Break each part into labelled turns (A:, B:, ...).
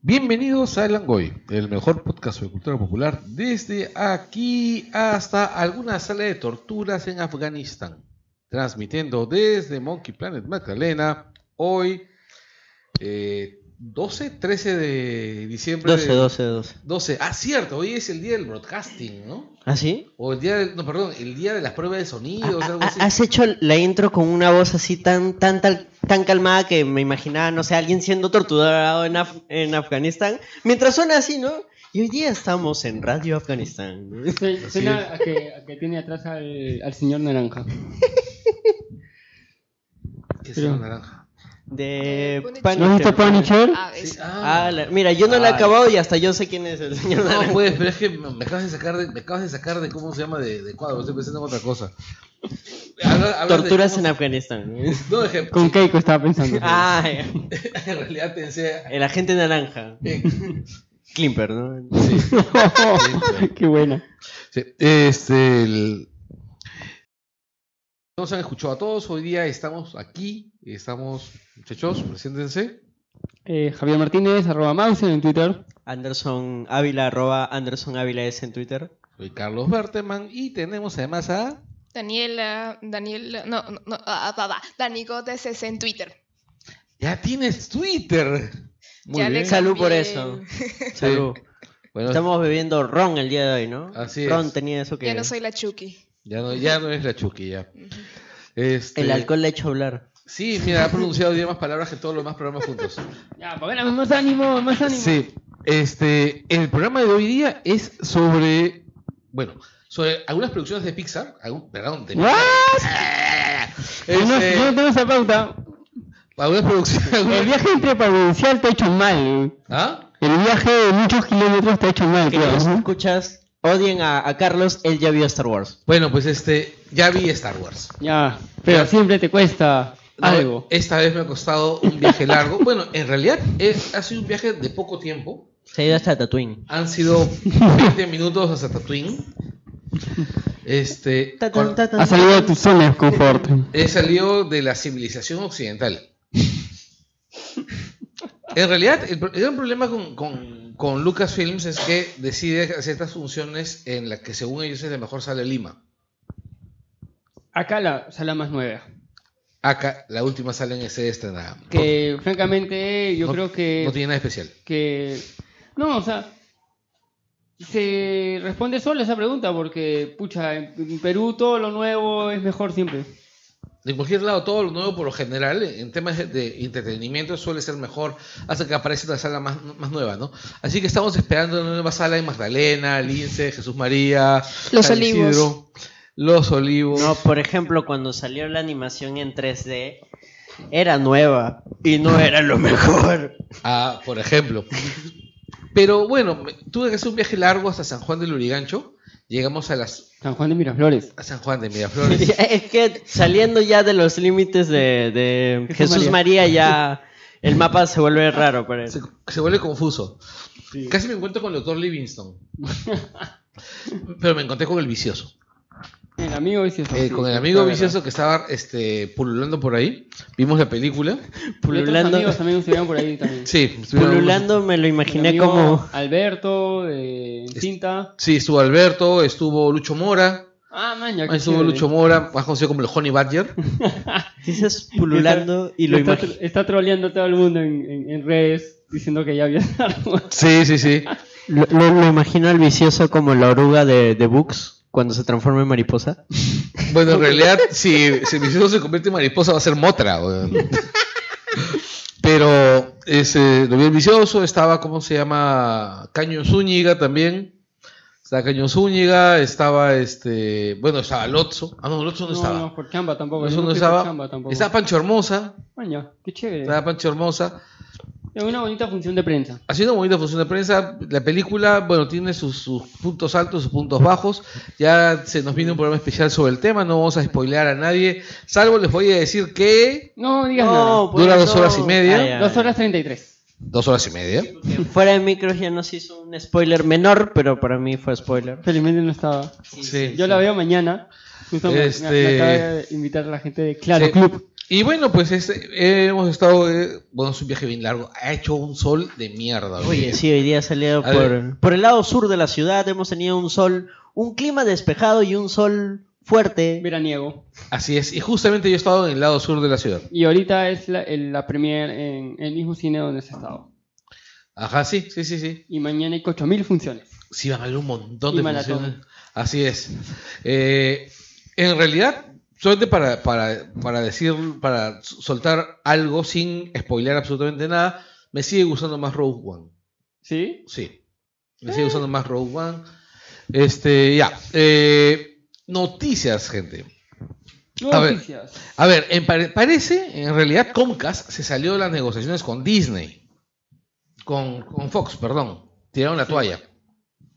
A: Bienvenidos a Langoy, el mejor podcast de cultura popular desde aquí hasta alguna sala de torturas en Afganistán. Transmitiendo desde Monkey Planet Magdalena, hoy eh, 12, 13 de diciembre.
B: 12,
A: de,
B: 12, 12.
A: 12. Ah, cierto, hoy es el día del broadcasting, ¿no?
B: ¿Ah, sí?
A: O el día del, no, perdón, el día de las pruebas de sonidos,
B: Ah,
A: algo
B: ah,
A: así.
B: ¿Has hecho la intro con una voz así tan, tan, tal- tan calmada que me imaginaba, no sé, alguien siendo torturado en, Af- en Afganistán? Mientras suena así, ¿no? Y hoy día estamos en Radio Afganistán.
C: Su-
A: Así es.
C: Suena a que, a que tiene atrás al, al señor naranja.
A: Que sea
C: Pero-
A: naranja. Eh,
B: De
D: Punisher.
C: ¿No has visto Punisher?
D: Ah,
A: Sí,
D: es-
B: Ah, la- mira, yo no la he
A: Ay.
B: acabado y hasta yo sé quién es el señor
A: No,
B: naranja.
A: pues, pero es que me me acabas de sacar de, me acabas de sacar de cómo se llama de, de cuadro, estoy pensando en otra cosa. Habla- habla de
B: Torturas en
A: cómo-
B: Afganistán.
A: No, ejemplo,
C: Con Keiko estaba pensando.
B: Ah, ya.
A: en realidad pensé
B: el agente naranja.
A: en-
B: Klimper, ¿no?
A: sí,
C: Qué buena.
A: sí. Este el- nos han escuchado a todos, hoy día estamos aquí, estamos, muchachos, preséntense.
C: Eh, Javier Martínez, arroba Mauser en Twitter.
B: Anderson Ávila, arroba Anderson Ávila es en Twitter.
A: Soy Carlos Berteman y tenemos además a
D: Daniela, Daniel, no, no, no, ah, ah, ah, Dani Gotes es en Twitter.
A: ya tienes Twitter. Muy
D: Ya le
A: bien.
B: Salud por
D: cambié.
B: eso.
A: Sí.
B: Salud.
A: Bueno,
B: Estamos bebiendo ron el día de hoy, ¿no?
A: Así
B: ron
A: es.
B: tenía eso que
D: Ya no soy la Chucky.
A: ya no ya no es la Chucky ya. Este,
B: el alcohol le ha hecho hablar.
A: Sí, mira, ha pronunciado 10 más palabras que todos los más programas juntos.
C: Ya, Pamela, más ánimo, más ánimo.
A: Sí, este, el programa de hoy día es sobre, bueno, sobre algunas producciones de Pixar, algún- perdón, de-
C: ¿What?
A: Este,
C: No, yo no tengo esa pauta.
A: algunas
C: El
A: producciones,
C: viaje interprovincial está hecho mal.
A: ¿ah?
C: El viaje de muchos kilómetros está hecho mal,
B: Que los
C: creo.
B: escuchas odien a, a Carlos, él ya vio Star Wars.
A: Bueno, pues este, ya vi Star Wars.
C: Ya, pero siempre te cuesta
A: No,
C: algo.
A: Esta vez me ha costado un viaje largo. Bueno, en realidad eh, ha sido un viaje de poco tiempo.
B: Se ha ido hasta Tatooine.
A: Han sido 20 minutos hasta Tatooine. Este,
B: Ta-
A: con-
B: ta- ta-
C: Has salido de tu zona de confort.
A: He salido de la civilización occidental. En realidad, el, pro- el gran problema con, con, con Lucasfilms es que decide ciertas funciones en las que según ellos es la mejor sala de Lima.
C: Acá la sala más nueva.
A: Acá, la última sala en ese estrenada.
C: Que francamente yo
A: No-
C: creo que...
A: No tiene nada especial.
C: que no, o sea, se responde sola esa pregunta porque pucha, en en Perú todo lo nuevo es mejor siempre.
A: De cualquier lado, todo lo nuevo por lo general, en temas de- de entretenimiento, suele ser mejor hasta que aparece una sala más, más nueva, ¿no? Así que estamos esperando una nueva sala en Magdalena, Lince, Jesús María,
D: Los
A: San
D: Olivos.
A: Isidro, Los Olivos.
B: No, por ejemplo, cuando salió la animación en 3D, era nueva y no era lo mejor.
A: Ah, por ejemplo. Pero bueno, me- tuve que hacer un viaje largo hasta San Juan del Lurigancho. Llegamos a, las,
C: San Juan de Miraflores.
A: a San Juan de Miraflores.
B: es que saliendo ya de los límites de, de
C: Jesús
B: Jesús María. ya el mapa se vuelve raro para él.
A: Se, se vuelve confuso. Casi me encuentro con el doctor Livingston. Pero me encontré con el vicioso.
C: El amigo vicioso.
A: Eh,
C: sí,
A: con el
C: sí,
A: amigo
C: está
A: vicioso que estaba este, pululando por ahí. Vimos la película.
C: verdad. Y otros
B: Pululando,
C: amigos también estuvieron por ahí también.
A: Sí, estuvieron-
B: pululando me lo
C: El
B: imaginé
C: amigo
B: como...
C: Alberto, eh, Cinta.
A: Sí, estuvo Alberto, estuvo Lucho Mora.
C: Ah, man, ya qué
A: Estuvo
C: chévere.
A: Lucho Mora, más conocido como el Honey Badger.
B: Dices pululando y lo
C: está,
B: imaginas.
C: está troleando a todo el mundo en, en- en redes diciendo que ya había algo.
A: Sí, sí, sí.
B: Lo, lo- lo imagino al vicioso como la oruga de, de Books cuando se transforma en mariposa.
A: Bueno, en realidad, si, si mi hijo se convierte en mariposa, va a ser Motra. weón. Pero ese, lo vi el vicioso, estaba, ¿cómo se llama? Caño Zúñiga también. Estaba Caño Zúñiga, estaba este. Bueno, estaba Lotso. Ah, no, Lotso no, estaba.
C: no, por chamba tampoco.
A: Lotso
C: yo
A: no
C: fui por
A: estaba.
C: chamba tampoco.
A: Estaba Pancho Hermosa.
C: Man, ya, qué chévere.
A: Estaba Pancho Hermosa.
C: Es una bonita función de prensa.
A: Ha sido una bonita función de prensa. La película, bueno, tiene sus, sus puntos altos, sus puntos bajos. Ya se nos viene un programa especial sobre el tema. No vamos a spoilear a nadie. Salvo les voy a decir que.
C: No digas
A: pues Dura dos no. horas y media.
B: Ah, ya,
C: nada. Dos horas treinta y tres.
A: Dos horas y media.
B: ya. Fuera de micros ya nos hizo un spoiler menor, pero para mí fue spoiler.
C: Felizmente no estaba.
A: Sí.
C: Yo la veo mañana. Justo me- me,
A: Este-
C: me acaba de invitar a la gente de Claro
A: Sí.
C: Club.
A: Y bueno, pues este, hemos estado. eh, bueno, es un viaje bien largo. Ha hecho un sol de mierda. hoy
B: Oye,
A: día.
B: sí, hoy día salió
A: A ver.
B: por, por el lado sur de la ciudad. Hemos tenido un sol, un clima despejado y un sol fuerte.
C: veraniego.
A: Así es. Y justamente yo he estado en el lado sur de la ciudad.
C: Y ahorita es la, el- la premier en el mismo cine donde se ha estado.
A: Ajá, sí, sí, sí, sí.
C: Y mañana hay 8000 funciones.
A: Sí, van a haber un montón
C: Y
A: de
C: maratón.
A: funciones. Así es. Eh, en realidad, solamente para, para, para decir, para soltar algo sin spoilear absolutamente nada, me sigue gustando más Rogue One.
C: ¿Sí?
A: Sí. Me sigue gustando más Rogue One. Este, ya. Eh, noticias, gente. A ver.
C: Noticias.
A: A ver, en pare- parece, en realidad, Comcast se salió de las negociaciones con Disney. Con, con Fox, perdón. Tiraron la toalla.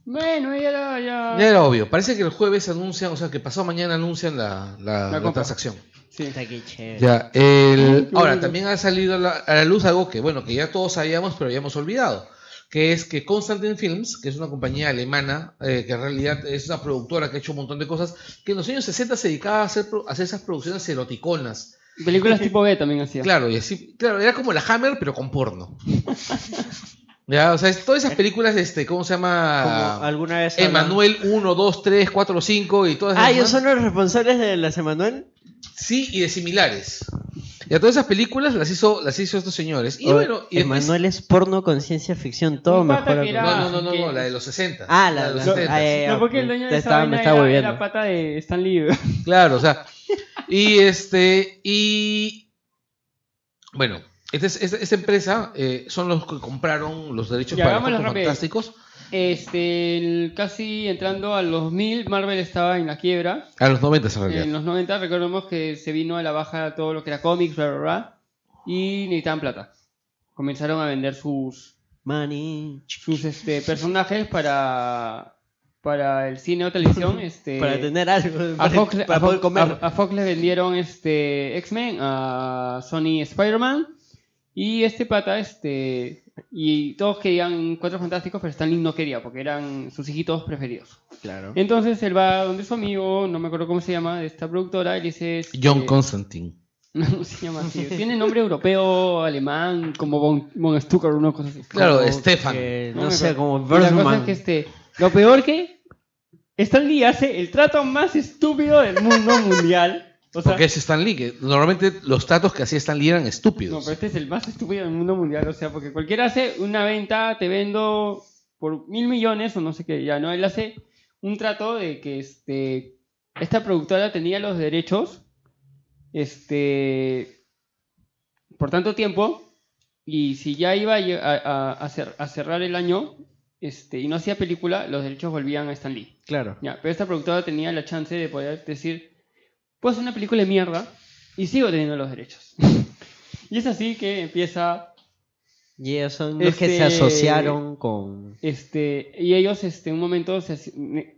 C: Bueno, ya era- ya.
A: Ya era obvio. Parece que el jueves anuncian, o sea, que pasado mañana anuncian la, la-
C: La
A: la
C: compra.
A: transacción.
C: Sí.
B: Puta, qué chévere.
A: Ya, el-
C: Ay, qué
A: ahora,
C: bueno.
A: también ha salido a la, a la luz algo que, bueno, que ya todos sabíamos, pero habíamos olvidado, que es que Constantin Films, que es una compañía alemana, eh, que en realidad es una productora que ha hecho un montón de cosas, que en los años 60 se dedicaba a hacer, pro- a hacer esas producciones eroticonas.
C: Películas tipo B también hacía.
A: Claro, y así, claro, era como la Hammer, pero con porno. ya, o sea, es- todas esas películas, este, ¿cómo se
B: Como
A: llama?
B: alguna vez. hablamos.
A: Emanuel 1, 2, 3, 4, 5 y todas esas
B: Ah,
A: demás.
B: ellos son los responsables de las Emanuel.
A: Sí, y de similares. Y a todas esas películas las hizo, las hizo estos señores. Y
B: O-
A: bueno, y después-
B: Emanuel es porno con ciencia ficción, todo
C: Un pata
B: mejor.
C: que era-
A: No, no, no, no, no, la de los 60.
B: Ah,
A: de
B: la, la,
A: los
B: la-
A: 70.
B: ah, ya, ya,
C: No, porque el dueño
B: te
C: de
B: estaba-
C: esa
B: me
C: vaina
B: estaba
C: era,
B: hueviando.
C: la pata de Stan Lee.
A: Claro, o sea. Y este, y bueno, este es- esta, esta empresa eh, son los que compraron los derechos
C: Ya,
A: para
C: hagámoslo
A: los
C: rápido.
A: fantásticos.
C: Este, el- casi entrando a los 2000, Marvel estaba en la quiebra.
A: A los 90 en realidad.
C: En los 90 recordemos que se vino a la baja todo lo que era cómics, bla, bla, bla, y necesitaban plata. Comenzaron a vender sus,
B: Money.
C: sus este, personajes para, para el cine o televisión.
A: Eh,
C: Este,
B: Para tener algo.
C: a
B: Para,
C: Fox, le-
B: para
C: a
B: poder
C: Fox-
B: comer.
C: a- a Fox le vendieron este X-Men, a Sony Spider-Man y este pata, este y todos querían cuatro fantásticos, pero Stanley no quería porque eran sus hijitos preferidos.
B: claro.
C: Entonces él va donde su amigo, no me acuerdo cómo se llama, de esta productora, y le dice este,
A: John Constantine.
C: no se llama así. Tiene nombre europeo, alemán, como Von, von Stucker, una cosa así.
A: Claro,
B: Como
A: Stefan.
B: que,
C: me
B: eh, no sé,
C: acuerdo.
B: como
C: Y la cosa es
B: Birdman.
C: que este, lo peor que Stanley hace el trato más estúpido del mundo mundial. O sea,
A: Porque es Stan Lee, que normalmente los tratos que hacía Stan Lee eran
C: no,
A: estúpidos.
C: pero este es el más estúpido del mundo mundial. O sea, porque cualquiera hace una venta, te vendo por mil millones o no sé qué, ya no. Él hace un trato de que este, esta productora tenía los derechos este, por tanto tiempo y si ya iba a, lle- a- a- a cer- a cerrar el año este, y no hacía película, los derechos volvían a Stan Lee.
B: Claro.
C: Ya, pero esta productora tenía la chance de poder decir, puedo hacer una película de mierda y sigo teniendo los derechos. y es así que empieza,
B: Y ellos son los que
C: Este-
B: se asociaron con.
C: este, y ellos, este, un momento, se haci- ne-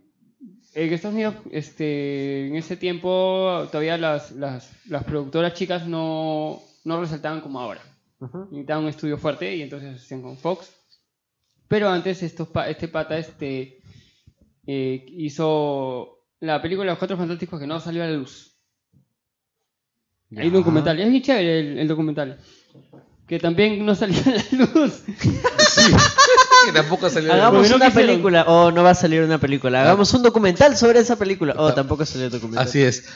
C: en Estados Unidos, este, en ese tiempo todavía las, las, las productoras chicas no, no resaltaban como ahora.
B: Ujú.
C: necesitaban un estudio fuerte y entonces se hacían con Fox. Pero antes estos pa- este pata este, eh, hizo la película Los Cuatro Fantásticos que no salió a la luz. Hay un
B: Ya.
C: documental, es bien chévere el, el documental. Que también no salió a la luz.
A: que tampoco salió.
C: Porque
B: Hagamos
C: no
B: una
C: quisieron.
B: película. O no va a salir una película. Hagamos un documental sobre esa película. O
A: Ah.
B: tampoco salió el documental.
A: Así es.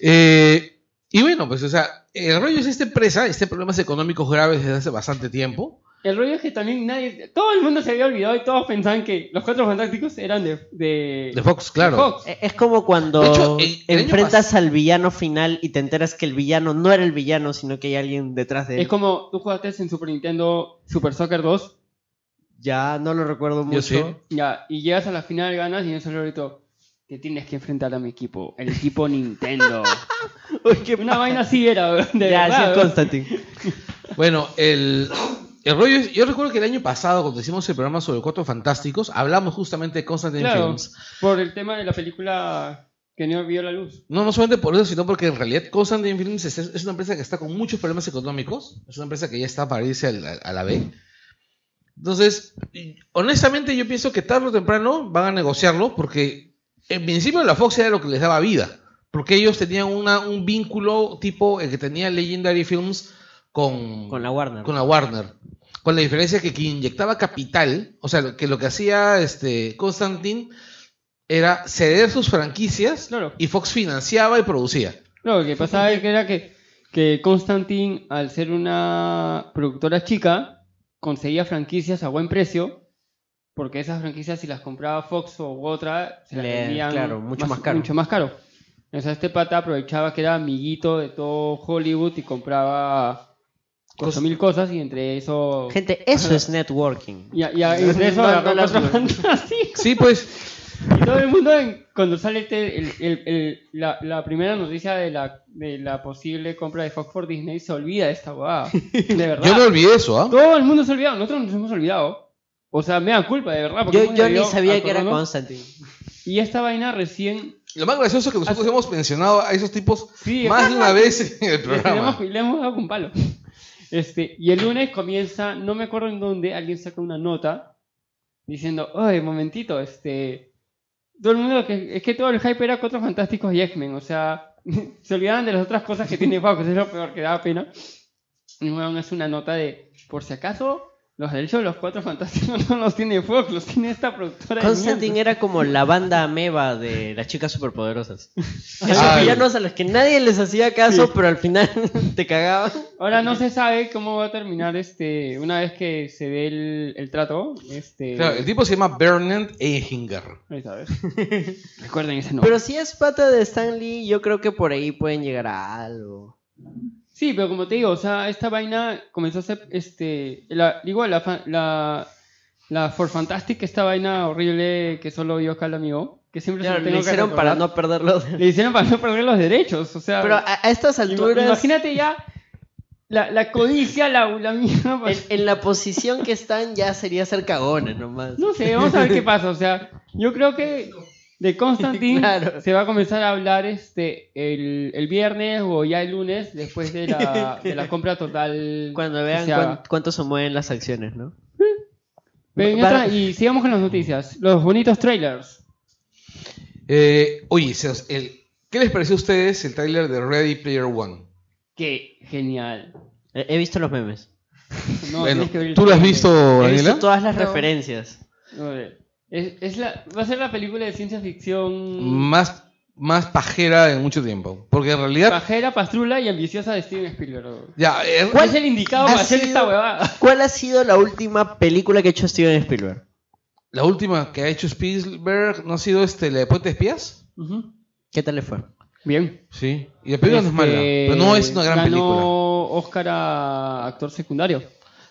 A: Eh, y bueno, pues, o sea, el rollo es esta empresa, este problemas económicos graves desde hace bastante tiempo.
C: El rollo es que también nadie, todo el mundo se había olvidado y todos pensaban que Los Cuatro Fantásticos eran de, de,
A: De Fox, claro.
C: de Fox.
B: E- Es como cuando
A: De hecho, el- el año
B: enfrentas al villano final y te enteras que el villano no era el villano, sino que hay alguien detrás de él.
C: Es como tú jugaste en Super Nintendo Super Soccer 2
B: Ya no lo recuerdo mucho.
A: Yo sí.
C: Ya, y llegas a la final, ganas y en ese grito, te tienes que enfrentar a mi equipo, el equipo Nintendo.
B: Uy, qué
C: Una
B: paja.
C: vaina así era, de
B: Ya, sí,
C: verdad.
B: Constantine.
A: Bueno, el, el rollo es, yo recuerdo que el año pasado, cuando hicimos el programa sobre Cuatro Fantásticos, hablamos justamente de Constantine
C: Claro.
A: Films.
C: Por el tema de la película que no vio la luz.
A: No, no solamente por eso, sino porque en realidad Constantine Films es, es una empresa que está con muchos problemas económicos. Es una empresa que ya está para irse al- al- a la B. Entonces, y- honestamente, yo pienso que tarde o temprano van a negociarlo porque en principio la Fox era lo que les daba vida. Porque ellos tenían una, un vínculo tipo el que tenía Legendary Films con,
B: Con la Warner.
A: con la Warner. Con la diferencia que quien inyectaba capital, o sea, lo- que lo que hacía este Constantine era ceder sus franquicias
C: Claro.
A: y Fox financiaba y producía.
C: Lo que pasaba es que era que, que Constantine, al ser una productora chica, conseguía franquicias a buen precio, porque esas franquicias, si las compraba Fox o otra, se las
B: Le-
C: vendían
B: claro, mucho más caro.
C: mucho más caro. O sea, este pata aprovechaba que era amiguito de todo Hollywood y compraba cosas, mil cosas y entre eso...
B: Gente, eso es networking.
C: Y, a- y a- y entre eso
B: No, no
C: agarró
B: las-
C: cuatro fantásticos.
A: Sí, pues,
C: Y todo el mundo, en- cuando sale este- el- el- el- la, la primera noticia de la, de la posible compra de Fox por Disney, se olvida de esta guada. De verdad.
A: yo no olvidé eso, ¿ah?
C: Todo el mundo se ha olvidado. Nosotros nos hemos olvidado. O sea, me da culpa, de verdad. porque
B: Yo,
C: hemos
B: yo ni
C: debido
B: sabía que era
C: acordarnos.
B: Constantine.
C: Y esta vaina recién.
A: Lo más gracioso es que nosotros hemos mencionado a esos tipos
C: Sí,
A: más de una vez en el
C: le, le hemos,
A: programa.
C: le hemos dado con palo. Este, y el lunes comienza, no me acuerdo en dónde, alguien saca una nota diciendo, oye, momentito, este... Todo el mundo, que, es que todo el hype era Cuatro Fantásticos y X-Men, o sea, se olvidaban de las otras cosas que tiene Fox, es lo peor, que daba pena. Y bueno, es una nota de, por si acaso, los derechos de los Cuatro Fantásticos no los tiene Fox, los tiene esta productora de
B: Constantine
C: mierda.
B: era como la banda ameba de las chicas superpoderosas. Esos
A: Ay.
B: villanos a los que nadie les hacía caso,
C: Sí.
B: pero al final te cagaban.
C: Ahora no se sabe cómo va a terminar este, una vez que se dé el, el trato, este...
A: Claro, el tipo se llama Bernard Eichinger.
C: Ahí está, ¿ves? Recuerden ese nombre.
B: Pero si es pata de Stan Lee, yo creo que por ahí pueden llegar a algo.
C: sí, pero como te digo, o sea, esta vaina comenzó a ser, este, la- igual la, fa- la, la For Fantastic, esta vaina horrible que solo vio acá el amigo, que siempre se
B: Claro,
C: lo
B: lo
C: tengo que
B: hicieron para
C: recordar.
B: no perderlo. de-
C: Le hicieron para no perder los derechos, o sea...
B: Pero a, a estas
C: ima-
B: alturas,
C: Imagínate ya la, la codicia, la, la mierda...
B: en, en la posición que están, ya sería ser cagones nomás.
C: No sé, vamos a ver qué pasa. O sea, yo creo que de Constantine
B: Claro.
C: se va a comenzar a hablar este el, el viernes o ya el lunes después de la, de la compra total.
B: Cuando
C: que
B: vean
C: se haga.
B: cuán- cuánto se mueven las acciones, ¿no?
C: Ven,
B: Para-
C: otra, y sigamos con las noticias. Los bonitos trailers.
A: Eh, oye, se os- el- ¿qué les pareció a ustedes el tráiler de Ready Player One?
C: Qué genial.
B: He, he visto los memes.
C: No,
A: bueno,
C: tienes que ver el
A: ¿tú lo has
C: trailer.
A: visto,
B: He visto
A: Daniela?
B: todas las
D: No.
B: referencias.
C: A ver, Es, es la, va a ser la película de ciencia ficción
A: Más, más pajera en mucho tiempo. Porque en realidad...
C: pajera, pastrula y ambiciosa de Steven Spielberg.
A: Ya, eh,
C: es el indicado para
B: ha
C: hacer
B: sido-
C: esta huevada?
B: ¿Cuál ha sido la última película que ha hecho Steven Spielberg?
A: la última que ha hecho Spielberg no ha sido este, la de Puente de Espías.
C: Ujú.
B: ¿Qué tal le fue?
C: Bien.
A: Sí. Y la película no es mala.
C: Este,
A: Pero no es una gran
C: ganó
A: película.
C: Oscar a actor secundario.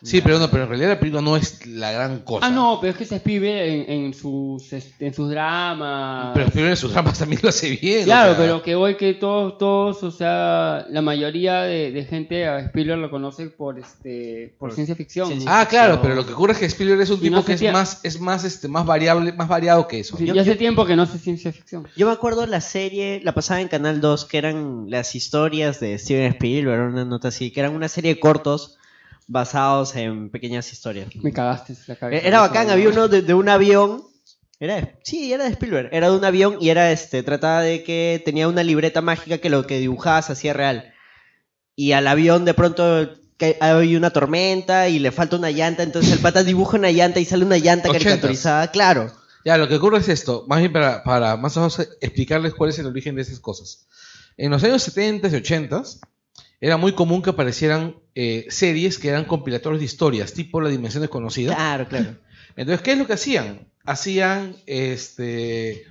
A: Sí, pero no, pero en realidad la película no es la gran cosa.
C: Ah, no, pero es que se pibe en, en sus, este, en sus dramas.
A: Pero Spielberg en sus trampas también lo hace bien. o
C: claro,
A: sea.
C: pero que hoy que todos, todos, o sea, la mayoría de, de gente a Spielberg lo conoce por este por
B: Por-
C: ciencia ficción.
B: sí, sí.
A: Ah, claro, pero lo que ocurre es que Spielberg es un
C: Y
A: tipo
C: no
A: que
C: sentía-
A: es más, es más, este, más variable, más variado que eso.
C: Sí,
A: ¿no?
C: y hace tiempo que no hace ciencia ficción.
B: Yo me acuerdo la serie, la pasaba en Canal 2, que eran las historias de Steven Spielberg, una nota así, que eran una serie de cortos basados en pequeñas historias.
C: Me cagaste la cabeza.
B: Eh, Era bacán, había uno de, de un avión. Era de- sí, era de Spielberg. Era de un avión y era este, trataba de que tenía una libreta mágica que lo que dibujabas hacía real. Y al avión de pronto ca- hay una tormenta y le falta una llanta, entonces el pata dibuja una llanta y sale una llanta
A: Ochentas.
B: caricaturizada, claro.
A: Ya, lo que ocurre es esto, más bien para, para más o menos explicarles cuál es el origen de esas cosas. En los años 70 y 80 era muy común que aparecieran eh, series que eran compilatorios de historias, tipo La Dimensión Desconocida.
B: Claro, claro.
A: Entonces, ¿qué es lo que hacían? Hacían, este,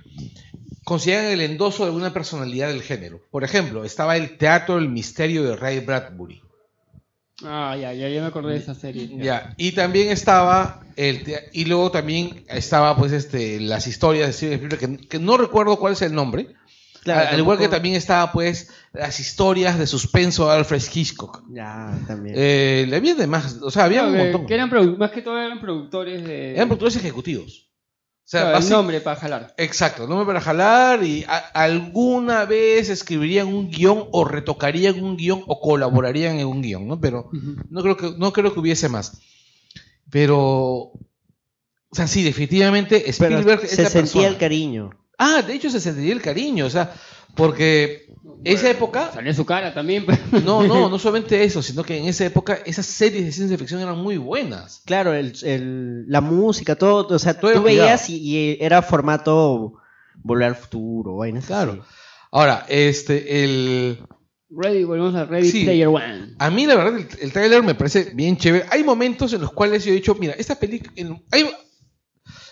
A: conseguían el endoso de alguna personalidad del género. Por ejemplo, estaba el Teatro del Misterio de Ray Bradbury.
C: Ah, ya, ya, ya me acordé de esa serie.
A: Ya, y también estaba el te- y luego también estaba pues este las historias de Steven Spielberg que, que no recuerdo cuál es el nombre.
B: Claro,
A: al, al Ah, igual que
B: tampoco-
A: también estaba pues las historias de suspenso de Alfred Hitchcock.
B: Ya, también.
A: Eh, le había demás, o sea, había
C: Claro,
A: un
C: que-
A: montón.
C: eh, que eran produ- más que todo eran productores de.
A: Eran productores ejecutivos. O sea,
C: Claro, el
A: basi-
C: nombre para jalar.
A: Exacto, no me para jalar y a- alguna vez escribirían un guión o retocarían un guión o colaborarían en un guión, ¿no? Pero no creo que, no creo que hubiese más. Pero, o sea, sí, definitivamente
B: Pero
A: Spielberg es
B: se
A: la
B: sentía
A: persona.
B: el cariño.
A: Ah, de hecho se sentía el cariño, o sea, Porque esa época
C: Salió su cara también. pero-
A: No, no, no solamente eso, sino que en esa época esas series de ciencia ficción eran muy buenas.
B: Claro, el, el- la música, todo, o sea,
A: Todo
B: tú
A: cuidado.
B: veías y, y era formato volver al futuro, vainas así.
A: Claro. Ahora, este, el.
C: Ready, volvemos a Ready
A: Sí.
C: Player One.
A: A mí, la verdad, el, el tráiler me parece bien chévere. Hay momentos en los cuales yo he dicho, mira, esta película.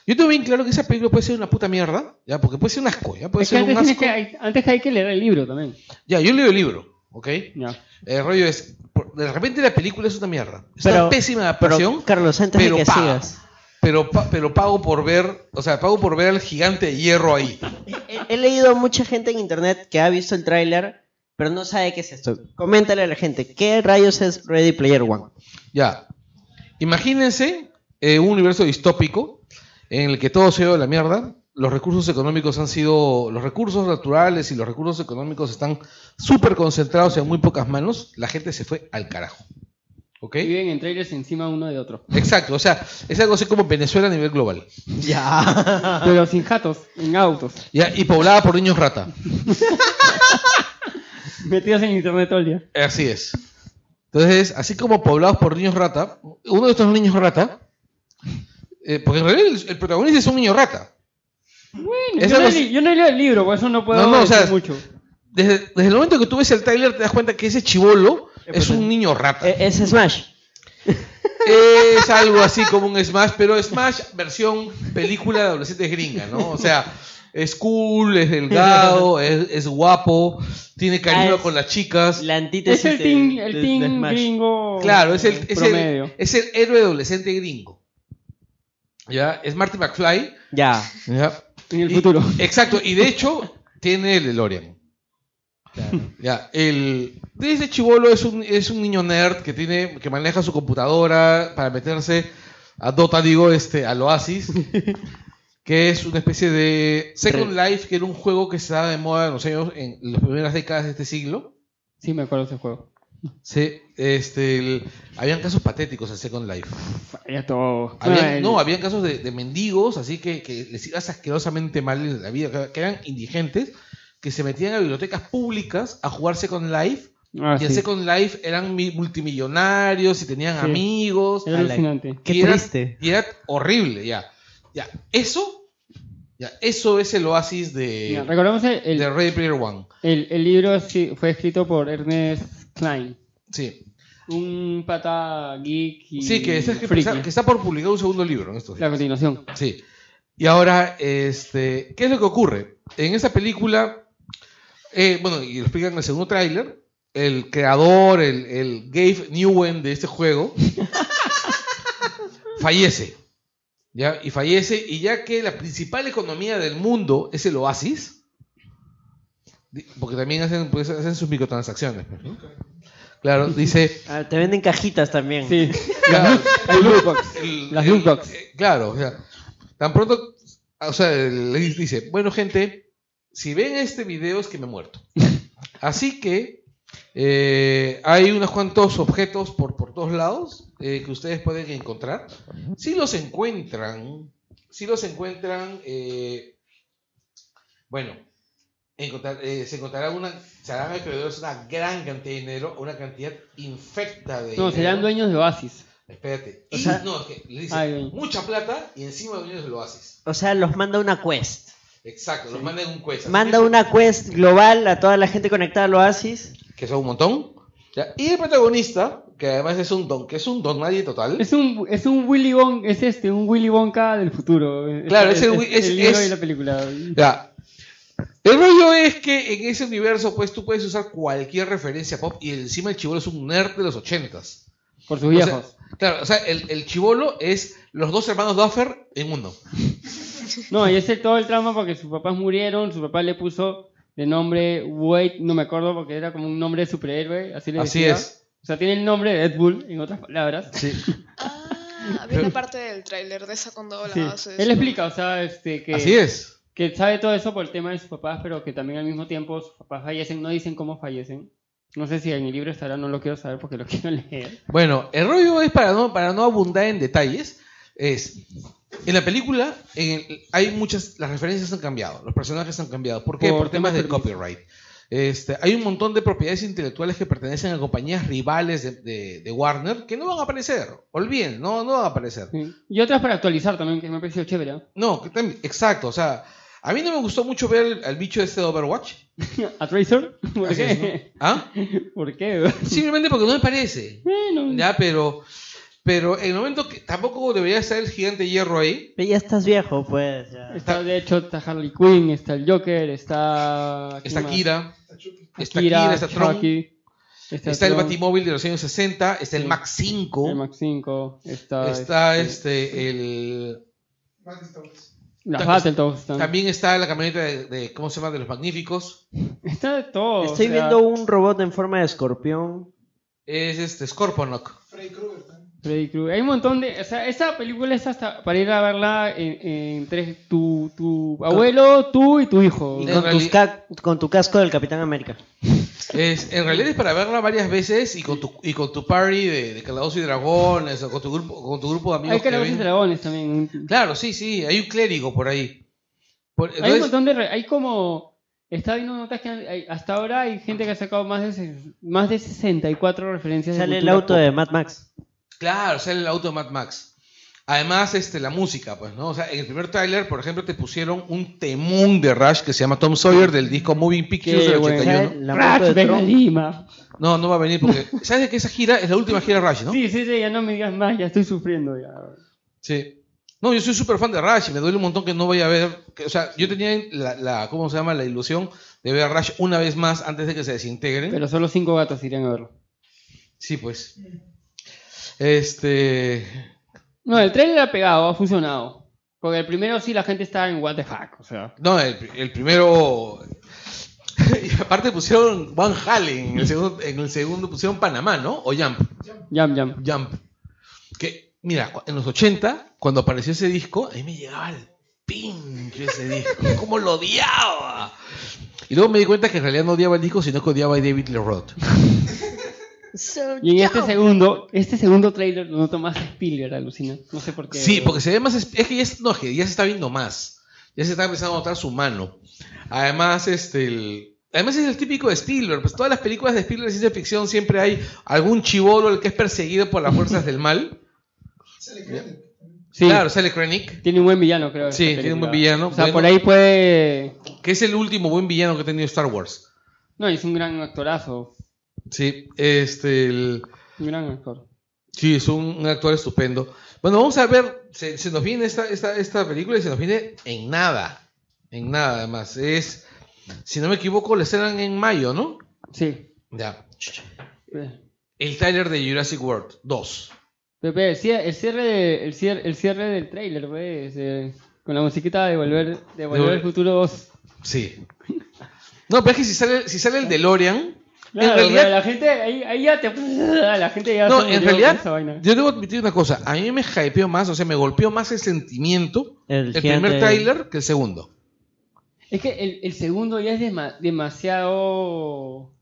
A: Yo tengo bien claro que esa película puede ser una puta mierda, ya, porque puede ser un asco, ya, puede
C: Es que
A: ser
C: antes,
A: Pues un
C: tienes
A: asco.
C: que- hay- antes hay que leer el libro también.
A: Ya, yo leo el libro, ¿ok?
C: Ya.
A: El rollo es, por- de repente la película es una mierda. Es una
B: Pero-
A: pésima adaptación.
B: Pero, Carlos, antes
A: pero
B: de que
A: pa.
B: sigas,
A: Pero, pa- pero pago por ver, o sea, pago por ver al gigante de hierro ahí.
B: he, he leído a mucha gente en internet que ha visto el tráiler, pero no sabe qué es esto. Coméntale a la gente, ¿qué rayos es Ready Player One?
A: Ya. Imagínense eh, un universo distópico en el que todo se ha ido a la mierda. Los recursos económicos han sido. Los recursos naturales y los recursos económicos están súper concentrados en muy pocas manos. La gente se fue al carajo. ¿Ok?
C: Viven en trailers encima uno de otro.
A: Exacto. O sea, es algo así como Venezuela a nivel global.
B: Ya.
C: Pero sin jatos, en autos,
A: Ya, Y poblada por niños rata.
C: metidos en internet todo el día.
A: Así es. Entonces, así como poblados por niños rata, uno de estos niños rata. eh, porque en realidad el- el protagonista es un niño rata.
C: Bueno,
A: Esa
C: yo no, he
A: cosa-
C: li- yo no he leído el libro, por eso no puedo
A: No, no, o
C: decir
A: sea, es-
C: mucho.
A: Desde, desde el momento que tú ves el tráiler te das cuenta que ese chivolo
C: Eh, pues,
A: es un niño rata.
B: E- es Smash.
C: eh.
A: Es algo así como un Smash, pero Smash versión película de adolescentes gringa, ¿no? O sea, es cool, es delgado, es, es guapo, tiene
B: Ah,
A: carisma
B: es
A: con las chicas.
B: La
C: Es
B: antítesis
C: el
B: de-
C: team,
B: de-
C: el
B: de
C: team
B: Smash.
C: gringo
A: Claro, es el,
C: eh,
A: es,
C: promedio.
A: el, es el héroe adolescente gringo. ¿Ya? Es Marty McFly.
B: Ya.
A: ¿ya?
C: en el
A: Y-
C: futuro.
A: Exacto, y de hecho tiene el DeLorean. Ya, el de ese chivolo es un, es un niño nerd que tiene que maneja su computadora para meterse a Dota, digo, este al Oasis, que es una especie de Second Life, que era un juego que se estaba de moda en los años en las primeras décadas de este siglo.
C: Sí, me acuerdo de ese juego.
A: Se, este, el- habían casos patéticos en Second Life.
C: Había todo.
A: Habían-
C: Ah, el-
A: no, habían casos de, de mendigos, así que, que les ibas asquerosamente mal en la vida, que- que eran indigentes, que se metían a bibliotecas públicas a jugar Second Life,
C: ah,
A: y en
C: sí.
A: Second Life eran mi- multimillonarios y tenían
C: Sí.
A: amigos.
C: Era
B: A la-
C: alucinante.
B: Qué
A: y era-
B: triste.
A: Y era horrible, ya. Ya, eso, ya, eso es el oasis
C: Mira,
A: de,
C: recordemos el, el-
A: de Ready Player One.
C: el- el libro sí, fue escrito por Ernest Klein,
A: Sí,
C: un pata geek y
A: sí que, está, escrito-
C: friki.
A: que está por publicar un segundo libro en estos días.
C: La continuación.
A: Sí. Y ahora, este, ¿qué es lo que ocurre? En esa película, eh, bueno, y lo explican en el segundo tráiler, el creador, el, el Gabe Newen de este juego, fallece. ¿ya? Y fallece, y ya que la principal economía del mundo es el oasis, di- porque también hacen, pues, hacen sus microtransacciones. pues, ¿no? Claro, dice...
B: Ah, te venden cajitas también.
C: Sí.
A: Claro,
C: El Bluebox.
A: el-
C: Las
A: el-
C: loot box.
A: eh, claro, o sea, tan pronto, o sea, le dice, bueno gente, si ven este video es que me he muerto. Así que eh, hay unos cuantos objetos por, por todos lados eh, que ustedes pueden encontrar. Si los encuentran, si los encuentran, eh, bueno, encontrar- eh, se encontrará una, se harán acreedores a una gran cantidad de dinero, una cantidad infecta de
C: No,
A: dinero.
C: serán dueños de Oasis.
A: Espérate.
B: O
A: Y-
B: sea-
A: no, es que le dice
C: Ay, ay.
A: mucha plata y encima de ellos lo haces.
B: O sea, los manda una quest.
A: Exacto, los mandan un quest.
B: Manda una quest global a toda la gente conectada al Oasis.
A: Que son un montón. Ya, Y el protagonista, que además es un don, que es un don nadie total.
C: Es un, es un Willy Wonka, es este, un Willy Wonka del futuro.
A: Claro,
C: es,
A: es el Wi- es-
C: libro
A: es-
C: y la película.
A: Ya. El rollo es que en ese universo, pues tú puedes usar cualquier referencia pop y encima el chivolo es un nerd de los ochentas.
C: Por sus
A: O sea,
C: viejos.
A: claro, o sea, el, el chivolo es los dos hermanos Duffer en uno.
C: No, y ese todo el trauma porque sus papás murieron, su papá le puso de nombre Wade, no me acuerdo porque era como un nombre de superhéroe, así le
A: Así
C: decía.
A: es.
C: O sea, tiene el nombre de Ed Bull, en otras palabras.
A: Sí.
D: Ah, vi la parte del tráiler de esa cuando
C: Sí.
D: hablaba de
C: Él
D: eso.
C: explica, o sea, este, que,
A: Así es.
C: que sabe todo eso por el tema de sus papás, pero que también al mismo tiempo sus papás fallecen, no dicen cómo fallecen. No sé si en el libro estará, no lo quiero saber porque lo quiero leer.
A: Bueno, el rollo es para no, para no abundar en detalles. Es En la película en el- hay muchas, las referencias han cambiado, los personajes han cambiado. ¿Por qué? Por,
C: Por
A: temas
C: temas
A: de
C: permis-
A: copyright. Este, hay un montón de propiedades intelectuales que pertenecen a compañías rivales de, de- de Warner que no van a aparecer. Olviden, no, no van a aparecer.
C: Sí. Y otras para actualizar también, que me ha parecido chévere. ¿ah?
A: No, que tam- exacto. O sea, a mí no me gustó mucho ver al, al bicho este de Overwatch.
C: ¿eh? ¿A Tracer? ¿Por
A: Así
C: qué?
A: es, ¿no? ¿Ah?
C: ¿Por qué?
A: Simplemente porque no me parece.
C: Bueno,
A: Ya, pero, pero en el momento que tampoco debería estar el gigante hierro ahí.
B: Pero ya estás viejo, pues. ya.
C: Está, de hecho, está Harley Quinn, está el Joker, está... ¿quién
A: Está
C: más?
A: Kira, está
C: Akira,
A: Kira, está Tron,
C: Chucky, está,
A: está el
C: Tron,
A: Batimóvil de los años 60, está el
C: Sí.
A: Max
C: el
A: 5,
C: Max 5, está...
A: está este, el,
C: Las
A: está-
C: Battletoads están.
A: también está la camioneta de, de- ¿cómo se llama? De los Magníficos.
C: Está de todo. o
B: Estoy
C: sea,
B: viendo un robot en forma de escorpión.
A: Es este, Scorponok.
C: Freddy Krueger. Hay un montón de... O sea, esta película es hasta para ir a verla en, en tres... Tu, tu abuelo, tú y tu hijo.
B: Y
A: En
B: con, tus
A: realidad-
B: ca- con tu casco del Capitán América.
A: Es, en realidad es para verla varias veces y con tu, y con tu party de, de Calabozos y Dragones o con tu grupo, con tu grupo de amigos.
C: Hay
A: que
C: calabozos y
A: ven.
C: dragones también.
A: Claro, sí, sí, hay un clérigo por ahí. Por-
C: hay un
A: entonces-
C: montón de... re- Hay como... Está viendo notas que hay- hasta ahora hay gente que ha sacado más de, se- más de 64 referencias. de
B: Sale el
C: cultura
B: auto
C: pop.
B: de Mad Max.
A: Claro, sale el auto de Mad Max. Además, este, la música, pues, ¿no? O sea, en el primer tráiler, por ejemplo, te pusieron un temón de Rush que se llama Tom Sawyer del disco Moving Pictures
C: Qué
A: del
C: bueno.
B: Sale
A: 81.
B: la moto
C: Ratch,
B: de
C: ven a
B: Tron.
C: Lima.
A: No, no va a venir porque... ¿Sabes que esa gira es la última gira de Rush, no?
C: Sí, sí, sí, ya no me digas más, ya estoy sufriendo ya.
A: Sí. No, yo soy súper fan de Rush y me duele un montón que no vaya a ver... que- o sea, yo tenía la, la- ¿Cómo se llama? La ilusión de ver a Rush una vez más antes de que se desintegren.
C: Pero solo cinco gatos irían a verlo.
A: Sí, pues. Este...
C: No, el trailer ha pegado, ha funcionado. Porque el primero sí la gente está en what the fuck, o sea.
A: No, el, pri- el primero. y aparte pusieron Van Halen. En el, segundo, en el segundo pusieron Panamá, ¿no? O Jump.
C: Jam, jam.
A: Jump. Que, mira, cu- en los 80, cuando apareció ese disco, a mí me llegaba el pinche ese disco. ¿Cómo lo odiaba? Y luego me di cuenta que en realidad no odiaba el disco, sino que odiaba a David Lee Roth.
C: Y en este segundo, este segundo trailer lo noto más Spielberg, alucina. No sé por qué.
A: Sí, porque se ve más. esp- Es que ya, es- no, que ya se está viendo más. Ya se está empezando a notar su mano. Además, este. el- además es el típico de Spielberg. Pues todas las películas de Spielberg de ciencia ficción siempre hay algún chivolo el que es perseguido por las fuerzas del mal.
C: Sí,
A: Claro, sale Krennic,
C: Tiene un buen villano, creo.
A: Sí,
C: esta
A: tiene un
C: película.
A: buen villano,
C: O sea,
A: bueno.
C: por ahí puede.
A: que es el último buen villano que ha tenido Star Wars.
C: No, es un gran actorazo.
A: Sí, este. el-
C: Un gran actor.
A: sí, es un, un actor estupendo. Bueno, vamos a ver. Se, se nos viene esta, esta, esta película y se nos viene en nada. En nada, además. Es. Si no me equivoco, le estrenan en mayo, ¿no?
C: Sí. Eh,
A: Ya. El trailer de Jurassic World 2.
C: Pepe, el cierre, el cierre, de- el cierre, el cierre del trailer, pues. eh, con la musiquita de Volver, de volver
A: Volver.
C: al Futuro 2.
A: Sí. No, pero es que si sale, si sale el DeLorean.
C: Claro,
A: en realidad.
C: pero la gente, ahí, ahí ya te. La gente ya.
A: No, en
C: se murió con
A: realidad.
C: esa vaina.
A: Yo debo admitir una cosa. A mí me hypeó más, o sea, me golpeó más el sentimiento.
B: El
A: El,
B: gigante-
A: primer tráiler que el segundo.
C: Es que el, el segundo ya es dema- demasiado.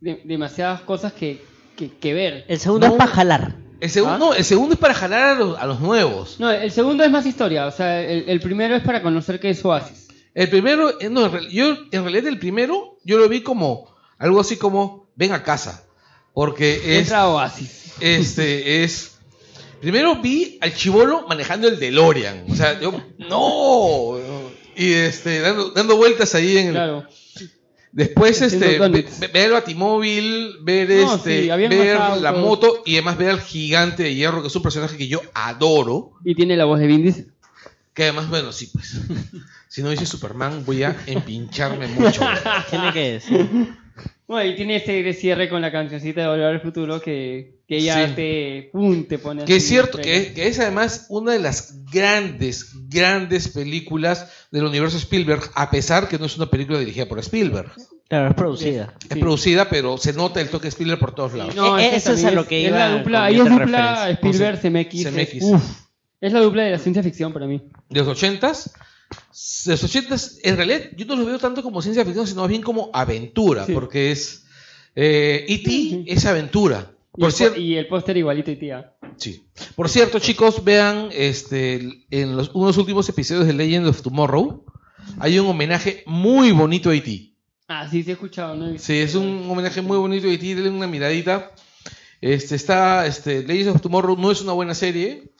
C: de- demasiadas cosas que, que, que ver.
B: El segundo
A: No.
B: es para jalar.
A: El segundo,
C: ¿Ah?
A: No, el segundo es para jalar a los, a los nuevos.
C: No, el segundo es más historia. O sea, el, el primero es para conocer qué es Oasis.
A: El primero, eh, no, en real- yo en realidad el primero yo lo vi como algo así como ven a casa. Porque es,
C: Entra a Oasis.
A: este es. Primero vi al chivolo manejando el DeLorean. O sea, yo. ¡No! Y este, dando, dando vueltas ahí en el-
C: Claro.
A: Después, este,
C: Haciendo
A: ve-
C: donuts.
A: ve- ver el batimóvil, ver
C: No,
A: este,
C: sí, habían
A: ver
C: más
A: la
C: autos.
A: moto y además ver al gigante de hierro, que es un personaje que yo adoro.
C: Y tiene la voz de Vin Diesel.
A: Que además, bueno, sí, pues. Si no dice Superman, voy a empincharme mucho.
B: Tiene que decir.
C: Bueno, y tiene este cierre con la cancioncita de Volver al Futuro que, que ya
A: Sí.
C: te, pum, te pone
A: Que
C: así
A: es cierto,
C: en
A: que, es- que es además una de las grandes, grandes películas del universo Spielberg, a pesar que no es una película dirigida por Spielberg.
B: Claro, es producida.
A: Es
C: Sí.
A: producida, pero se nota el toque Spielberg por todos lados.
C: play. No,
B: Eh,
C: es que
B: eso es
C: también
B: a lo que
C: es
B: iba
C: la dupla,
B: con
C: ahí
B: mi
C: es
B: otra
C: dupla
B: referencia.
C: Spielberg, CMX.
A: CMX.
C: Es, uf, es la dupla de la ciencia ficción para mí.
A: De los ochentas, de los ochentas, en realidad yo no lo veo tanto como ciencia ficción, sino más bien como aventura,
C: Sí.
A: porque es... eh, E.T.
C: Sí.
A: es aventura.
C: Y
A: Por
C: el po-
A: cierto,
C: y el póster igualito y tía.
A: Sí. Por cierto, chicos, vean este en los unos últimos episodios de Legend of Tomorrow hay un homenaje muy bonito a E Haití.
C: Ah, sí, sí he escuchado, ¿no? he visto.
A: Sí, es un homenaje muy bonito a Haití, denle una miradita. Este está este Legends of Tomorrow no es una buena serie,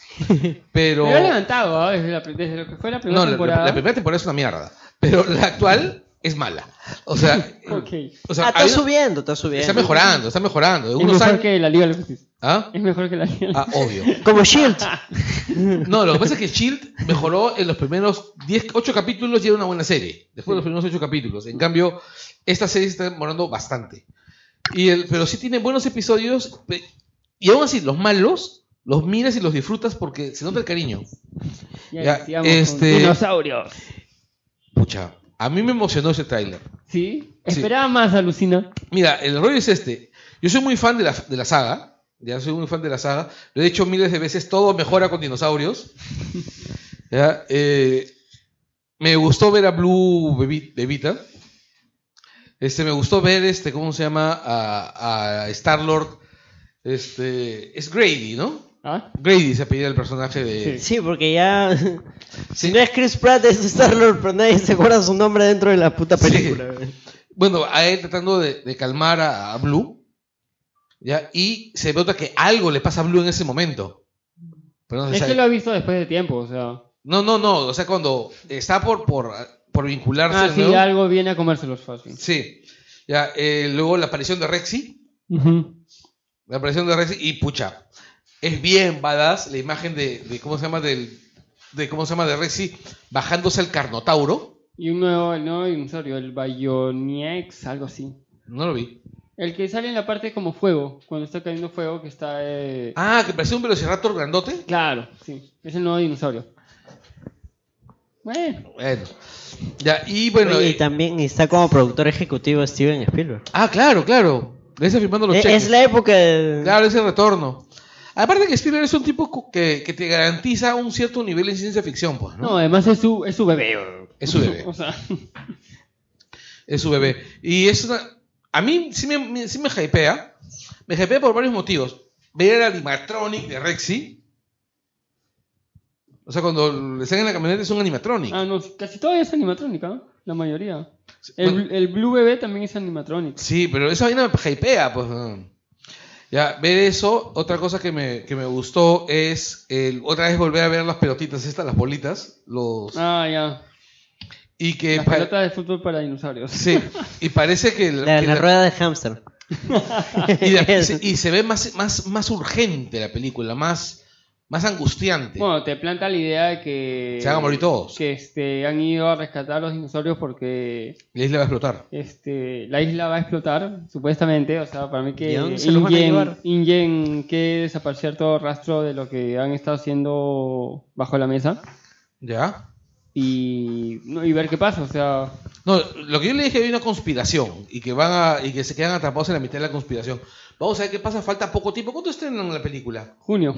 A: pero
C: Me lo he levantado ¿ah? desde, la, desde lo que fue la primera
A: no, la- la,
C: temporada.
A: la primera temporada es una mierda, pero la actual es mala. O sea,
C: Ok.
A: o sea,
B: ah, está
A: hay una-
B: subiendo, está subiendo.
A: está mejorando, está mejorando.
C: Es
A: Uno
C: mejor
A: sabe-
C: que la Liga de la Justicia.
A: ¿Ah?
C: Es mejor que la Liga de la
A: Ah, obvio.
B: Como Shield.
A: No, lo que pasa es que Shield mejoró en los primeros 10, 8 capítulos y era una buena serie. Después de los primeros 8 capítulos. En cambio, esta serie se está demorando bastante. Y el, pero sí tiene buenos episodios. pe- Y aún así, los malos los miras y los disfrutas porque se nota el cariño.
C: Ya,
A: Ya,
C: sigamos
A: este-
C: con dinosaurios.
A: Pucha, a mí me emocionó ese tráiler.
C: ¿Sí?
A: Sí.
C: Esperaba más, alucina.
A: Mira, el rollo es este. Yo soy muy fan de la, de la saga. Ya soy muy fan de la saga. Lo he dicho miles de veces. Todo mejora con dinosaurios. Ya, eh, me gustó ver a Blue Bebi- Bebita. Este, me gustó ver, este, ¿cómo se llama? A, a Star-Lord. Este, es Grady, ¿no?
C: ¿Ah?
A: Grady se apellida el personaje de...
B: Sí, porque ya. Si no es Chris Pratt, es Star-Lord, pero nadie se acuerda su nombre dentro de la puta
A: Sí.
B: película. güey.
A: Bueno, a él tratando de, de calmar a, a Blue. ¿ya? Y se nota que algo le pasa a Blue en ese momento. Pero no se
C: Es
A: sabe.
C: que lo he visto después de tiempo, o sea.
A: No, no, no. O sea, cuando está por, por, por vincularse.
C: Ah, sí,
A: ¿no?
C: algo viene a comérselos fácil.
A: Sí. Ya, eh, luego la aparición de Rexy.
C: Ujú.
A: La aparición de Rexy y pucha. Es bien badass la imagen de, de ¿cómo se llama? Del, de ¿cómo se llama? De Rexy bajándose al Carnotauro.
C: Y un nuevo, el nuevo dinosaurio, el Bayoniex, algo así.
A: No lo vi.
C: El que sale en la parte como fuego, cuando está cayendo fuego, que está. eh,
A: Ah, que parecía un velociraptor grandote.
C: Claro, sí. Es el nuevo dinosaurio. Bueno.
A: Bueno. Ya, y bueno.
B: Oye, y
A: eh,
B: también está como productor ejecutivo Steven Spielberg.
A: ah, claro, claro. Le está firmando los
B: Eh,
A: cheques.
B: es la época del-
A: Claro, ese retorno. Aparte que Spielberg es un tipo cu- que, que te garantiza un cierto nivel en ciencia ficción, pues, ¿no?
C: No, además es su, es su bebé. bro.
A: Es su bebé.
C: O sea,
A: Es su bebé. Y es una. A mí sí me, me- sí me hypea. Me hypea por varios motivos. Ver el animatronic de Rexy. O sea, cuando le salen en la camioneta es un animatronic.
C: ah, no, casi todo es animatrónica, ¿no? la mayoría. El,
A: Bueno,
C: el Blue Bebé también es animatrónico.
A: sí, pero esa vaina me hypea, pues. ¿no? Ya, ver eso. Otra cosa que me, que me gustó es el- otra vez volver a ver las pelotitas, estas, las bolitas. Los,
C: Ah, ya.
A: y que.
C: Las
A: pa-
C: pelotas de fútbol para dinosaurios.
A: Eh, Sí, y parece que. el-
B: La,
A: que
B: la
A: la-
B: rueda de hamster.
A: y, la- y se, y se ve más, más, más urgente la película, más, más angustiante.
C: Bueno, te planta la idea de que.
A: Se van a morir todos.
C: Que este, han ido a rescatar a los dinosaurios porque
A: La isla va a explotar.
C: este, la isla va a explotar, supuestamente. O sea, para mí que
B: ¿Y a dónde se los van a
C: Ingen,
B: llevar?
C: Ingen que desaparecer todo rastro de lo que han estado haciendo bajo la mesa
A: ¿Ya?
C: y, no, y ver qué pasa. O sea,
A: No, lo que yo le dije hay una conspiración y que van a, y que se quedan atrapados en la mitad de la conspiración. Vamos a ver qué pasa, falta poco tiempo. ¿Cuánto estrenan la película?
C: junio.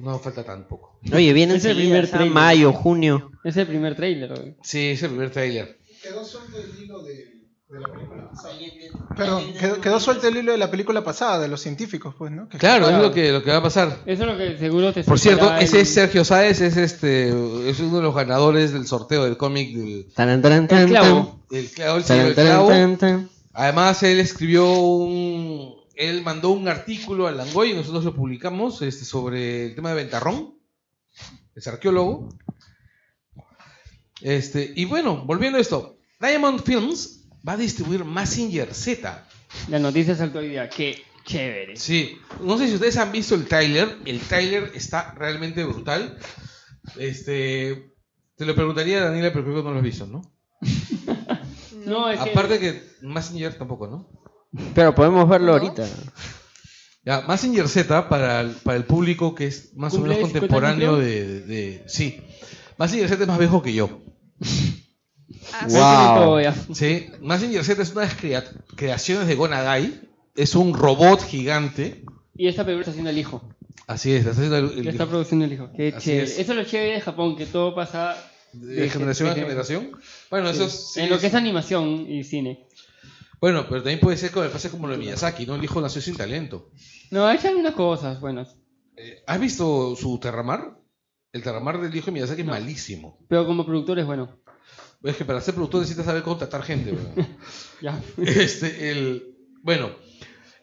A: No, falta tan poco.
B: Oye, viene
C: Es el
B: enseguida,
C: primer
B: o sea,
C: trailer.
B: mayo, junio.
C: es el primer trailer.
A: Sí, es el primer tráiler.
E: Quedó suelto el hilo de, de la película. Perdón, quedó, quedó suelto el hilo de la película pasada, de los científicos, pues, ¿no? Que-
A: Claro, es lo que, lo que va a pasar.
C: Eso es lo que seguro te
A: Por cierto,
C: sacará
A: ese
C: el-
A: es Sergio Sáez, es este, es uno de los ganadores del sorteo del cómic del,
B: Taran, taran, tan,
C: El clavo.
A: del clavo, el
B: tan,
A: señor del
B: taran,
A: clavo.
B: taran, tan.
A: Además, él escribió un. Él mandó un artículo al Langoy y nosotros lo publicamos este, sobre el tema de Ventarrón, es arqueólogo. Este, y bueno, volviendo a esto, Diamond Films va a distribuir Massinger Z.
C: La noticia saltó hoy día. Qué chévere.
A: Sí, no sé si ustedes han visto el tráiler, el tráiler está realmente brutal. Este, te lo preguntaría a Daniela, pero creo que no lo has visto, ¿no?
C: No, es que-
A: Aparte que Massinger tampoco, ¿no?
B: Pero podemos verlo
D: ¿No?
B: ahorita.
A: Ya, Massinger Z, para el, para el público que es más o
C: ¿Cumple
A: menos
C: 50
A: contemporáneo
C: años,
A: de, de, de- Sí. Massinger Z es más viejo que yo.
D: Ah,
C: Ahí tienen todo ya.
A: Sí. Massinger Z es una de las crea- creaciones de Gonagai. Es un robot gigante.
C: Y esta película está haciendo el hijo.
A: Así es, está haciendo el- el-
C: Está produciendo el hijo. Qué
A: Así
C: chévere.
A: es.
C: Eso es lo chévere de Japón, que todo pasa
A: de, generación a generación. Bueno, eso es- sí,
C: en lo que
A: es-
C: es animación y cine.
A: Bueno, pues pero también puede ser como el pase como lo de Miyazaki, ¿no? El hijo nació sin talento.
C: No, hay algunas cosas buenas.
A: Eh, ¿Has visto su Terramar? El Terramar del hijo de Miyazaki es
C: No.
A: malísimo.
C: Pero como productor es bueno.
A: Es que para ser productor necesitas saber contratar gente, weón.
C: Ya.
A: Este, el. Bueno.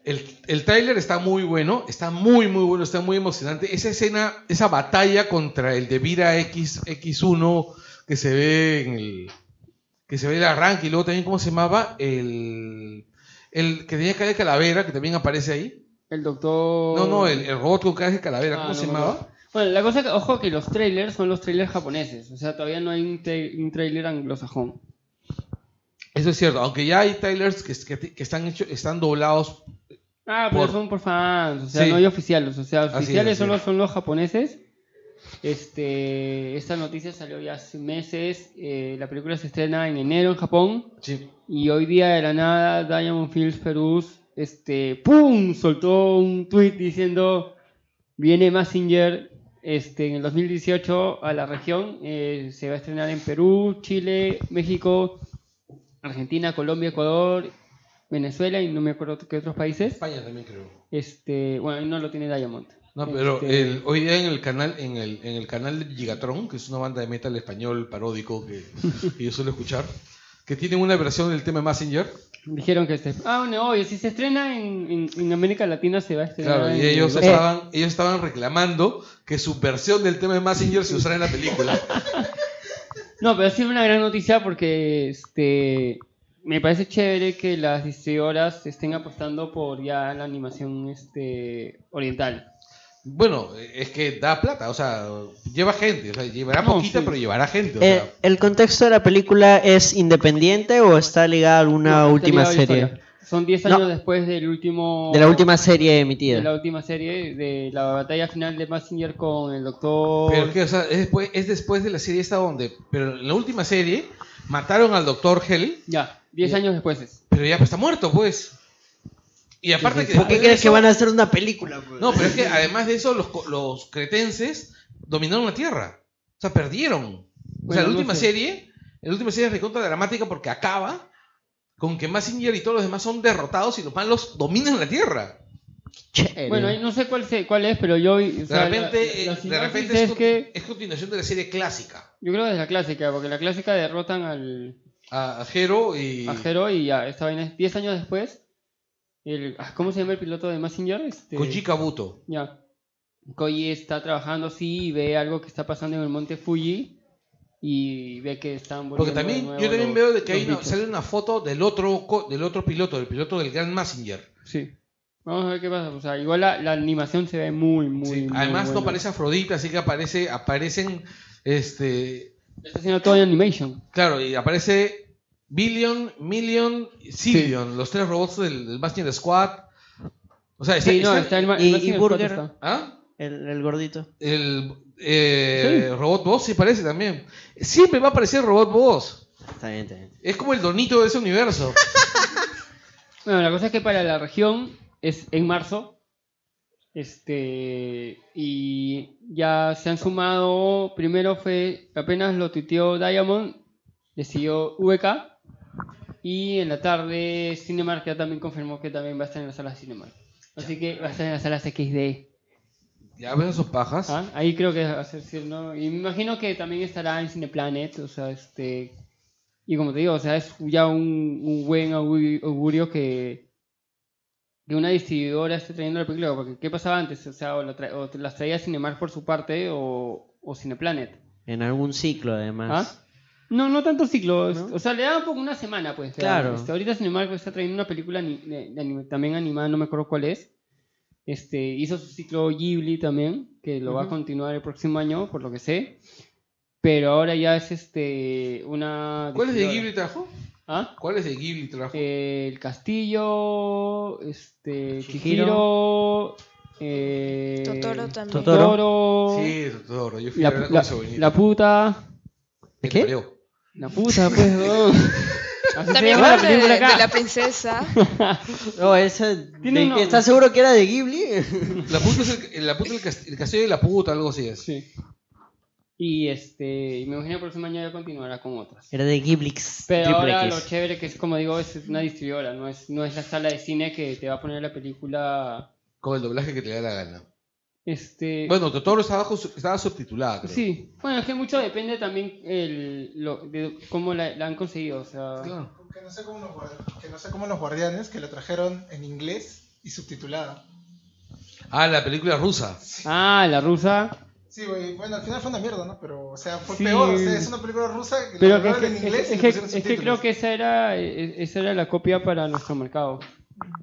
A: El, el tráiler está muy bueno, está muy muy bueno, está muy emocionante. Esa escena, esa batalla contra el de Vira X, X1 que se ve en el que se ve el arranque y luego también cómo se llamaba el el que tenía cara de calavera que también aparece ahí.
C: El doctor.
A: No, no, el, el robot con cara de calavera,
C: Ah,
A: ¿cómo
C: no
A: se
C: me
A: llamaba?
C: acuerdo. Bueno, la cosa que, ojo, que los trailers son los trailers japoneses. O sea, todavía no hay un, tra- un trailer anglosajón.
A: Eso es cierto, aunque ya hay trailers que, que- que están hechos, están doblados.
C: Ah, pero
A: Por-
C: son por fans. O sea,
A: Sí.
C: no hay oficiales. O sea,
A: Así es,
C: oficiales
A: así
C: solo
A: es.
C: son los japoneses. Este, esta noticia salió ya hace meses. Eh, la película se estrena en enero en Japón.
A: Sí.
C: Y hoy día de la nada, Diamond Fields Perus, este, ¡pum! soltó un tweet diciendo, viene Massinger este, en el 2018 a la región, eh, se va a estrenar en Perú, Chile, México, Argentina, Colombia, Ecuador, Venezuela y no me acuerdo qué otros países.
A: España también creo.
C: Este, bueno, ahí no lo tiene Diamond.
A: No, pero
C: Este,
A: el- hoy día en el canal, en el, en el canal de Gigatron, que es una banda de metal español paródico que, que yo suelo escuchar, que tienen una versión del tema Messenger.
C: Dijeron que se... Ah, no, oye, si se estrena en, en- en América Latina se va a estrenar
A: Claro, y
C: en
A: ellos
C: Europa.
A: estaban, ellos estaban reclamando que su versión del tema de Messenger se usara en la película.
C: No, pero sí es una gran noticia porque este me parece chévere que las distribuidoras estén apostando por ya la animación este oriental.
A: Bueno, es que da plata, o sea, lleva gente, o sea, llevará
C: No,
A: poquita,
C: sí.
A: pero llevará gente. O
B: Eh,
A: sea,
B: ¿El contexto de la película es independiente o está ligada a alguna
C: No,
B: última
C: está ligado a la
B: serie?
C: historia. Son 10
B: No.
C: años después del último
B: De la última serie
C: de la
B: emitida.
C: última serie de la batalla final de Massinger con el doctor
A: Pero que, o sea, es después, es después de la serie esta donde, pero en la última serie mataron al Doctor Hell,
C: ya, 10 años después. es.
A: pero ya pues, está muerto, pues. Y aparte que
B: ¿Por qué
A: después de
B: crees que
A: eso-
B: van a hacer una película? pues?
A: No, pero es que además de eso, los, co- los cretenses dominaron la tierra. O sea, perdieron. O sea,
C: Bueno,
A: la
C: no
A: última
C: sé.
A: serie, la última serie es recontra dramática porque acaba con que Massinger y todos los demás son derrotados y los malos dominan la tierra.
B: Chévere.
C: Bueno, ahí no sé cuál se- cuál es, pero yo o
A: De
C: sea, la-
A: repente,
C: la
A: eh, de
C: sinopsis
A: repente es,
C: es
A: con-
C: que
A: es continuación de la serie clásica.
C: yo creo que es la clásica, porque la clásica derrotan al
A: A, a Hero y.
C: Pajero y ya, esta vaina es 10 años después. El, ah, ¿Cómo se llama el piloto de Massinger? Este,
A: Koji Kabuto.
C: Ya. Koji está trabajando así y ve algo que está pasando en el monte Fuji y ve que están
A: Porque
C: volviendo de
A: también,
C: nuevo
A: yo también
C: los-
A: veo de que
C: los
A: hay una-
C: bichos.
A: sale una foto del otro, co- del otro piloto, del piloto del Gran Massinger.
C: Sí. Vamos a ver qué pasa. O sea, igual la, la animación se ve muy, muy.
A: Sí,
C: muy
A: Además no
C: buena.
A: aparece Afrodita, así que aparece, aparecen este,
C: Está haciendo todo en animation.
A: Claro, y aparece Billion, Million, y Zillion, los tres robots del, del Massinger Squad. O sea, está,
C: Sí, no,
A: está-
C: está el, ma- el
B: y- y
C: Mazinger
B: Burger.
C: Scott está.
A: ¿Ah?
B: El, el gordito.
A: El eh, robot boss sí parece también. Siempre va a aparecer robot boss.
B: Está bien, está bien.
A: Es como el donito de ese universo.
C: Bueno, la cosa es que para la región es en marzo. Este. Y ya se han sumado. Primero fue. Apenas lo tuiteó Diamond. Le siguió VK. Y en la tarde Cinemark ya también confirmó que también va a estar en las salas Cinemark. Así que va a estar en las salas XD.
A: ya ves esos pajas.
C: Ah, Ahí creo que va a ser cierto, ¿no? Y me imagino que también estará en Cineplanet, o sea, este... Y como te digo, o sea, es ya un, un buen augu- augurio que, que una distribuidora esté trayendo la película, porque ¿qué pasaba antes? O sea, o, la tra- o te las traía Cinemark por su parte o, o Cineplanet.
B: En algún ciclo, además.
C: ¿Ah? No, no tanto ciclo, es-
B: ¿No?
C: o sea, le daban como una semana, pues. le
B: Claro.
C: daban. Este, ahorita Cinemark está trayendo una película ani- de- de anime- también animada, no me acuerdo cuál es. Este, hizo su ciclo Ghibli también, que lo va a
B: Ujú.
C: continuar el próximo año, por lo que sé. Pero ahora ya es este una.
A: ¿Cuál es de
C: distribuidora.
A: Ghibli trajo?
C: ¿Ah?
A: ¿Cuál es de Ghibli trajo?
C: Eh, el castillo, este, Chihiro,
B: Chihiro.
C: eh,
D: Totoro también.
B: Totoro.
C: Totoro,
A: sí, Totoro. Yo fui
C: la,
A: a ver
C: la-
A: con mi
C: la puta.
A: ¿Qué?
B: ¿Qué?
C: La puta, pues, weón. Así se
D: También
C: llama la
D: habla de,
C: película
D: de
C: acá.
D: la princesa.
B: No, esa. de-
C: una-
B: ¿Estás seguro que era de Ghibli?
A: La puta es el, la puta del cas- el castillo de la puta, algo así es.
C: Sí. Y este, y me imagino que el próximo año ya continuará con otras.
B: era de Ghiblix.
C: Pero
B: triple
C: ahora
B: X.
C: lo chévere que es, como digo, es una distribuidora, no es, no es la sala de cine que te va a poner la película.
A: Con el doblaje que te da la gana.
C: Este,
A: Bueno, Totoro estaba, con su- estaba subtitulada, creo.
C: sí, bueno, es que mucho depende también el, lo- de cómo la, la han conseguido. O sea,
A: Claro.
E: Que no, sea como los guar- que no sea como los guardianes que la trajeron en inglés y subtitulada.
A: Ah, la película rusa.
C: Ah, la rusa.
E: Sí, güey. Bueno, al final fue una mierda, ¿no? Pero, o sea, fue
C: Sí.
E: peor. O sea, es una película rusa que
C: Pero que-
E: la grabaron
C: que-
E: en inglés y
C: es
E: le
C: que,
E: pusieron
C: es que
E: subtítulos.
C: creo que esa era, eh, esa era la copia para nuestro mercado.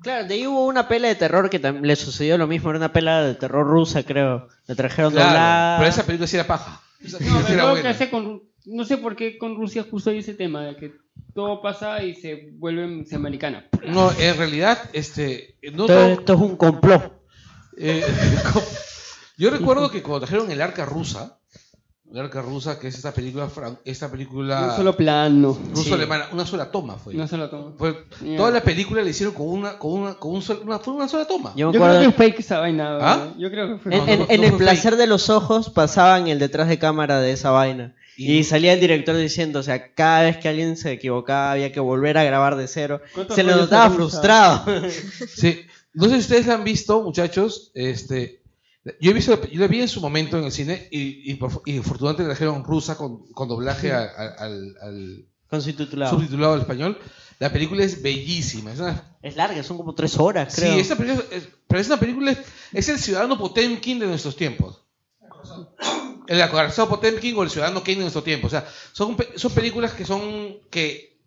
B: Claro, de ahí hubo una pela de terror que tam- le sucedió lo mismo, era una pela de terror rusa, creo. La trajeron doblada.
A: Claro. Pero esa película sí era paja. Esa película
C: No,
A: sí era
C: creo que
A: buena.
C: hace con Ru- no sé por qué con Rusia justo hay ese tema de que todo pasa y se vuelve se americana.
A: No, en realidad, este. No,
B: Todo
A: no,
B: esto es un complot.
A: Eh, yo recuerdo que cuando trajeron el arca rusa, el arca rusa, que es esta película, fran- esta
C: Un
A: película
C: solo plano.
A: ruso-alemana, una sola toma fue.
C: No se lo tomo.
A: Fue-
C: Ya.
A: Toda la película la hicieron con una, con una, con un sol- una, fue una sola toma.
B: Yo
C: Yo
B: me acuerdo.
C: creo que es fake esa vaina.
A: ¿Ah?
C: ¿verdad? Yo creo que fue
A: No,
B: En,
A: no,
B: en-
A: no,
B: en
A: no
B: el
A: fue
B: placer de los ojos pasaban el detrás de cámara de esa vaina.
A: Y-
B: Y, salía el director diciendo, o sea, cada vez que alguien se equivocaba había que volver a grabar de cero.
C: ¿Cuántos
B: Se le
C: rollos
B: notaba
C: se usa?
B: frustrado.
A: Sí. No sé si ustedes la han visto, muchachos. Este, yo he visto, la- yo la vi en su momento en el cine y, y, por- y afortunadamente la trajeron rusa con, con doblaje a- a- al, al
B: Con su titulado.
A: subtitulado al español. La película es bellísima, es una
B: Es larga, son como tres horas, creo.
A: Sí, esta película es, pero esta película es, es el ciudadano Potemkin de nuestros tiempos. El acorazado Potemkin o el ciudadano Kane de nuestro tiempo. O sea, son, pe- son películas que son que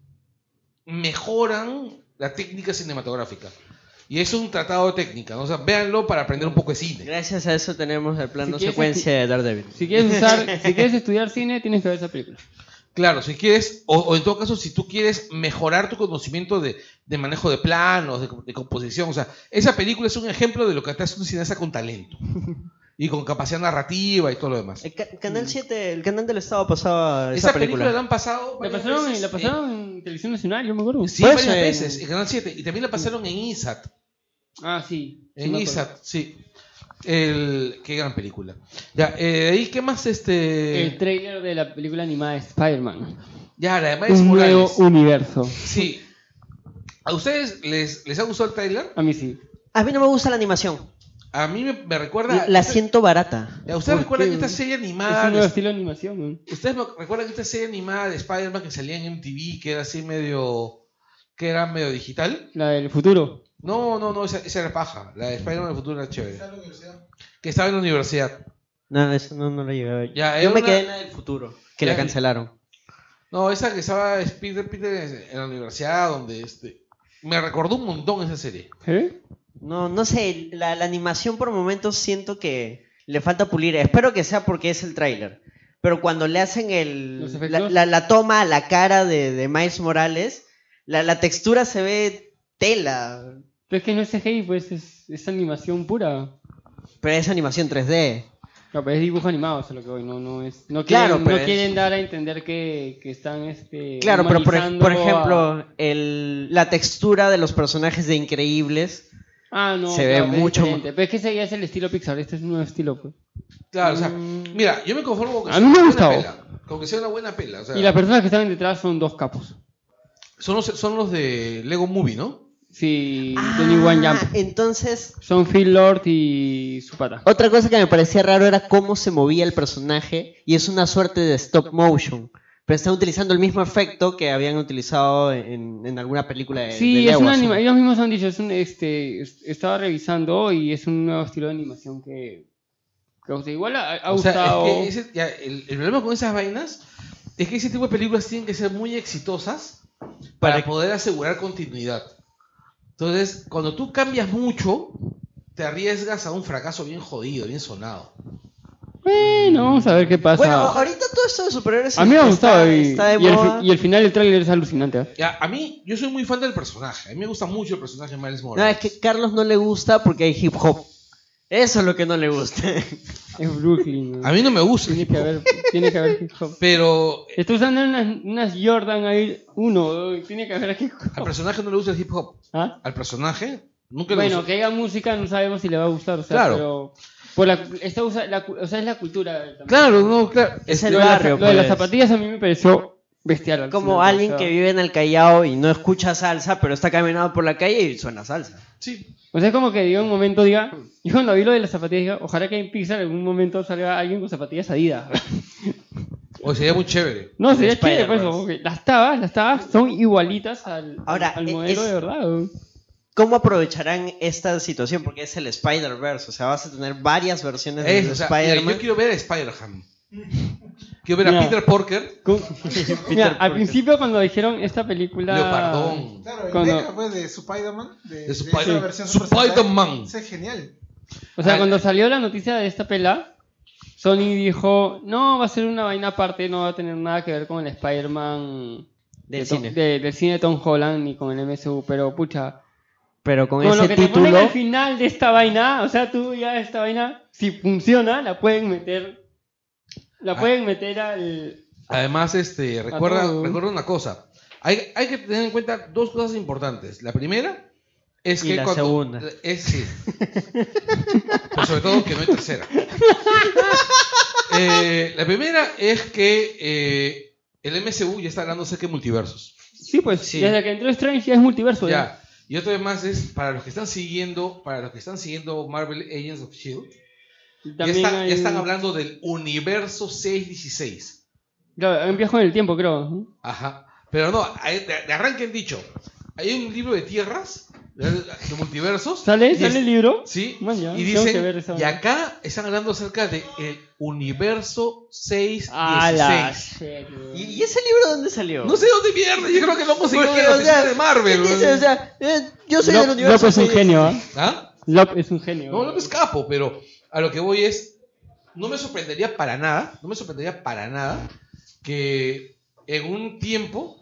A: mejoran la técnica cinematográfica. Y es un tratado de técnica, ¿no? O sea, véanlo para aprender un poco de cine.
B: Gracias a eso tenemos el plano
C: Si quieres
B: secuencia de Daredevil.
C: Si quieres usar, si quieres estudiar cine, tienes que ver esa película.
A: Claro, si quieres, o, o en todo caso, si tú quieres mejorar tu conocimiento de, de manejo de planos, de, de composición, o sea, esa película es un ejemplo de lo que te hace un cineasta con talento y con capacidad narrativa y todo lo demás.
B: El ca- canal 7, el canal del Estado pasaba esa,
A: Esa, película.
B: película.
A: la han pasado.
C: La
A: varias
C: pasaron, en-
A: veces
C: la pasaron en televisión nacional, yo me acuerdo.
A: en- sí,
B: Por
A: varias
B: eso en-
A: veces, en Canal 7. Y también la pasaron en ISAT.
C: Ah, sí. sí
A: En
C: me acuerdo.
A: ISAT, sí. El, qué gran película. Ya, eh, ahí, ¿qué más? Este.
C: El tráiler de la película animada de Spider-Man.
A: ya, la de Miles
C: Un nuevo
A: Morales.
C: universo.
A: Sí. ¿A ustedes les, les ha gustado el trailer?
C: A mí sí.
B: A mí no me gusta la animación.
A: A mí me, me recuerda.
B: La, la siento barata.
A: ¿A ¿Ustedes
C: ¿Por
A: recuerdan
C: qué?
A: esta serie
C: es
A: animada?
C: un nuevo
A: de-
C: estilo de animación, man.
A: ¿Ustedes me- recuerdan esta serie animada de Spider-Man que salía en MTV, que era así medio. que era medio digital?
C: La del futuro.
A: No, no, no, esa, esa era paja. La de Spider-Man del futuro era chévere.
E: Está en la universidad.
A: que estaba en la universidad.
B: No, eso no, no lo llegué a ver.
A: Ya,
B: Yo
A: era
B: me
A: una-
B: quedé en la del futuro, que
A: Ya.
B: la cancelaron.
A: No, esa que estaba es Peter Peter en la universidad, donde este. Me recordó un montón esa serie.
C: ¿Eh?
B: No, no sé, la, la animación por momentos siento que le falta pulir. Espero que sea porque es el tráiler. Pero cuando le hacen
C: Los
B: el, la,
C: efectos.
B: la- la toma a la cara de, de Miles Morales, la, la textura se ve tela.
C: Pero es que no es CGI, pues es, es animación pura.
B: Pero es animación 3D.
C: No, pero es dibujo animado, eso es lo que voy. No, no es. No quieren,
B: Claro, pero
C: no
B: es-
C: quieren dar a entender que, que están este.
B: Claro, pero por, ej- por
C: humanizando a-
B: ejemplo, el- la textura de los personajes de Increíbles.
C: Ah, no.
B: se ve
C: claro, es
B: mucho
C: diferente. Pero es que ese ya es el estilo Pixar, este es un nuevo estilo, pues.
A: Claro, o sea,
B: Mm.
A: mira, yo me conformo con que
C: A mí me
A: una
C: gustaba.
A: buena pela. Con que sea una buena pela. O sea,
C: Y las personas que estaban detrás son dos capos.
A: son, los, son los de Lego Movie, ¿no?
C: Sí, Johnny One
B: Ah,
C: Jump.
B: Entonces,
C: Son Phil Lord y su pata.
B: otra cosa que me parecía raro era cómo se movía el personaje y es una suerte de stop motion. Pero están utilizando el mismo efecto que habían utilizado en, en alguna película de de
C: Sí, es
B: Lego,
C: una
B: así.
C: anima- ellos mismos han dicho, es un, este, es- estaba revisando y es un nuevo estilo de animación que, que o sea, igual ha, ha
A: o sea,
C: gustado.
A: es que ese- ya, el, el problema con esas vainas es que ese tipo de películas tienen que ser muy exitosas para,
B: Para-
A: poder asegurar continuidad. Entonces, cuando tú cambias mucho, te arriesgas a un fracaso bien jodido, bien sonado.
C: Bueno, vamos a ver qué pasa.
B: Bueno, ahorita todo esto de superhéroes
C: a mí me
B: está-
C: ha gustado y,
B: está de
C: y el,
B: moda.
C: fi- y el final del tráiler es alucinante. ¿eh?
A: Ya, a mí, yo soy muy fan del personaje. A mí me gusta mucho el personaje de Miles
B: No, es
A: Morales.
B: que Carlos no le gusta porque hay hip hop. Eso es lo que no le gusta.
C: Es Brooklyn. ¿no?
A: A mí no me gusta.
C: Tiene que haber, tiene que haber hip hop.
A: Pero eh,
C: Está usando unas, unas Jordan ahí, uno, tiene que haber hip
A: al
C: hop.
A: personaje no le gusta el hip hop.
C: ¿Ah?
A: Al personaje nunca le
C: Bueno,
A: gusta.
C: que haya música no sabemos si le va a gustar, o sea,
A: Claro.
C: pero... Por la, esta usa- la cu- o sea, es la cultura. también.
A: Claro, no, claro.
B: Es
A: Este,
B: el
C: Lo de la-
B: barrio,
C: Lo de las
B: pues.
C: zapatillas a mí me pareció bestial. alucina,
B: Como
C: o
B: alguien
C: sea.
B: que vive en el Callao y no escucha salsa, pero está caminando por la calle y suena salsa.
A: Sí,
C: O sea, es como que digo en un momento, diga, yo cuando vi lo de las zapatillas, diga, ojalá que en Pixar en algún momento salga alguien con zapatillas Adidas.
A: o sería muy chévere.
C: No, sería chévere,
B: Spider-Verse.
C: pues, como que las tabas, las tabas son igualitas al,
B: Ahora,
C: al
B: eh,
C: modelo
B: es-
C: de verdad. weón.
B: ¿Cómo aprovecharán esta situación? Porque es el Spider-Verse, o sea, vas a tener varias versiones
A: Es,
B: de
A: Eh, o sea, mira,
B: Spider-Man.
A: yo quiero ver a Spider-Ham. Quiero ver a
C: Mira.
A: Peter Porker,
C: Con- Mira,
B: Peter
C: al
B: Parker.
C: principio cuando dijeron esta película...
A: Leopardón,
E: Claro, el
C: Cuando-
E: mecha, pues, de Spider-Man. De, de
A: Spider-
E: esa versión Super Sentai.
A: Spider-Man.
E: Ese es genial.
C: O sea,
A: Ah,
C: cuando
A: eh.
C: salió la noticia de esta pela, Sony dijo, no, va a ser una vaina aparte, no va a tener nada que ver con el Spider-Man
B: Del
C: de Tom-
B: cine.
C: de- del cine de Tom Holland ni con el MSU, pero pucha,
B: Pero con
C: con lo
B: ese
C: que te ponen
B: título,
C: al final de esta vaina, o sea, tú ya esta vaina, si funciona, la pueden meter, la
A: Ah.
C: pueden meter al...
A: Además, este, recuerda,
C: todo.
A: recuerda una cosa. Hay, hay que tener en cuenta dos cosas importantes. La primera es
B: Y
A: que
B: la
A: cuando- eh,
B: segunda.
A: Es, sí. Pero sobre todo que no hay tercera. Eh, la primera es que eh, el MCU ya está hablando acerca de multiversos.
C: Sí, pues,
B: Sí.
C: desde que entró Strange ya es multiverso.
A: Ya. Y otra vez más es para los que están siguiendo, para los que están siguiendo Marvel Agents of Shield,
C: Y
A: ya
C: También
A: están,
C: hay-
A: ya están hablando del universo 616.
C: Claro, hay un viaje en el tiempo, creo.
A: Ajá. Pero no, hay- de, de arranque han dicho. Hay un libro de tierras, de, de multiversos.
C: ¿Sale?
A: y
C: ¿Sale
A: es-
C: el libro?
A: Sí.
C: Man, ya,
A: y
C: tengo que
A: dicen,
C: ver esa
A: y
C: vaina.
A: acá están hablando acerca de el universo
C: A la
A: 616.
C: shit, weón.
B: ¿Y, y ese libro dónde salió?
A: No sé dónde mierda, yo creo que lo conseguí
B: Porque,
A: en la
B: o sea,
A: oficina de Marvel.
B: ¿quién dice?
A: weón.
B: O sea, eh, yo soy del
C: Lop-
B: universo.
C: Lop es un
B: sí.
C: genio, ¿ah?
A: ¿Ah?
C: Lop es un genio.
A: No, no me escapo, pero a lo que voy es, no me sorprendería para nada, no me sorprendería para nada que en un tiempo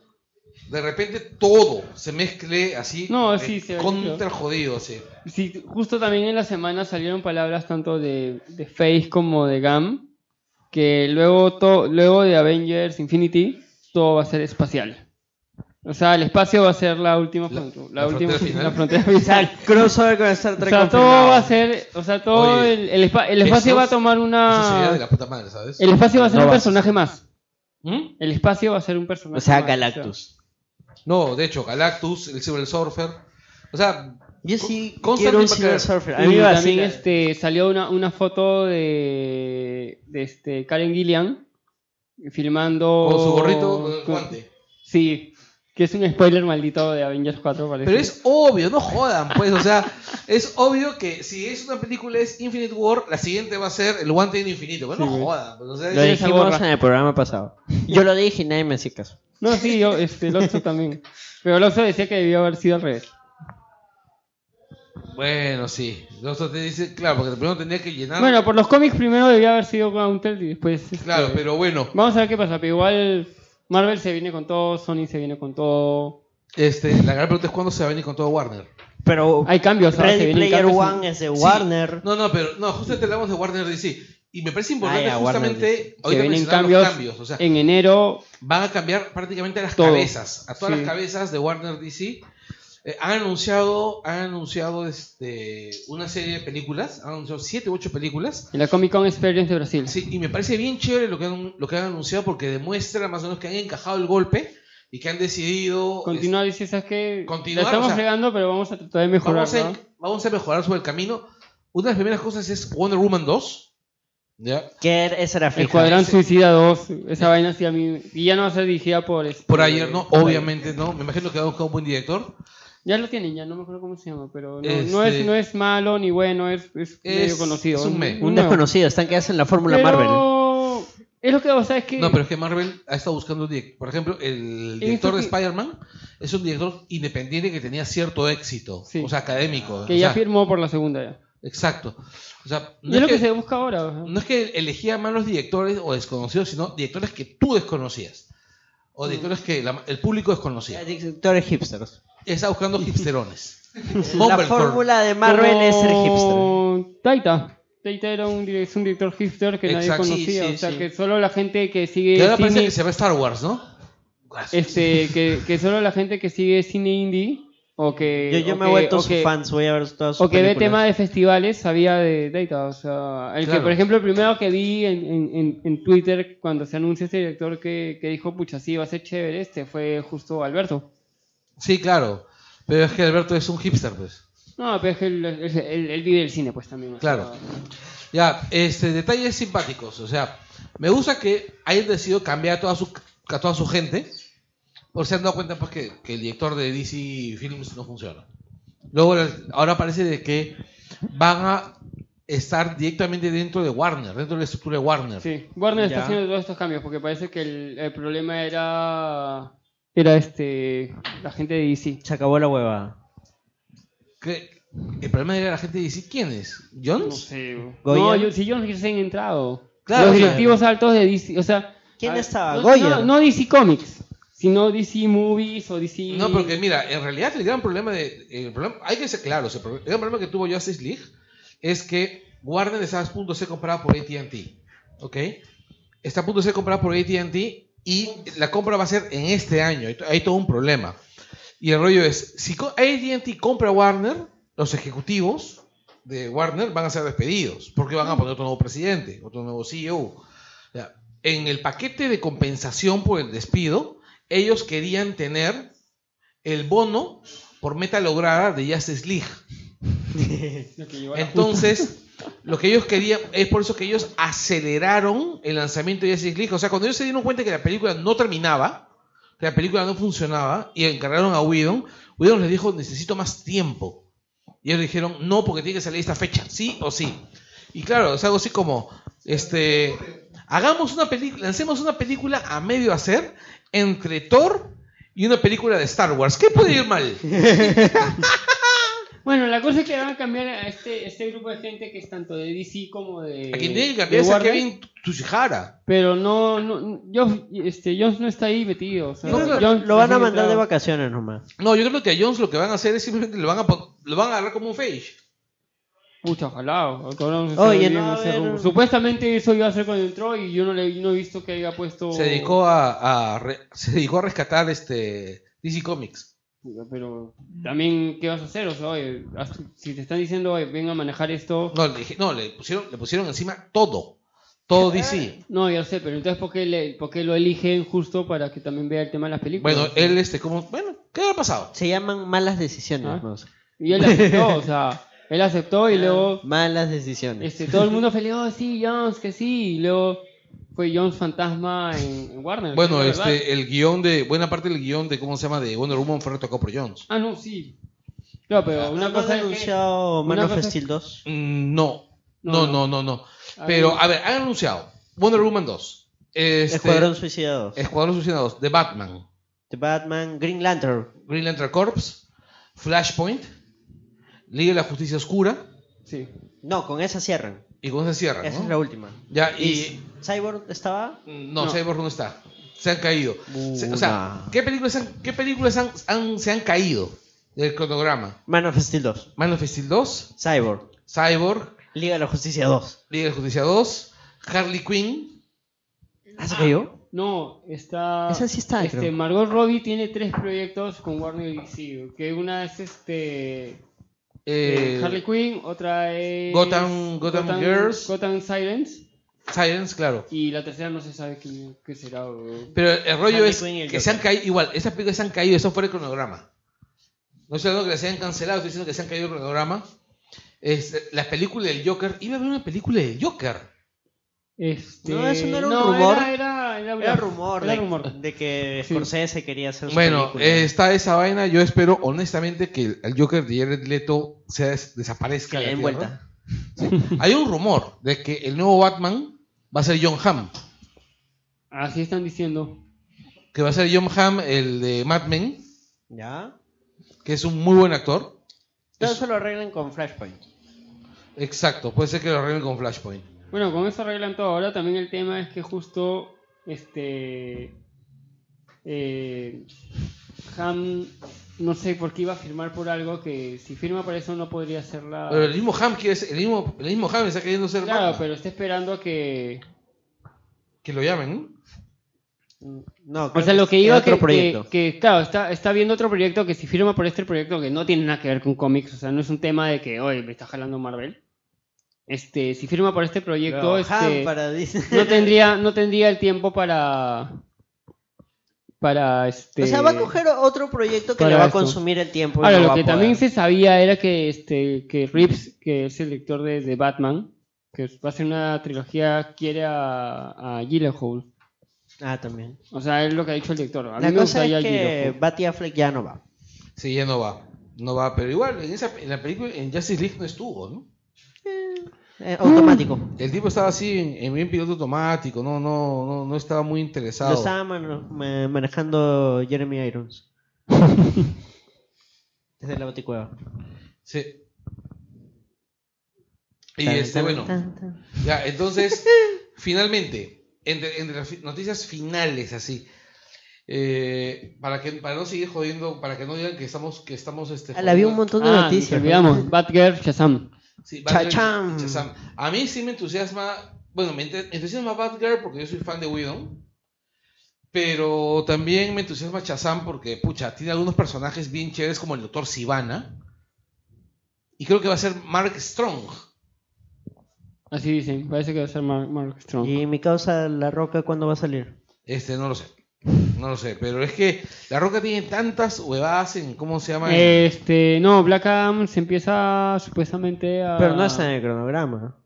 A: de repente todo se mezcle así
C: No, sí, se ve
A: contra jodido, así.
C: Sí, justo también en la semana salieron palabras tanto de, de Face como de Gam, que luego, to- luego de Avengers Infinity, todo va a ser espacial. O sea, el espacio va a ser la última,
A: La-
C: fron-
A: la
C: la última
A: frontera final.
C: la frontera
B: O sea,
C: final.
B: crossover con Star
C: O
B: Trek.
C: sea, todo
B: confirmado.
C: va a ser, o sea, todo
A: Oye,
C: el, el espa- el espacio
A: esos-
C: va a tomar
A: Eso sería de
C: una...
A: la puta madre, ¿sabes?
C: Ah. El espacio va a ser
B: No
C: un
B: va a-
C: personaje más.
A: ¿Mm?
C: El espacio va a ser un personaje
B: O sea,
C: más,
B: Galactus.
A: No, de hecho, Galactus, el Silver Surfer. O sea,
B: Yo sí
A: Con-
B: quiero un
A: Constantine va a
B: Silver
A: caer.
B: Surfer. A mí
C: Y
B: me
C: también
B: vacila.
C: este, salió una, una foto de, de este, Karen Gillian filmando.
A: con su gorrito, eh,
C: Oh, con-
A: guante.
C: Sí, que es un spoiler maldito de Avengers 4, parece.
A: Pero es obvio, no jodan, pues. O sea, es obvio que si es una película es Infinite War, la siguiente va a ser el guante en infinito. Bueno,
C: Sí,
A: no
C: güey.
A: jodan. pues, o sea,
B: Lo
A: es-
C: esa
B: dijimos
C: gorra.
B: en el programa pasado. Yo lo dije y nadie me hacía caso.
C: No, sí, yo, este, Loxo también. Pero Loxo decía que debió haber sido al revés.
A: Bueno, sí. Nosotros te dice, claro, porque primero tendría que llenar.
C: Bueno, por los cómics primero debía haber sido Gaunter y después. este,
A: claro, pero bueno.
C: Vamos a ver qué pasa, pero igual Marvel se viene con todo, Sony se viene con todo.
A: Este, la gran pregunta es cuándo se va a venir con todo Warner.
B: Pero
C: Hay cambios, ahora se
B: Ready
C: vienen
B: Player
C: cambios.
B: One es de Warner.
A: No, no, pero no, justamente hablamos de Warner DC. Y me parece importante
B: Ah, ya, Warner
A: justamente
B: DC.
A: hoy
C: se vienen
A: los
C: cambios,
A: cambios. O sea,
C: en enero.
A: van a cambiar prácticamente las
C: Todo.
A: cabezas, a todas
C: Sí.
A: las cabezas de Warner DC. Eh, han anunciado, han anunciado este, una serie de películas, han anunciado siete u ocho películas.
C: En la Comic Con Experience de Brasil.
A: Sí, y me parece bien chévere lo que, han, lo que han anunciado porque demuestra más o menos que han encajado el golpe y que han decidido...
C: Continuar, dice, ¿sabes qué?
A: Continuar,
C: La estamos
A: o sea,
C: fregando, pero vamos a tratar de
A: este,
C: mejorar,
A: vamos, a,
C: ¿no?
A: vamos a mejorar sobre el camino. Una de las primeras cosas es Wonder Woman 2. ¿ya?
B: Que esa era
C: El
B: fija.
C: cuadrante
A: ese-
C: Suicida 2, esa vaina sí a mí... Y ya no va a ser dirigida por... este-
A: Por ayer, ¿no?
C: por
A: Obviamente, ¿no? Me imagino que ha buscado un buen director.
C: ayer. Ya lo tienen, ya no me acuerdo cómo se llama, pero no, no
A: Este-
C: es, no es malo ni bueno, es, es, medio conocido.
A: es un me-
B: Un
C: nuevo.
B: desconocido, están que hacen la fórmula
C: Pero
B: Marvel.
C: Es lo que, o sea, es que...
A: No, pero es que Marvel ha estado buscando, un direc- por ejemplo, el director de
C: que-
A: Spider-Man es un director independiente que tenía cierto éxito,
C: Sí.
A: o sea, académico.
C: Que
A: o
C: ya
A: sea,
C: firmó por la segunda ya.
A: Exacto. O sea,
C: Y
A: no
C: es
A: es,
C: lo que,
A: que,
C: se busca ahora. o sea.
A: no es que elegía malos directores o desconocidos, sino directores que tú desconocías.
C: Mm.
A: O directores que la- el público desconocía.
B: Directores hipsters.
A: Está buscando hipsterones.
B: La
A: Mumblecore.
B: fórmula de Marvel
C: Pero
B: es ser hipster.
C: Taita. Taita era un, dire- es un director hipster que nadie
A: Exacto. Sí,
C: conocía.
A: sí,
C: o sea,
A: sí. pues,
C: que solo la gente que sigue...
A: Que ahora parece
C: cine-
A: que se ve Star Wars, ¿no?
C: Este, que, que solo la gente que sigue cine indie o O que,
B: Yo, yo
C: o
B: me he
C: que-
B: vuelto
C: o
B: su
C: que-
B: fans, voy a ver todas sus
C: O que ve
B: películas.
C: tema de festivales sabía de Data. O sea, el
A: Claro.
C: que, por ejemplo, el primero que vi en, en- en- en Twitter cuando se anunció este director que, que dijo, pucha, sí, va a ser chévere este, fue justo Alberto.
A: Sí, claro. Pero es que Alberto es un hipster, pues.
C: No, pero es que él, él- él- él vive el cine, pues también. o sea,
A: Claro. Ya, este, detalles simpáticos. O sea, me gusta que hayan decidido cambiar a toda su, a toda su gente. Por si han dado cuenta pues, que, que el director de DC Films no funciona. Luego, la- ahora parece de que van a estar directamente dentro de Warner, dentro de la estructura de Warner.
C: Sí, Warner
B: Ya.
C: está haciendo todos estos cambios porque parece que el, el problema era era este la gente de DC.
B: Se acabó la hueva.
A: Que- el problema era la gente de DC. ¿Quién es? ¿Jones?
C: No sé.
B: Goya.
C: No, yo, si yo no recién he entrado.
A: Claro, claro.
C: Los directivos altos de DC, o sea,
B: ¿Quién
C: a-
B: estaba?
C: No,
B: Goyer.
C: no, no DC Comics, sino DC Movies o DC
A: No, porque mira, en realidad el gran problema de. el problema- hay que ser claros, el, pro- el gran problema que tuvo Justice League es que Warner está a punto de ser comprada por ATT. ¿Ok? Está a punto de ser comprada por ATT y la compra va a ser en este año. Hay to- Hay todo un problema. Y el rollo es: si co- ATT compra Warner, los ejecutivos de Warner van a ser despedidos porque van a poner otro nuevo presidente, otro nuevo CEO. O sea, en el paquete de compensación por el despido, ellos querían tener el bono por meta lograda de Justice League.
C: lo que llevó a la
A: Entonces, lo que ellos querían, es por eso que ellos aceleraron el lanzamiento de Justice League. O sea, cuando ellos se dieron cuenta que la película no terminaba, que la película no funcionaba, y encargaron a Whedon, Whedon les dijo, necesito más tiempo. Y ellos dijeron, no, porque tiene que salir esta fecha, sí o sí. Y claro, es algo así como, este, hagamos una película, lancemos una película a medio hacer entre Thor y una película de Star Wars. ¿Qué puede ir mal?
C: Bueno, la cosa es que van a cambiar a este, este grupo de gente que es tanto de DC como de.
A: A quien tiene que
C: de
A: cambiar es a
C: Warner,
A: Kevin Tushihara.
C: Pero no, no yo, este, Jones no está ahí metido. o sea,
A: No,
B: lo,
C: Jones
B: lo van a
C: recién
B: mandar de
C: entrado.
B: vacaciones nomás.
A: No, yo creo que a Jones lo que van a hacer es simplemente lo van a, pon- lo van a agarrar como un face.
C: Pucha, ojalá. o- cabrón, se
B: Oye,
C: olviden
B: no, a
C: ese
B: ver.
C: rumbo. Supuestamente eso iba a ser cuando entró y yo no, le, no he visto que haya puesto.
A: Se dedicó a, a re- se dedicó a rescatar este DC Comics.
C: Pero también, ¿qué vas a hacer? O sea, oye, haz tu- si te están diciendo, oye, ven a manejar esto.
A: No, le, dije- no, le pusieron le pusieron encima todo. Todo DC.
C: No, ya sé, pero entonces, ¿por qué, le, ¿por qué lo eligen justo para que también vea el tema de las películas?
A: Bueno, él este como, bueno, ¿qué ha pasado?
B: Se llaman malas decisiones.
C: Ah.
B: Mouse.
C: Y él aceptó, o sea, él aceptó
A: Ah.
C: y luego
B: Malas decisiones.
C: este, todo el mundo feliz, oh, sí, Jones, que sí. Y luego fue Jones fantasma en, en Warner.
A: Bueno,
C: ¿sí? ¿verdad?
A: este el guión de buena parte del guión de cómo se llama de Wonder Woman fue retocado por Jones.
C: Ah, no, sí. No,
A: Ah,
C: pero una
B: ¿No
C: cosa
B: han
C: es que-
B: anunciado Man
C: una
B: of
C: cosa es-
B: Steel 2?
A: Mm, No. No, no,
C: No,
A: no, no.
C: A
A: Pero
C: ver.
A: a ver, han anunciado Wonder Woman 2. Este,
B: Escuadrón Suicida 2.
A: Escuadrón Suicida 2, de Batman.
B: The Batman, Green Lantern.
A: Green Lantern Corps, Flashpoint, Liga de la Justicia Oscura
C: Sí.
B: No, con esa cierran.
A: y con esa cierra,
B: Esa
A: ¿no?
B: es la última.
A: Ya, y
B: Cyborg estaba.
A: no,
C: No.
A: Cyborg no está. Se han caído. Se- o sea,
B: Una.
A: ¿qué películas, han- qué películas han- han- se han caído del cronograma?
B: Man of Steel 2.
A: Man of Steel 2,
B: Cyborg.
A: Cyborg,
B: Liga de la Justicia 2.
A: Liga de la Justicia 2, Harley Quinn.
B: ¿Ah, se cayó?
C: No, está.
B: Esa sí está,
C: Este,
B: creo.
C: Margot Robbie tiene tres proyectos con Warner y DC. Que una es este.
A: eh,
C: eh, Harley Quinn, otra es.
A: Gotham- Gotham Girls.
C: Gotham Silence.
A: Silence, claro.
C: Y la tercera no se sabe qué, qué será. o-
A: Pero el rollo
B: Harley
A: es
B: Quinn y el
A: que se han
B: Joker.
A: caído, igual, esas películas se han caído, están fuera del cronograma. No estoy hablando que las hayan cancelado, estoy diciendo que se han caído del cronograma. Este, la película del Joker, iba a haber una película del Joker.
C: Este,
B: No, eso no era un rumor.
C: Era, era, era,
B: Era rumor,
C: Era
B: de,
C: rumor.
B: de que
C: Sí.
B: Scorsese quería hacer su
A: Bueno,
B: película.
A: eh, está esa vaina. Yo espero, honestamente, que el Joker de Jared Leto se des-
B: que
A: desaparezca.
B: le
A: de la
B: den
A: tierra.
B: vuelta.
A: Hay un rumor de que el nuevo Batman va a ser John Hamm.
C: Así están diciendo.
A: Que va a ser John Hamm, el de Mad Men,
B: ¿Ya?
A: que es un muy buen actor.
B: Todo
A: Es-
B: eso lo arreglan con Flashpoint.
A: Exacto, puede ser que lo arreglen con Flashpoint.
C: Bueno, con eso arreglan todo. Ahora también el tema es que justo este eh, Ham no sé por qué iba a firmar por algo que si firma por eso no podría hacerla.
A: Pero el mismo Hamm quiere ser- el mismo, el mismo Hamm está queriendo ser
C: claro,
A: Batman.
C: pero está esperando a que
A: Que lo llamen.
B: No,
C: O
B: creo
C: sea, lo que
B: era
C: iba
B: otro
C: que,
B: proyecto.
C: que, que, claro, está, está viendo otro proyecto que si firma por este proyecto que no tiene nada que ver con cómics, o sea, no es un tema de que, oye, me está jalando Marvel. Este, si firma por este proyecto, este,
B: Gohan para Disney.
C: no tendría, no tendría el tiempo para, para este. Pues
B: O sea, va a coger otro proyecto que
C: Para
B: le va
C: esto.
B: a consumir el tiempo. y
C: Ahora,
B: no
C: lo
B: va a
C: que
B: poder.
C: también se sabía era que este, que Reeves, que es el director de, de Batman, que va a hacer una trilogía, quiere a, a Gyllenhaal.
B: Ah, también.
C: O sea, es lo que ha dicho el director. A mí
B: La
C: me
B: cosa
C: gustaría
B: es que
C: Gyllenhaal.
B: Batty Affleck ya no va.
A: Sí, ya no va. No va, pero igual, en, esa, en la película, en Justice League no estuvo, ¿no?
B: Eh, automático.
C: Mm.
A: El tipo estaba así en, en bien piloto automático, no, no, no, no estaba muy interesado.
B: Lo estaba man- ma- manejando Jeremy Irons. Desde la Baticueva.
A: Sí. Y
B: Tan,
A: este,
B: tan,
A: bueno,
B: tan, tan.
A: ya, entonces, finalmente, entre, entre las fi- noticias finales, así, eh, para que para no seguir jodiendo, para que no digan que estamos, que estamos, este,
B: Ah, la vi un
A: jodiendo-
B: montón de
C: ah,
B: noticias.
C: nos
B: ¿no?
C: olvidamos. Batgirl, Shazam.
A: Sí, Batgirl,
B: Chacham.
A: Shazam. A mí sí me entusiasma. Bueno, me ente- entusiasma Batgirl porque yo soy fan de Widow. Pero también me entusiasma Chazam porque, pucha, tiene algunos personajes bien chéveres como el Doctor Sivana. Y creo que va a ser Mark Strong.
C: Así dicen, parece que va a ser Mark, Mark Strong.
B: Y mi causa, La Roca, ¿cuándo va a salir?
A: Este, no lo sé. No lo sé. Pero es que La Roca tiene tantas huevadas en. ¿Cómo se llama? En-
C: Este, no, Black Adam se empieza supuestamente a...
B: Pero no está en el cronograma.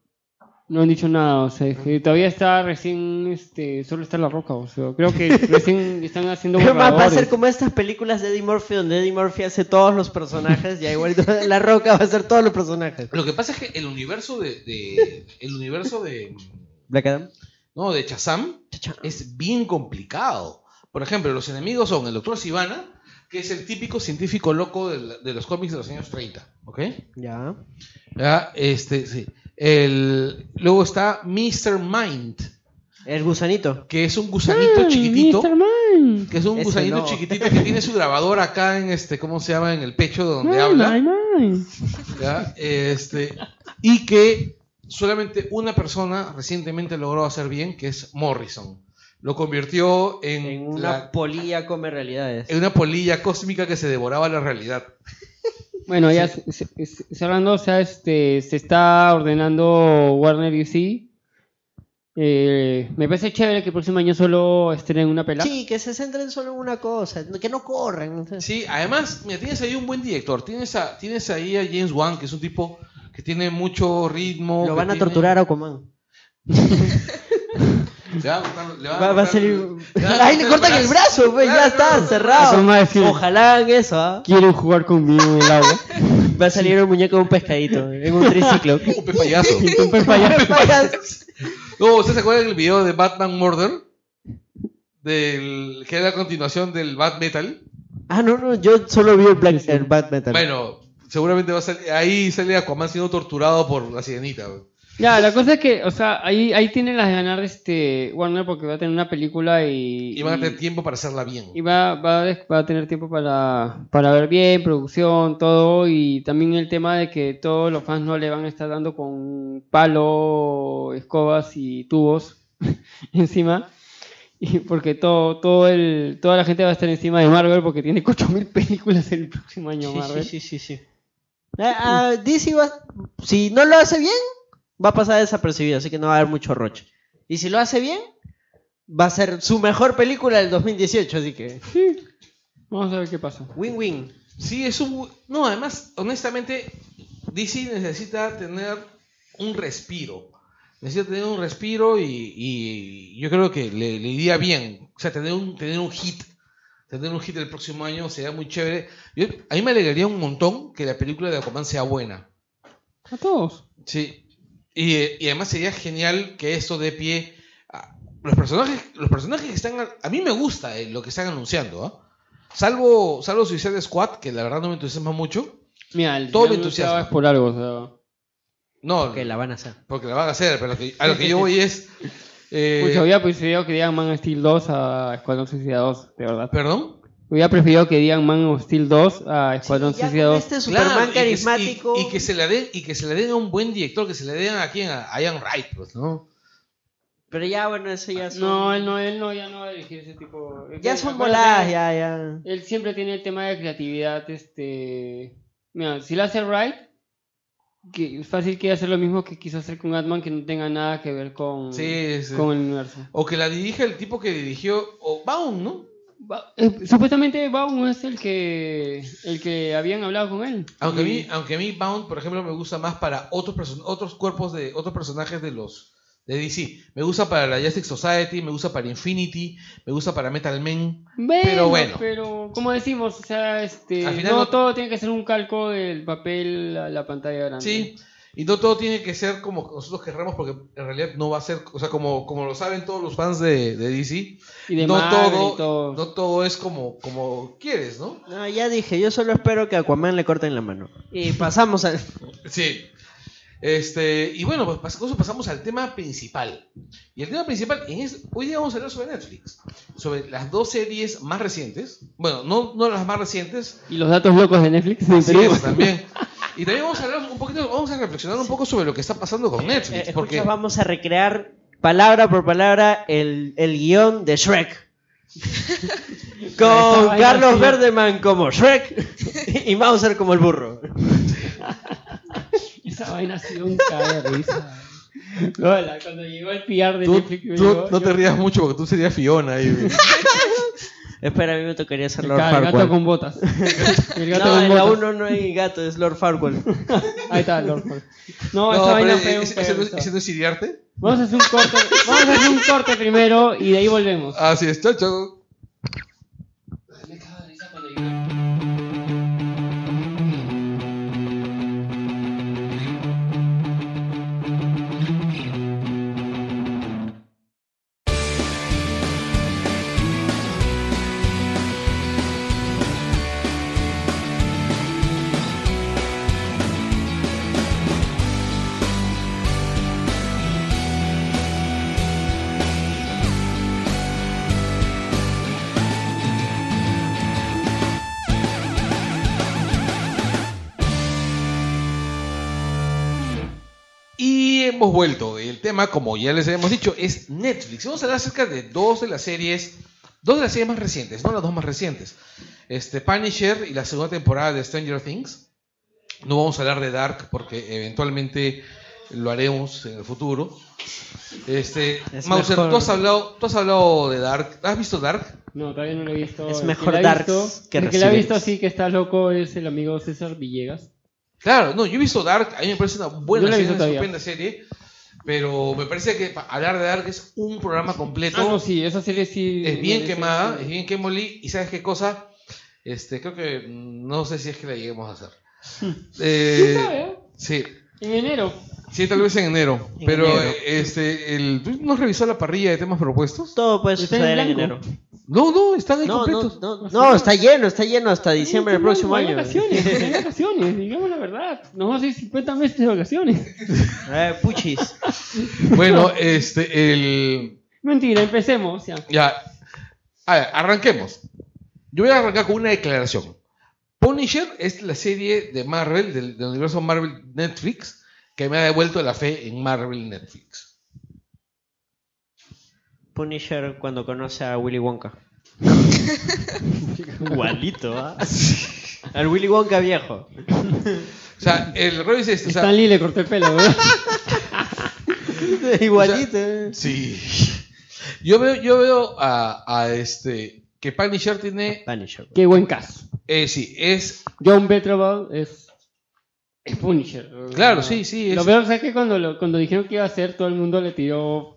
C: No han dicho nada, o sea, que todavía está recién, este, solo está la roca, o sea, creo que recién están haciendo
B: Pero va, va a
C: borradores.
B: ser como estas películas de Eddie Murphy, donde Eddie Murphy hace todos los personajes, y igual La Roca va a hacer todos los personajes.
A: Lo que pasa es que el universo de. de- el universo de.
B: Black Adam.
A: No, de Chazam.
B: Chacham.
A: es bien complicado. Por ejemplo, los enemigos son el doctor Sivana, que es el típico científico loco de, la- de los cómics de los años 30, ¿ok?
B: Ya.
A: Ya, este, sí. El, luego está Mr. Mind,
B: El gusanito.
A: que es un gusanito
C: Mm,
A: chiquitito,
C: Mr. Man.
A: que es un
B: Ese
A: gusanito
B: no.
A: chiquitito que tiene su grabador acá en este, ¿cómo se llama? En el pecho donde
C: Ay,
A: habla.
C: Mm, ay, ay.
A: ¿ya? Este, y que solamente una persona recientemente logró hacer bien, que es Morrison. Lo convirtió en,
B: En
A: la-
B: una polilla come realidades.
A: en una polilla cósmica que se devoraba la realidad.
C: Bueno, ya se- se- se- cerrando, o sea, este, se está ordenando Warner DC. Eh, me parece chévere que el próximo año solo estrenen una pelada.
B: Sí, que se centren solo en una cosa, que no corran.
A: Sí, además, mira, tienes ahí un buen director. Tienes, a- tienes ahí a James Wan, que es un tipo que tiene mucho ritmo.
B: Lo
A: que
B: van a
A: tiene-
B: torturar a Aquaman.
A: Le va a cortar- le van a
B: Va, va a
A: cortar-
B: salir.
A: le van a
B: Ahí le cortan el brazo, pues, ya
A: Claro,
B: está,
A: no,
B: cerrado.
C: Eso va a decir.
B: Ojalá hagan eso, ¿ah?
C: Quieren jugar conmigo en el agua.
B: Va a salir un muñeco de un pescadito, en un triciclo.
A: no, pe payaso.
C: Un pez payaso.
A: No, ¿ustedes se acuerdan del video de Batman Murder? Del, que era la continuación del Bat Metal.
B: ah, no, no, yo solo vi el Black el Bad Metal.
A: Bueno, seguramente va a salir. Ahí sale Aquaman siendo torturado por la sirenita. güey.
C: Ya, la cosa es que, o sea, ahí, ahí tienen las de ganar este Warner porque va a tener una película y.
A: Y van a tener
C: y-
A: tiempo para hacerla bien.
C: y va, va, a des- va a tener tiempo para, para ver bien, producción, todo. Y también el tema de que todos los fans no le van a estar dando con palo, escobas y tubos encima. Y porque todo, todo el, toda la gente va a estar encima de Marvel porque tiene 8000 películas el próximo año Marvel.
B: sí, sí, sí, sí. Ah, ah, DC va, si no lo hace bien, va a pasar desapercibido, así que no va a haber mucho roche. Y si lo hace bien, va a ser su mejor película del 2018, así que
C: Vamos a ver qué pasa.
B: win-win.
A: Sí, es un. No, además, honestamente, DC necesita tener un respiro. Necesita tener un respiro y, y yo creo que le, le iría bien. O sea, tener un, tener un hit. Tener un hit el próximo año sería muy chévere. Yo- a mí me alegraría un montón que la película de Aquaman sea buena.
C: A todos.
A: Sí. Y, eh, y además sería genial que esto dé pie a los personajes, los personajes que están a mí me gusta eh, lo que están anunciando, ¿ah? Salvo salvo Suicide Squad, que la verdad no me entusiasma mucho.
C: Mira, el
A: Todo
C: final
A: me
C: anunciado
A: entusiasma.
C: es por algo, o sea.
A: No,
B: Que la van a hacer.
A: porque la van a hacer, pero lo que- a lo que yo voy es eh,
C: Pucha, hubiera preferido que digan Man of Steel 2 a Escuadrón Suicida 2, de verdad.
A: perdón.
C: Hubiera preferido que digan Man of Steel 2 a Escuadrón
B: Ya
C: Suicida
B: con
C: 2.
B: este
A: Claro,
B: Superman
A: y que-
B: carismático.
A: y, y que se la den y que se la den a un buen director, que se la den a quien a Ian Wright, pues, ¿no?
B: Pero ya, bueno, eso ya son...
C: No, él no, él no, ya no va a dirigir ese tipo. es
B: ya
C: que,
B: son
C: acuérdate,
B: voladas, ya, ya.
C: Él siempre tiene el tema de creatividad, este... Mira, si lo hace Wright, que es fácil que hacer lo mismo que quiso hacer con Atman, que no tenga nada que ver
B: Mm.
C: con,
A: Sí, sí.
C: con el universo.
A: O que la dirija el tipo que dirigió o Baum, ¿no?
C: Ba- eh, supuestamente Baum es el que el que habían hablado con él.
A: Aunque a mí,
C: Y-
A: aunque a mí Bound, por ejemplo, me gusta más para otros person- otros cuerpos de otros personajes de los de DC. Me gusta para la Justice Society, me gusta para Infinity, me gusta para Metal Men.
C: Bueno,
A: pero bueno.
C: Pero como decimos, o sea, este,
A: Al final
C: no,
A: no-
C: todo tiene que ser un calco del papel a la pantalla grande.
A: Sí. Y no todo tiene que ser como nosotros querramos, porque en realidad no va a ser, o sea, como, como lo saben todos los fans de, de DC,
C: Y de
A: no
C: Marvel
A: todo,
C: y todo.
A: no todo es como, como quieres, ¿no?
B: No, ya dije, yo solo espero que a Aquaman le corten la mano. Y pasamos al...
A: Sí. Este, y bueno, pues pas- con eso pasamos al tema principal. Y el tema principal en es, hoy día vamos a hablar sobre Netflix, sobre las dos series más recientes, bueno, no, no las más recientes,
C: Y los datos locos de Netflix. de
A: sí,
C: Perú.
A: es, también. Y también vamos a hablar un poquito, vamos a reflexionar un poco sobre lo que está pasando con Netflix,
B: Eh,
A: porque
B: escucha, vamos a recrear palabra por palabra el, el guión de Shrek.
C: Esa
B: Con
C: vaina,
B: Carlos
C: tío.
B: Verdeman como Shrek y Mauser como el burro.
C: Esa vaina ha sido un caga de risa. No, la- cuando llegó el PR de
A: tú,
C: Netflix.
A: tú
C: llegó-
A: no te
C: yo-
A: rías mucho porque tú serías Fiona. ahí, güey.
B: Espera, a mí me tocaría ser
C: el
B: Lord
C: ca- el gato
B: Farquaad.
C: con botas. El gato
B: No,
C: con
B: en la
C: botas.
B: 1 no hay gato, es Lord Farquaad.
C: Ahí está, Lord Farquaad. No,
A: No,
C: esa
A: pero
C: vaina
A: es-
C: fue un
A: ese- ese no es-
C: perro,
A: ese no es siriarte.
C: Vamos a hacer un corte, vamos a hacer un corte primero y de ahí volvemos.
A: Así es, chao, chao. Y hemos vuelto. El tema, como ya les habíamos dicho, es Netflix. Vamos a hablar acerca de dos de las series, dos de las series más recientes, no las dos más recientes. Este Punisher y la segunda temporada de Stranger Things. No vamos a hablar de Dark porque eventualmente lo haremos en el futuro. Este,
B: Es
A: Mauser,
B: mejor.
A: tú has hablado, tú has hablado de Dark. ¿Has visto Dark?
C: No, todavía no lo he visto.
B: Es
C: El que
B: mejor
C: la ha
B: Darks
C: visto-
B: que
C: El que la ha
B: recibes.
C: visto sí que está loco es el amigo César Villegas.
A: Claro, no, yo he visto Dark, a mí me parece una buena
C: No la he
A: serie,
C: visto
A: una
C: todavía.
A: estupenda serie, pero me parece que pa- hablar de Dark es un programa completo.
C: Ah, no, sí, esa serie sí.
A: es bien
C: merece-
A: quemada, es bien quemolí, y ¿sabes qué cosa? Este, creo que mm, no sé si es que la lleguemos a hacer.
B: Hmm.
C: ¿Quién
A: Eh,
C: sabe, eh?
A: sí,
C: En enero.
A: sí, tal vez en enero.
B: En
A: pero
B: enero.
A: eh, este, el, ¿tú no has revisado la parrilla de temas propuestos?
B: Todo puede
C: Está en
B: suceder en
C: blanco.
B: enero.
A: No, no, están ahí
B: No, no,
A: completos.
B: no, no, está lleno, está lleno hasta diciembre del
C: No,
B: próximo
C: hay
B: año.
C: vacaciones, hay vacaciones, digamos la verdad. Nos vamos a ir 50 meses de vacaciones.
B: Eh, puchis.
A: Bueno, este, el.
C: Mentira, empecemos. Ya.
A: Ya. A ver, arranquemos. Yo voy a arrancar con una declaración. Punisher es la serie de Marvel, del, del universo Marvel Netflix, que me ha devuelto la fe en Marvel Netflix.
B: Punisher cuando conoce a Willy Wonka. Igualito, ¿ah? Al Willy Wonka viejo.
A: O sea, el rollo es este. o sea,
C: Stan Lee le cortó el pelo, ¿verdad?
B: Igualito. eh.
A: sí. Yo veo, yo veo a, a este que Punisher tiene.
B: Punisher.
C: Qué buen caso.
A: Eh, sí, es.
C: John Petrobal es. Es Punisher.
A: Claro, sí, sí,
C: Lo
A: es-
C: peor es que cuando, lo- cuando dijeron que iba a ser, todo el mundo le tiró.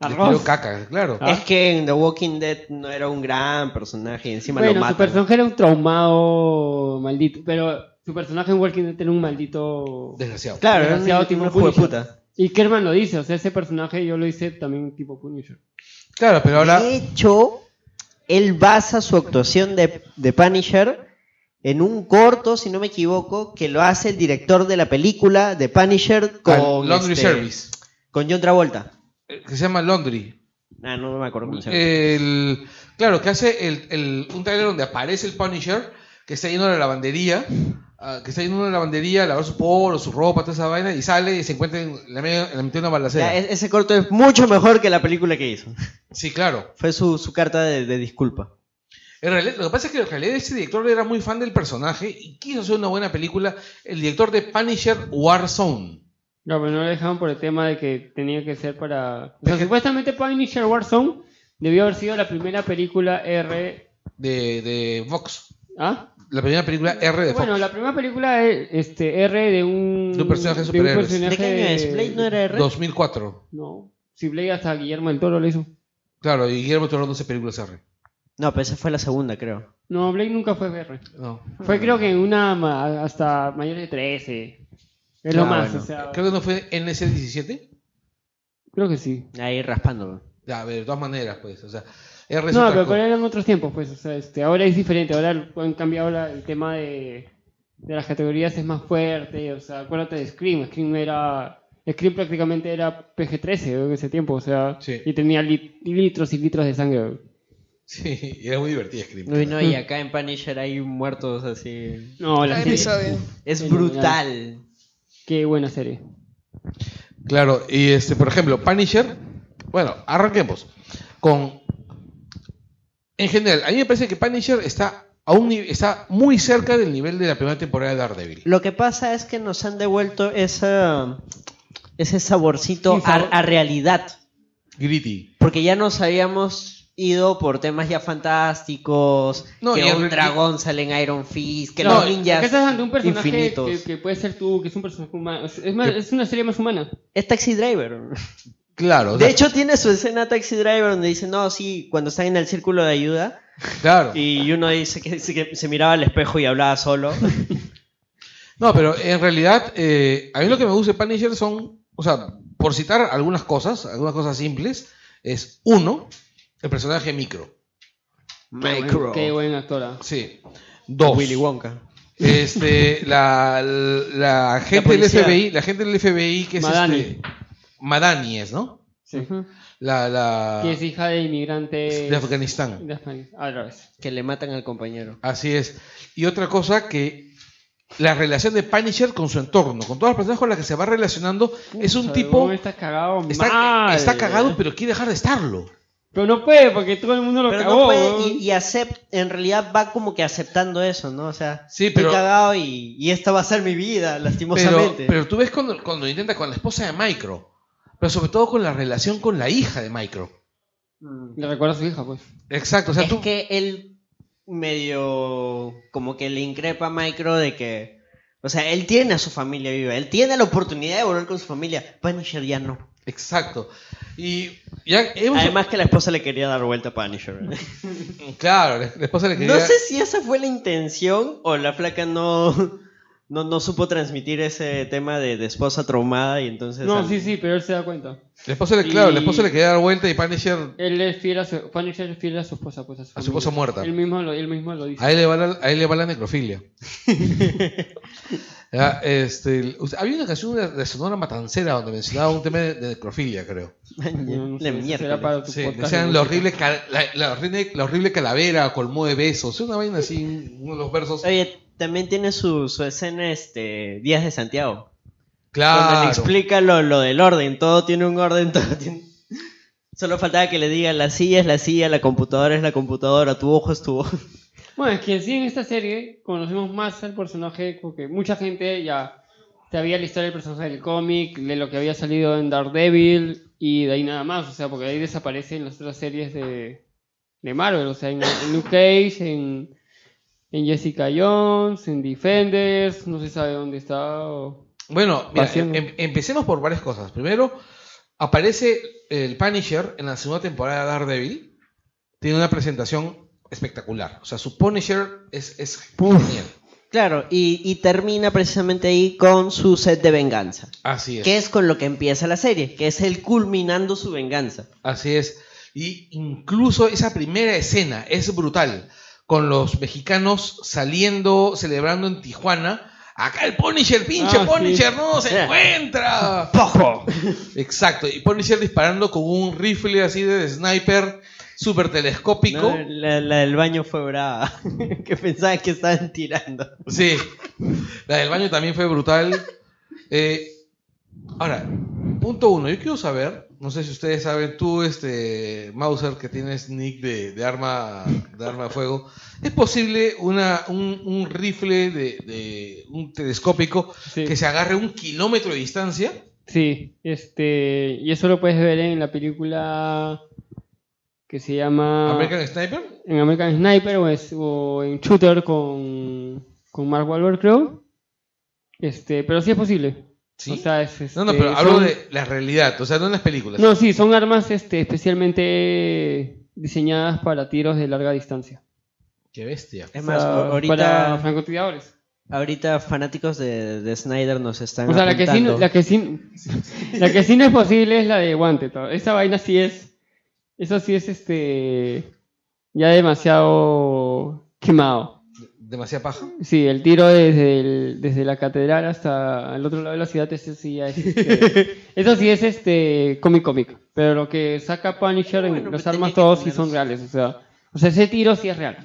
A: le
C: Arroz.
A: tiró caca, claro.
C: Ah.
B: Es que en The Walking Dead no era un gran personaje y encima lo
C: Bueno, su
B: matan.
C: personaje era un traumado maldito, pero su personaje en Walking Dead era un maldito...
A: Desgraciado.
B: Claro, era
C: Demasiado
B: un,
C: tipo
B: un juego de
C: Punisher.
B: puta.
C: Y Kerman lo dice, o sea, ese personaje yo lo hice también tipo Punisher.
A: Claro, pero ahora.
B: De hecho, él basa su actuación de, de Punisher en un corto, si no me equivoco, que lo hace el director de la película de Punisher con,
A: al Laundry
B: este,
A: Service.
B: con John Travolta.
A: eh, Que se llama Laundry.
B: Ah, no me acuerdo cómo se
A: Eh,
B: llama.
A: El, claro, que hace el, el- un trailer donde aparece el Punisher, que está yendo a la lavandería ah, que está yendo a una lavandería a lavar su polo, su ropa, toda esa vaina, y sale y se encuentra en la, media- en la mitad de una balacera.
B: Ya, e- ese corto es mucho mejor que la película que hizo.
A: Sí, claro.
B: Fue su, su carta de, de disculpa.
A: En realidad, lo que pasa es que en realidad este director era muy fan del personaje y quiso hacer una buena película. El director de Punisher Warzone.
C: No, pero no lo dejaban por el tema de que tenía que ser para. O sea, supuestamente Punisher Warzone debió haber sido la primera película R.
A: de, de Vox.
C: ¿Ah?
A: La primera película R de Fox.
C: Bueno, la primera película eh, este, R de un.
A: De un personaje de
C: un
A: superhéroes.
B: ¿De
C: personaje
B: qué año es?
C: de-
B: ¿Blade no era R?
A: 2004.
C: No. Si Blade hasta Guillermo del Toro lo hizo.
A: Claro, y Guillermo Toro 12 películas R.
B: No, pero esa fue la segunda, creo.
C: No, Blade nunca fue R.
A: No.
C: Fue creo que una ma- hasta mayor de 13. Es
A: Ah,
C: lo más,
A: bueno.
C: o sea.
A: Creo que no fue NC17.
C: Creo que sí.
B: Ahí raspando.
A: Ya, a ver, de todas maneras, pues. O sea, R es
C: No,
A: otra
C: pero,
A: cosa.
C: pero eran otros tiempos, pues. O sea, este, ahora es diferente. Ahora han cambiado la- el tema de, de las categorías, es más fuerte. O sea, acuérdate de Scream. Scream era. Scream prácticamente era PG-13 en ese tiempo, o sea.
A: Sí.
C: Y tenía lit- litros y litros de sangre.
A: Sí, y era muy divertida Scream.
B: Uy, no, y acá en Punisher hay muertos así.
C: No, la
D: Cada
C: serie.
D: episodio.
B: Es
C: Fenomenal.
B: brutal.
C: Qué buena serie.
A: Claro, y este, por ejemplo, Punisher. Bueno, arranquemos. Con. En general, a mí me parece que Punisher está, a un, ni- está muy cerca del nivel de la primera temporada de Daredevil.
B: Lo que pasa es que nos han devuelto esa, ese saborcito
C: Sí, sabor.
B: A, a realidad.
A: Gritty.
B: Porque ya nos habíamos ido por temas ya fantásticos.
A: No, y
B: que un
A: el-
B: dragón sale en Iron Fist, que
A: No,
B: los
A: acá
B: ninjas
C: Acá estás ante un personaje
B: infinitos.
C: que, que puede ser tú, que es un personaje humano. Es, más, es una serie más humana.
B: Es Taxi Driver.
A: Claro, o
B: De
A: sea,
B: hecho, tiene su escena Taxi Driver donde dice, no, sí, cuando están en el círculo de ayuda.
A: claro.
B: Y uno dice que, dice que se miraba al espejo y hablaba solo.
A: No, pero en realidad, eh, a mí lo que me gusta de Punisher son, o sea, por citar algunas cosas, algunas cosas simples, es uno, el personaje micro.
B: Micro.
C: Qué buena actora.
A: Sí. Dos,
B: Willy Wonka.
A: este, la, la, gente del
B: policía.
A: FBI, la gente del FBI que es
C: Madani.
A: este, Madani es, ¿no?
C: Sí.
A: La, la
C: Que es hija de inmigrantes.
A: de Afganistán.
C: de Afganistán. Ah, otra vez.
B: Que le matan al compañero.
A: Así es. Y otra cosa que la relación de Punisher con su entorno, con todas las personas con las que se va relacionando, es un
C: Pucha,
A: tipo
C: huevón, Está cagado.
A: Está,
C: mal.
A: está cagado, pero quiere dejar de estarlo.
C: Pero no puede porque todo el mundo lo
B: Pero
C: cagó.
B: no puede,
C: huevón.
B: y, y acep- en realidad va como que aceptando eso, ¿no? O sea,
A: Sí,
B: estoy
A: pero-
B: cagado y, y esta va a ser mi vida,
A: Pero,
B: lastimosamente.
A: pero tú ves cuando, cuando intenta con la esposa de Micro, pero sobre todo con la relación con la hija de Micro.
B: Mm.
C: Le recuerda a su hija, pues.
A: Exacto, o sea,
B: es
A: tú.
B: que él medio como que le increpa a Micro de que, o sea, él tiene a su familia viva, él tiene la oportunidad de volver con su familia, Punisher ya no.
A: Exacto. Y ya hemos.
B: Además que la esposa le quería dar vuelta a Punisher.
A: claro, la la esposa le quería.
B: No sé si esa fue la intención o la flaca no, no, no supo transmitir ese tema de, de esposa traumada y entonces...
C: No,
B: al-
C: sí, sí, pero él se da cuenta.
A: La esposa le, claro, la
C: Y-
A: esposa le quería dar vuelta y Punisher.
C: Él es fiel a su, Punisher es fiel a su esposa, pues. A su,
A: A su
C: familia.
A: esposa muerta. Ah,
C: Él mismo lo, él mismo lo dice.
A: A él le va la, a él le va la necrofilia. Ya, este, usted- había una canción de, de Sonora Matancera donde mencionaba un tema de, de necrofilia, creo.
C: Yo no sé,
B: de
C: eso
B: miércoles.
C: será para tu
A: pues. Sí,
C: podcast
A: decían
C: de
A: la
C: música.
A: horrible, ca- la, la horrible, la horrible calavera colmó de besos. Una vaina así, uno de los versos.
B: Oye, también tiene su, su escena este Días de Santiago. Cuando le
A: Claro.
B: explica lo, lo del orden, todo tiene un orden, todo tiene... Solo faltaba que le diga la silla es la silla, la computadora es la computadora, tu ojo es tu ojo.
C: Bueno, es que en sí en esta serie conocemos más al personaje porque mucha gente ya sabía la historia del personaje del cómic, de lo que había salido en Daredevil y de ahí nada más, o sea, porque de ahí desaparecen las otras series de, de Marvel, o sea, en, en Luke Cage, en, en Jessica Jones, en Defenders, no se sabe dónde está. o-
A: Bueno, mira,
C: Pasión.
A: em- empecemos por varias cosas. Primero, aparece el Punisher en la segunda temporada de Daredevil. Tiene una presentación espectacular. O sea, su Punisher es, es genial.
B: Claro, y, y termina precisamente ahí con su set de venganza.
A: Así es.
B: Que es con lo que empieza la serie, que es el culminando su venganza.
A: Así es. Y incluso esa primera escena es brutal. Con los mexicanos saliendo, celebrando en Tijuana. Acá el Punisher, pinche
C: Ah, sí.
A: Punisher, no se encuentra.
B: ¡Pojo!
A: Exacto, y Punisher disparando con un rifle así de sniper súper telescópico.
B: No, la, la del baño fue brava. que pensaba que estaban tirando.
A: Sí. La del baño también fue brutal. Eh, ahora, punto uno. Yo quiero saber, no sé si ustedes saben, tú, este, Mauser, que tienes nick de, de arma de arma de fuego, ¿es posible una, un, un rifle de, de un telescópico
C: Sí.
A: que se agarre un kilómetro de distancia?
C: Sí, este, y eso lo puedes ver en la película que se llama
A: ¿American Sniper?
C: en American Sniper o, es- o en Shooter con, con Mark Wahlberg, creo. Este, pero sí es posible.
A: Sí.
C: O sea, es,
A: No, no,
C: este,
A: pero hablo
C: son-
A: de la realidad, o sea, no en las películas.
C: No, sí, son armas este, especialmente diseñadas para tiros de larga distancia.
A: Qué bestia.
B: Es
C: O
B: más,
C: sea,
B: a- ahorita,
C: Para francotiradores.
B: ahorita fanáticos de, de Snyder nos están.
C: O sea, la que, sí, no-
B: apuntando.
C: la, que sí, la que sí no es posible es la de Wanted. ¿no? Esa vaina sí es. Eso sí es este. Ya demasiado quemado.
A: Demasiada paja.
C: Sí, el tiro desde, el- desde la catedral hasta el otro lado de la ciudad, eso sí ya es. este, eso sí es este. cómic cómic. Pero lo que saca Punisher en
B: Bueno,
C: los
B: pero tenía que
C: armas todos sí
B: poner-
C: son reales. O sea, o sea, ese tiro sí es real.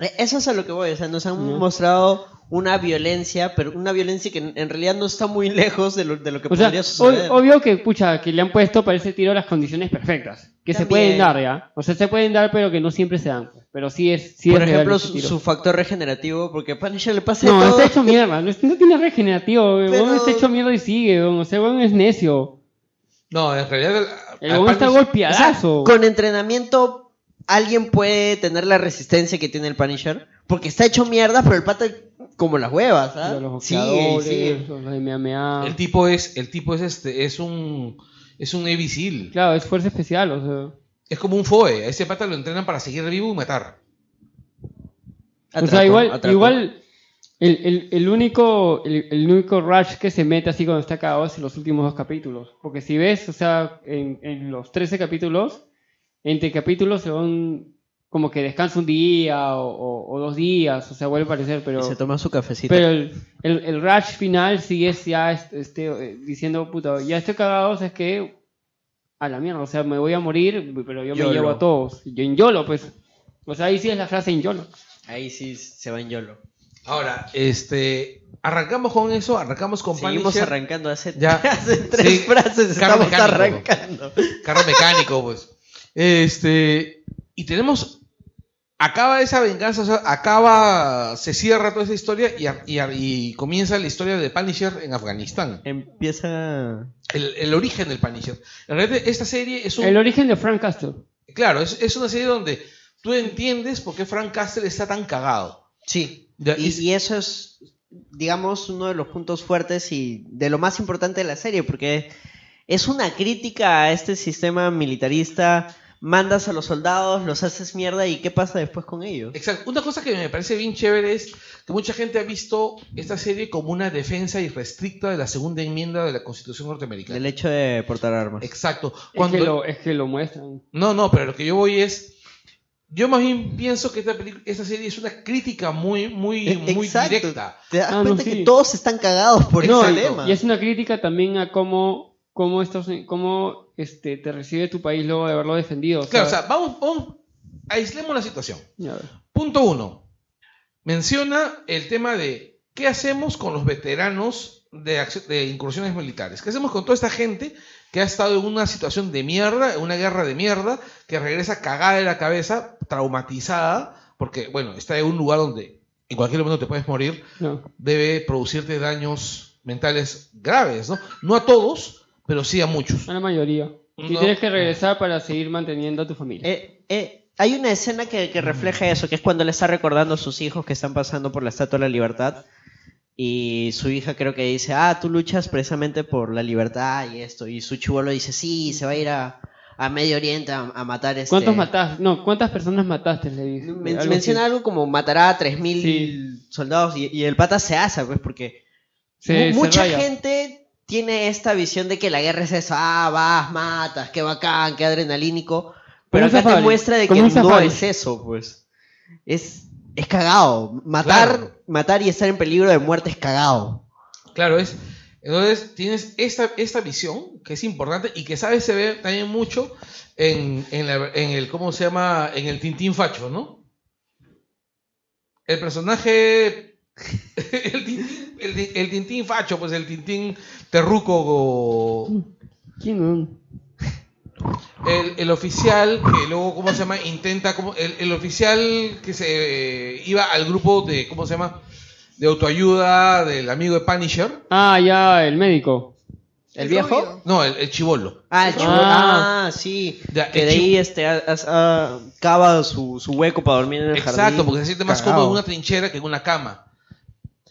B: Eh, Eso es a lo que voy, o sea, nos han
C: Ujú.
B: mostrado una violencia, pero una violencia que en en realidad no está muy lejos de lo, de lo que
C: O sea,
B: podría
C: ob-
B: suceder.
C: obvio que, pucha, que le han puesto para ese tiro las condiciones perfectas. Que se
B: También.
C: pueden dar, ¿ya? O sea, se pueden dar, pero que no siempre se dan. pues. Pero sí es, sí
B: Por
C: es real
B: ejemplo,
C: ese
B: su,
C: tiro.
B: su factor regenerativo, porque a Punisher le pasa de
C: No,
B: todo.
C: está hecho mierda. No, es- no tiene regenerativo, weón.
B: Pero-
C: Está hecho mierda y sigue, weón. O sea, weón es necio.
A: No, en realidad.
C: El
A: al
C: weón Eh, está
A: Punisher-
B: O sea,
C: golpeadazo.
B: con entrenamiento, alguien puede tener la resistencia que tiene el Punisher, porque está hecho mierda, pero el pata como las huevas, ¿ah?
C: Los
B: Sigue y
C: boxeadores,
B: sigue.
C: los de MMA.
A: El tipo es, el tipo es este, es un es un Navy Seal.
C: Claro, es fuerza especial, o sea.
A: Es como un FOE. A ese pata lo entrenan para seguir vivo y matar.
B: Atrapó,
C: o sea, igual,
B: atrapó.
C: igual el, el- el único el, el único rush que se mete así cuando está acabado es en los últimos dos capítulos. Porque si ves, o sea, en, en los 13 capítulos, entre capítulos se van como que descansa un día o, o- o dos días, o sea, vuelve a aparecer, pero,
B: Y se toma su cafecito.
C: pero el, el, el rush final sí es ya es- este, eh, diciendo, puta, ya estoy cagado, o sea, es que a la mierda, o sea, me voy a morir, pero yo
B: YOLO.
C: me llevo a todos. Yo en YOLO, pues. O sea, ahí sí es la frase en YOLO.
B: Ahí sí se va en YOLO.
A: Ahora, este, arrancamos con eso, arrancamos con
B: Seguimos
A: Punisher.
B: arrancando hace,
A: Ya.
B: hace tres
A: Sí.
B: frases,
A: Carro
B: estamos
A: mecánico.
B: arrancando.
A: Carro mecánico, pues. Este, y tenemos. Acaba esa venganza, o sea, acaba, se cierra toda esa historia y, ar- y ar- y comienza la historia de Punisher en Afganistán.
B: Empieza.
A: El, el origen del Punisher. En realidad, esta serie es un.
C: El origen de Frank Castle.
A: Claro, es, es una serie donde tú entiendes por qué Frank Castle está tan cagado.
B: Sí.
A: Ya,
B: y,
A: es-
B: y eso es, digamos, uno de los puntos fuertes y de lo más importante de la serie, porque es una crítica a este sistema militarista. Mandas a los soldados, los haces mierda y qué pasa después con ellos.
A: Exacto. Una cosa que me parece bien chévere es que mucha gente ha visto esta serie como una defensa irrestricta de la segunda enmienda de la Constitución norteamericana.
B: El hecho de portar armas.
A: Exacto.
C: Es
A: Cuando...
C: que, lo, es que lo muestran.
A: No, no, pero lo que yo voy es. Yo más bien pienso que esta, pelic- esta serie es una crítica muy, muy,
B: E-
A: muy
B: exacto.
A: directa.
B: Te das
C: Ah, no,
B: cuenta que
C: sí.
B: todos están cagados por
A: No,
B: ese
A: y-
B: tema.
C: Y es una crítica también a cómo, cómo, estos, cómo este, te recibe tu país luego de haberlo defendido. o
A: Claro, o
C: sea,
A: sea, vamos, vamos, aislemos la situación.
C: ya ves.
A: Punto uno. Menciona el tema de qué hacemos con los veteranos de, acc- de incursiones militares. ¿Qué hacemos con toda esta gente que ha estado en una situación de mierda, en una guerra de mierda, que regresa cagada de la cabeza, traumatizada, porque, bueno, está en un lugar donde en cualquier momento te puedes morir,
C: No.
A: debe producirte daños mentales graves, ¿no? No a todos, pero sí a muchos.
C: A la mayoría. Y
A: No.
C: tienes que regresar para seguir manteniendo a tu familia.
B: Eh, eh, hay una escena que, que refleja eso, que es cuando le está recordando a sus hijos que están pasando por la Estatua de la Libertad. Y su hija creo que dice, ah, tú luchas precisamente por la libertad y esto. Y su chivolo dice, sí, se va a ir a, a Medio Oriente a, a matar este...
C: ¿Cuántos mataste? No, ¿cuántas personas mataste? Le dice.
B: Men-
C: Algo
B: menciona
C: así.
B: algo como matará a 3.000
C: Sí.
B: soldados y, y el pata se asa, pues, porque
C: Se-
B: mu-
C: se
B: mucha
C: raya.
B: gente tiene esta visión de que la guerra es eso, ah, vas, matas, qué bacán, qué adrenalínico. Pero
C: Como un
B: acá te
C: safari,
B: muestra de que
C: como
B: no
C: un safari.
B: es eso, pues. Es, es cagado. Matar,
A: Claro.
B: matar y estar en peligro de muerte es cagado.
A: Claro, es, Entonces tienes esta, esta visión que es importante y que sabes se ve también mucho en, en, la- en el, ¿cómo se llama? En el Tintín Facho, ¿no? El personaje... El Tintín, el Tin- el Tintín Facho, pues el Tintín Terruco o-
C: ¿Quién? weón?
A: el, el oficial que luego, ¿cómo se llama? Intenta, como el, el oficial que se eh, iba al grupo de, ¿cómo se llama? De autoayuda del amigo de Punisher.
C: Ah, ya, el médico. ¿El,
D: El
C: viejo?
D: rubio.
A: No, el, el chivolo.
B: Ah, el
C: Ah.
B: chivo- Ah, sí.
A: Ya,
B: que
A: el
B: de ahí
A: chivo-
B: este, ha- has- ha- cava su, su hueco para dormir en el jardín.
A: Exacto, porque se siente más
B: Cagao.
A: cómodo en una trinchera que en una cama.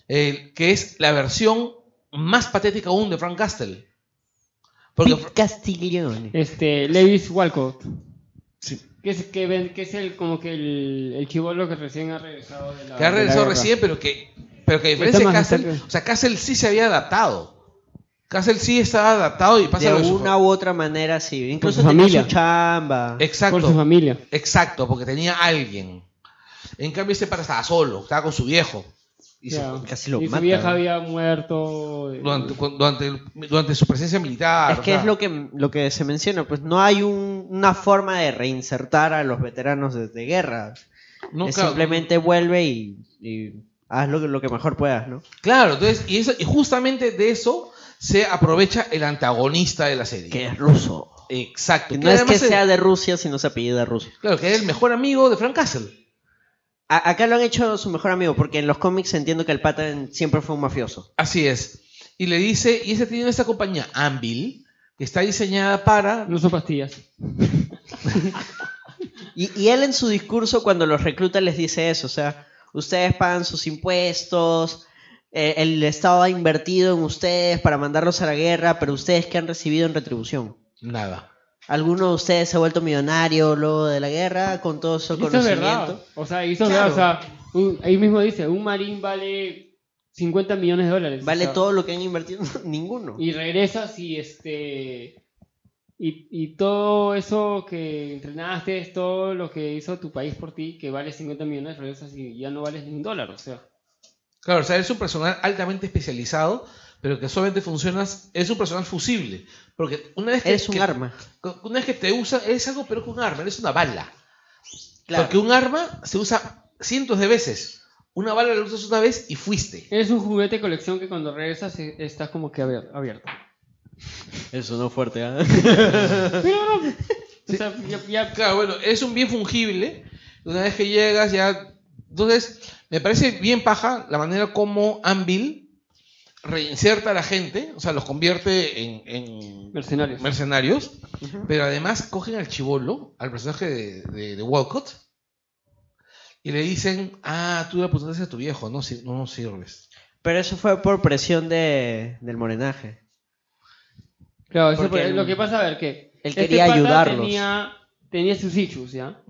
A: El- que es la versión más patética aún de Frank Castle. Porque
B: Pete Castiglione.
C: Este, Lewis Walcott.
A: Sí.
C: Que es, que, ven- que es el, como que el, el chivolo que recién ha regresado de la
B: Ah,
A: que ha
C: de la
A: regresado
C: guerra.
A: recién, pero que, pero que a diferencia de
C: más
A: Castle,
C: destaca.
A: o sea, Castle sí se había adaptado. Castle sí estaba adaptado y pasa
B: De
A: lo su-
B: una u otra manera, sí. Incluso
C: su
B: tenía
C: familia.
B: su chamba.
A: Exacto.
C: Por su familia.
A: Exacto, porque tenía alguien. En cambio, este para estaba solo, estaba con su viejo. Y se-
C: Ya.
B: casi lo
C: y su
B: mata,
C: vieja
B: ¿no?
C: había muerto. eh,
A: durante, cu- durante, el- durante su presencia militar.
B: Es que es lo que, lo que se menciona, pues no hay un- una forma de reinsertar a los veteranos de, de guerra. Es simplemente vuelve y, y haz lo, que- lo que mejor puedas, ¿no?
A: Claro, entonces, y, eso, y justamente de eso se aprovecha el antagonista de la serie.
B: Que es ruso.
A: Exacto.
B: Que
A: que
B: no es
A: además
B: que
A: es-
B: sea de Rusia, sino se apellida ruso.
A: Claro, que es el mejor amigo de Frank Castle.
B: A- acá lo han hecho su mejor amigo, porque en los cómics entiendo que el pata en- siempre fue un mafioso.
A: Así es. Y le dice, y ese tiene esta compañía, Anvil, que está diseñada para.
C: No son pastillas.
B: Y, y él en su discurso cuando los recluta les dice eso, o sea, ustedes pagan sus impuestos, eh, el Estado ha invertido en ustedes para mandarlos a la guerra, pero ustedes que han recibido en retribución.
A: Nada.
B: ¿Alguno de ustedes se ha vuelto millonario luego de la guerra con todo su
C: Y Eso es
B: conocimiento?
C: verdad. O sea, y eso
B: Claro.
C: es verdad. O sea, un- ahí mismo dice, un marín vale 50 millones de dólares.
B: ¿Vale
C: o sea,
B: todo lo que han invertido? Ninguno.
C: Y regresas y este. Y, y todo eso que entrenaste, es todo lo que hizo tu país por ti, que vale 50 millones, regresas y ya no vales ni un dólar, o sea.
A: Claro, o sea, es un personal altamente especializado, pero que solamente funciona, es un personal fusible. Porque una vez que,
B: Eres un
A: que-
B: arma.
A: una vez que te usan, eres algo pero que un arma, eres una bala.
B: Claro.
A: Porque un arma se usa cientos de veces. Una bala la usas una vez y fuiste.
C: Eres un juguete de colección que cuando regresas eh, estás como que abier- abierto.
B: Eso no fuerte, ¿ah?
C: O sea, ya, ya-
A: Claro, bueno, es un bien fungible. Una vez que llegas ya... Entonces, me parece bien paja la manera como Anvil reinserta a la gente, o sea, los convierte en- en,
C: mercenarios.
A: mercenarios, pero además cogen al chivolo, al personaje de, de- de Walcott, y le dicen, ah, tú le apuntaste a tu viejo, no, sir- no, nos sirves.
B: Pero eso fue por presión de, del morenaje.
C: Claro, eso
B: Porque
C: fue-
B: él-
C: lo que pasa, a ver, que este
B: él quería
C: pata
B: ayudarlos.
C: Tenía, tenía sus issues, ¿ya?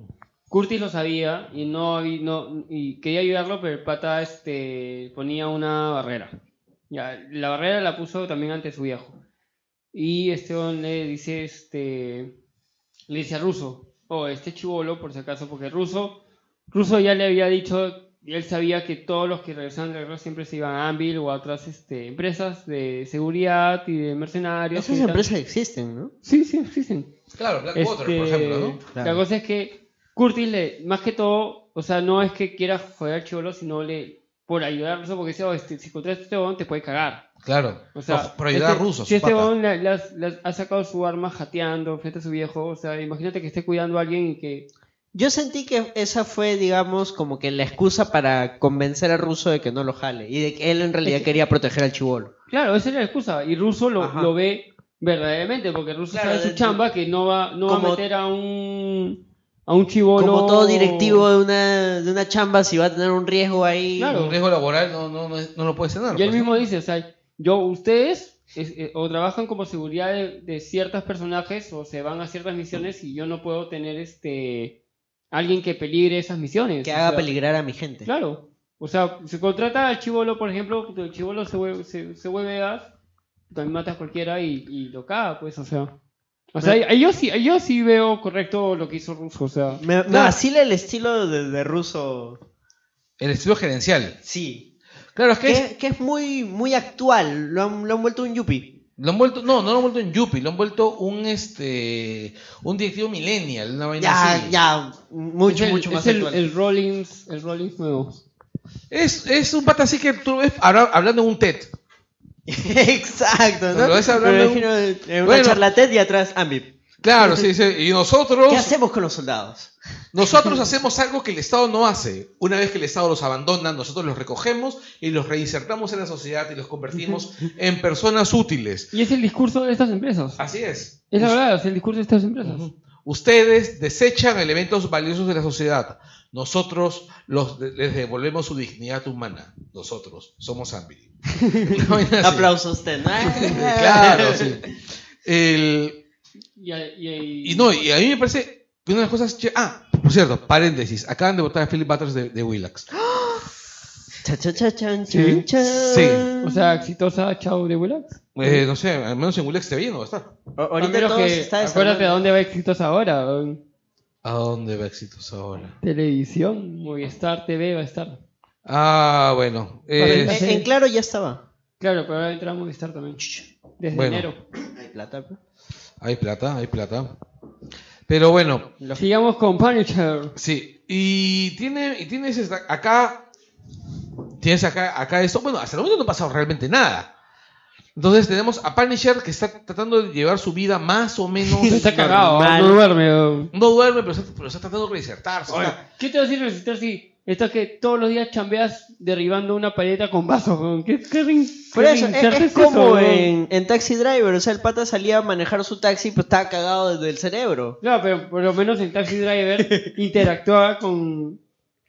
C: Curtis lo sabía y no, y no y quería ayudarlo, pero el pata este, ponía una barrera. Ya, la barrera la puso también ante su viejo. Y este don le dice, este, le dice a Russo, oh, este chivolo, por si acaso, porque Russo, Russo ya le había dicho, y él sabía que todos los que regresaban de la guerra siempre se iban a Anvil o a otras este, empresas de seguridad y de mercenarios.
B: Esas
C: y tal.
B: empresas existen, ¿no?
C: Sí, sí, existen.
A: Claro, Blackwater, por
C: Este,
A: ejemplo, ¿no?
B: Claro.
C: La cosa es que Curtis, le, más que todo, o sea, no es que quiera joder al chivolo, sino le por ayudarlo, porque dice, "Oh, este, si contratas a este huevón te puede cagar.
A: Claro,
C: O sea,
A: No, para ayudar
C: este-
A: a rusos.
C: Si este
A: pata.
C: huevón le- le has- le has- ha sacado su arma jateando frente a su viejo, o sea, imagínate que esté cuidando a alguien y que.
B: Yo sentí que esa fue, digamos, como que la excusa para convencer a Russo de que no lo jale y de que él en realidad quería proteger al chivolo.
C: Claro, esa era la excusa. Y Russo lo,
B: Ajá.
C: lo ve verdaderamente, porque Russo
B: Claro,
C: sabe su
B: de-
C: chamba que no va, no va
B: como-
C: a meter a un. A un chivolo.
B: Como todo directivo de una, de una chamba, si va a tener un riesgo ahí.
C: Claro.
A: Un riesgo laboral no, no, no, es- no lo puedes tener.
C: Y
A: pues,
C: él
A: ¿no?
C: mismo dice, o sea, yo, ustedes es- eh, o trabajan como seguridad de, de ciertos personajes o se van a ciertas misiones y yo no puedo tener este alguien que peligre esas misiones.
B: Que
C: o
B: haga
C: sea,
B: peligrar a mi gente.
C: Claro. O sea, se contrata al chivolo, por ejemplo, el chivolo se vuelve, se, se vuelve gas, también matas a cualquiera y, y lo caga, pues, o sea. O sea, ahí yo sí, ahí yo sí veo correcto lo que hizo Russo, o sea.
B: Me, me
A: Claro.
B: vacila el estilo de, de Russo.
A: El estilo gerencial.
B: Sí.
A: Claro, es que es-
B: Que, que es muy, muy actual. Lo han, lo han vuelto un yuppie.
A: lo han vuelto, no, no lo han vuelto en Yuppie, lo han vuelto un este un directivo millennial, una vaina
B: Ya,
A: así.
B: ya. Mucho,
C: Es el-
B: mucho más
C: es el,
B: actual.
C: el Rollins, el Rollins nuevo.
A: Es, es un pata así que tú lo ves habla- hablando en un TED.
B: Exacto, ¿no?
A: Pero es
B: Me
A: hablando de un-
B: imagino en una
A: Bueno.
B: charla TED y atrás Ambip.
A: Claro, sí, sí. Y nosotros,
B: ¿Qué hacemos con los soldados?
A: nosotros hacemos algo que el Estado no hace. Una vez que el Estado los abandona, nosotros los recogemos y los reinsertamos en la sociedad y los convertimos en personas útiles.
C: Y es el discurso de estas empresas.
A: Así es.
C: Es la verdad, es el discurso de estas empresas.
A: Ujú. Ustedes desechan elementos valiosos de la sociedad. Nosotros los de- les devolvemos su dignidad humana. Nosotros somos Ambi.
B: Aplauso a usted, ¿no?
A: Ah, Claro, sí. El-
C: Y, a- y,
A: y no, y a mí me parece que una de las cosas. che- ah, por cierto, paréntesis. Acaban de votar a Philip Butters de, de Willax.
B: Cha, cha, cha, chan,
C: Sí.
B: chan, chan.
A: Sí.
C: O sea, exitosa, chao de Willax.
A: Eh, no sé, al menos en Willax te veía, no va a estar.
B: O-
C: A
B: ahorita
C: menos
B: todo se
C: que,
B: está
C: acuérdate a
B: desarmando.
C: dónde va exitosa ahora. weón.
A: ¿A dónde va éxitos ahora?
C: Televisión, Movistar TV va a estar.
A: Ah, bueno. eh,
C: Para-
B: En, en claro ya estaba.
C: Claro, pero ahora entra a Movistar también. Desde
A: Bueno.
C: enero.
B: Hay plata. pues.
A: hay plata, hay plata. Pero bueno,
C: Sigamos con Punisher.
A: Sí, y tiene, y tienes esta- acá, tienes acá, acá esto, bueno, hasta el momento no ha pasado realmente nada. Entonces tenemos a Punisher que está tratando de llevar su vida más o menos.
C: Está cagado,
B: Normal.
C: no duerme. weón.
A: No duerme, pero está, pero está tratando de reinsertarse. está-
C: ¿Qué te vas a decir resistir si estás que todos los días chambeas derribando una paleta con vasos? weón? ¿Qué, qué rin-
B: Por
C: qué
B: eso, es,
C: rinserte
B: es
C: eso,
B: como
C: weón?
B: en, en Taxi Driver. O sea, el pata salía a manejar su taxi, pues estaba cagado desde el cerebro.
C: Claro, pero por lo menos en Taxi Driver interactuaba con,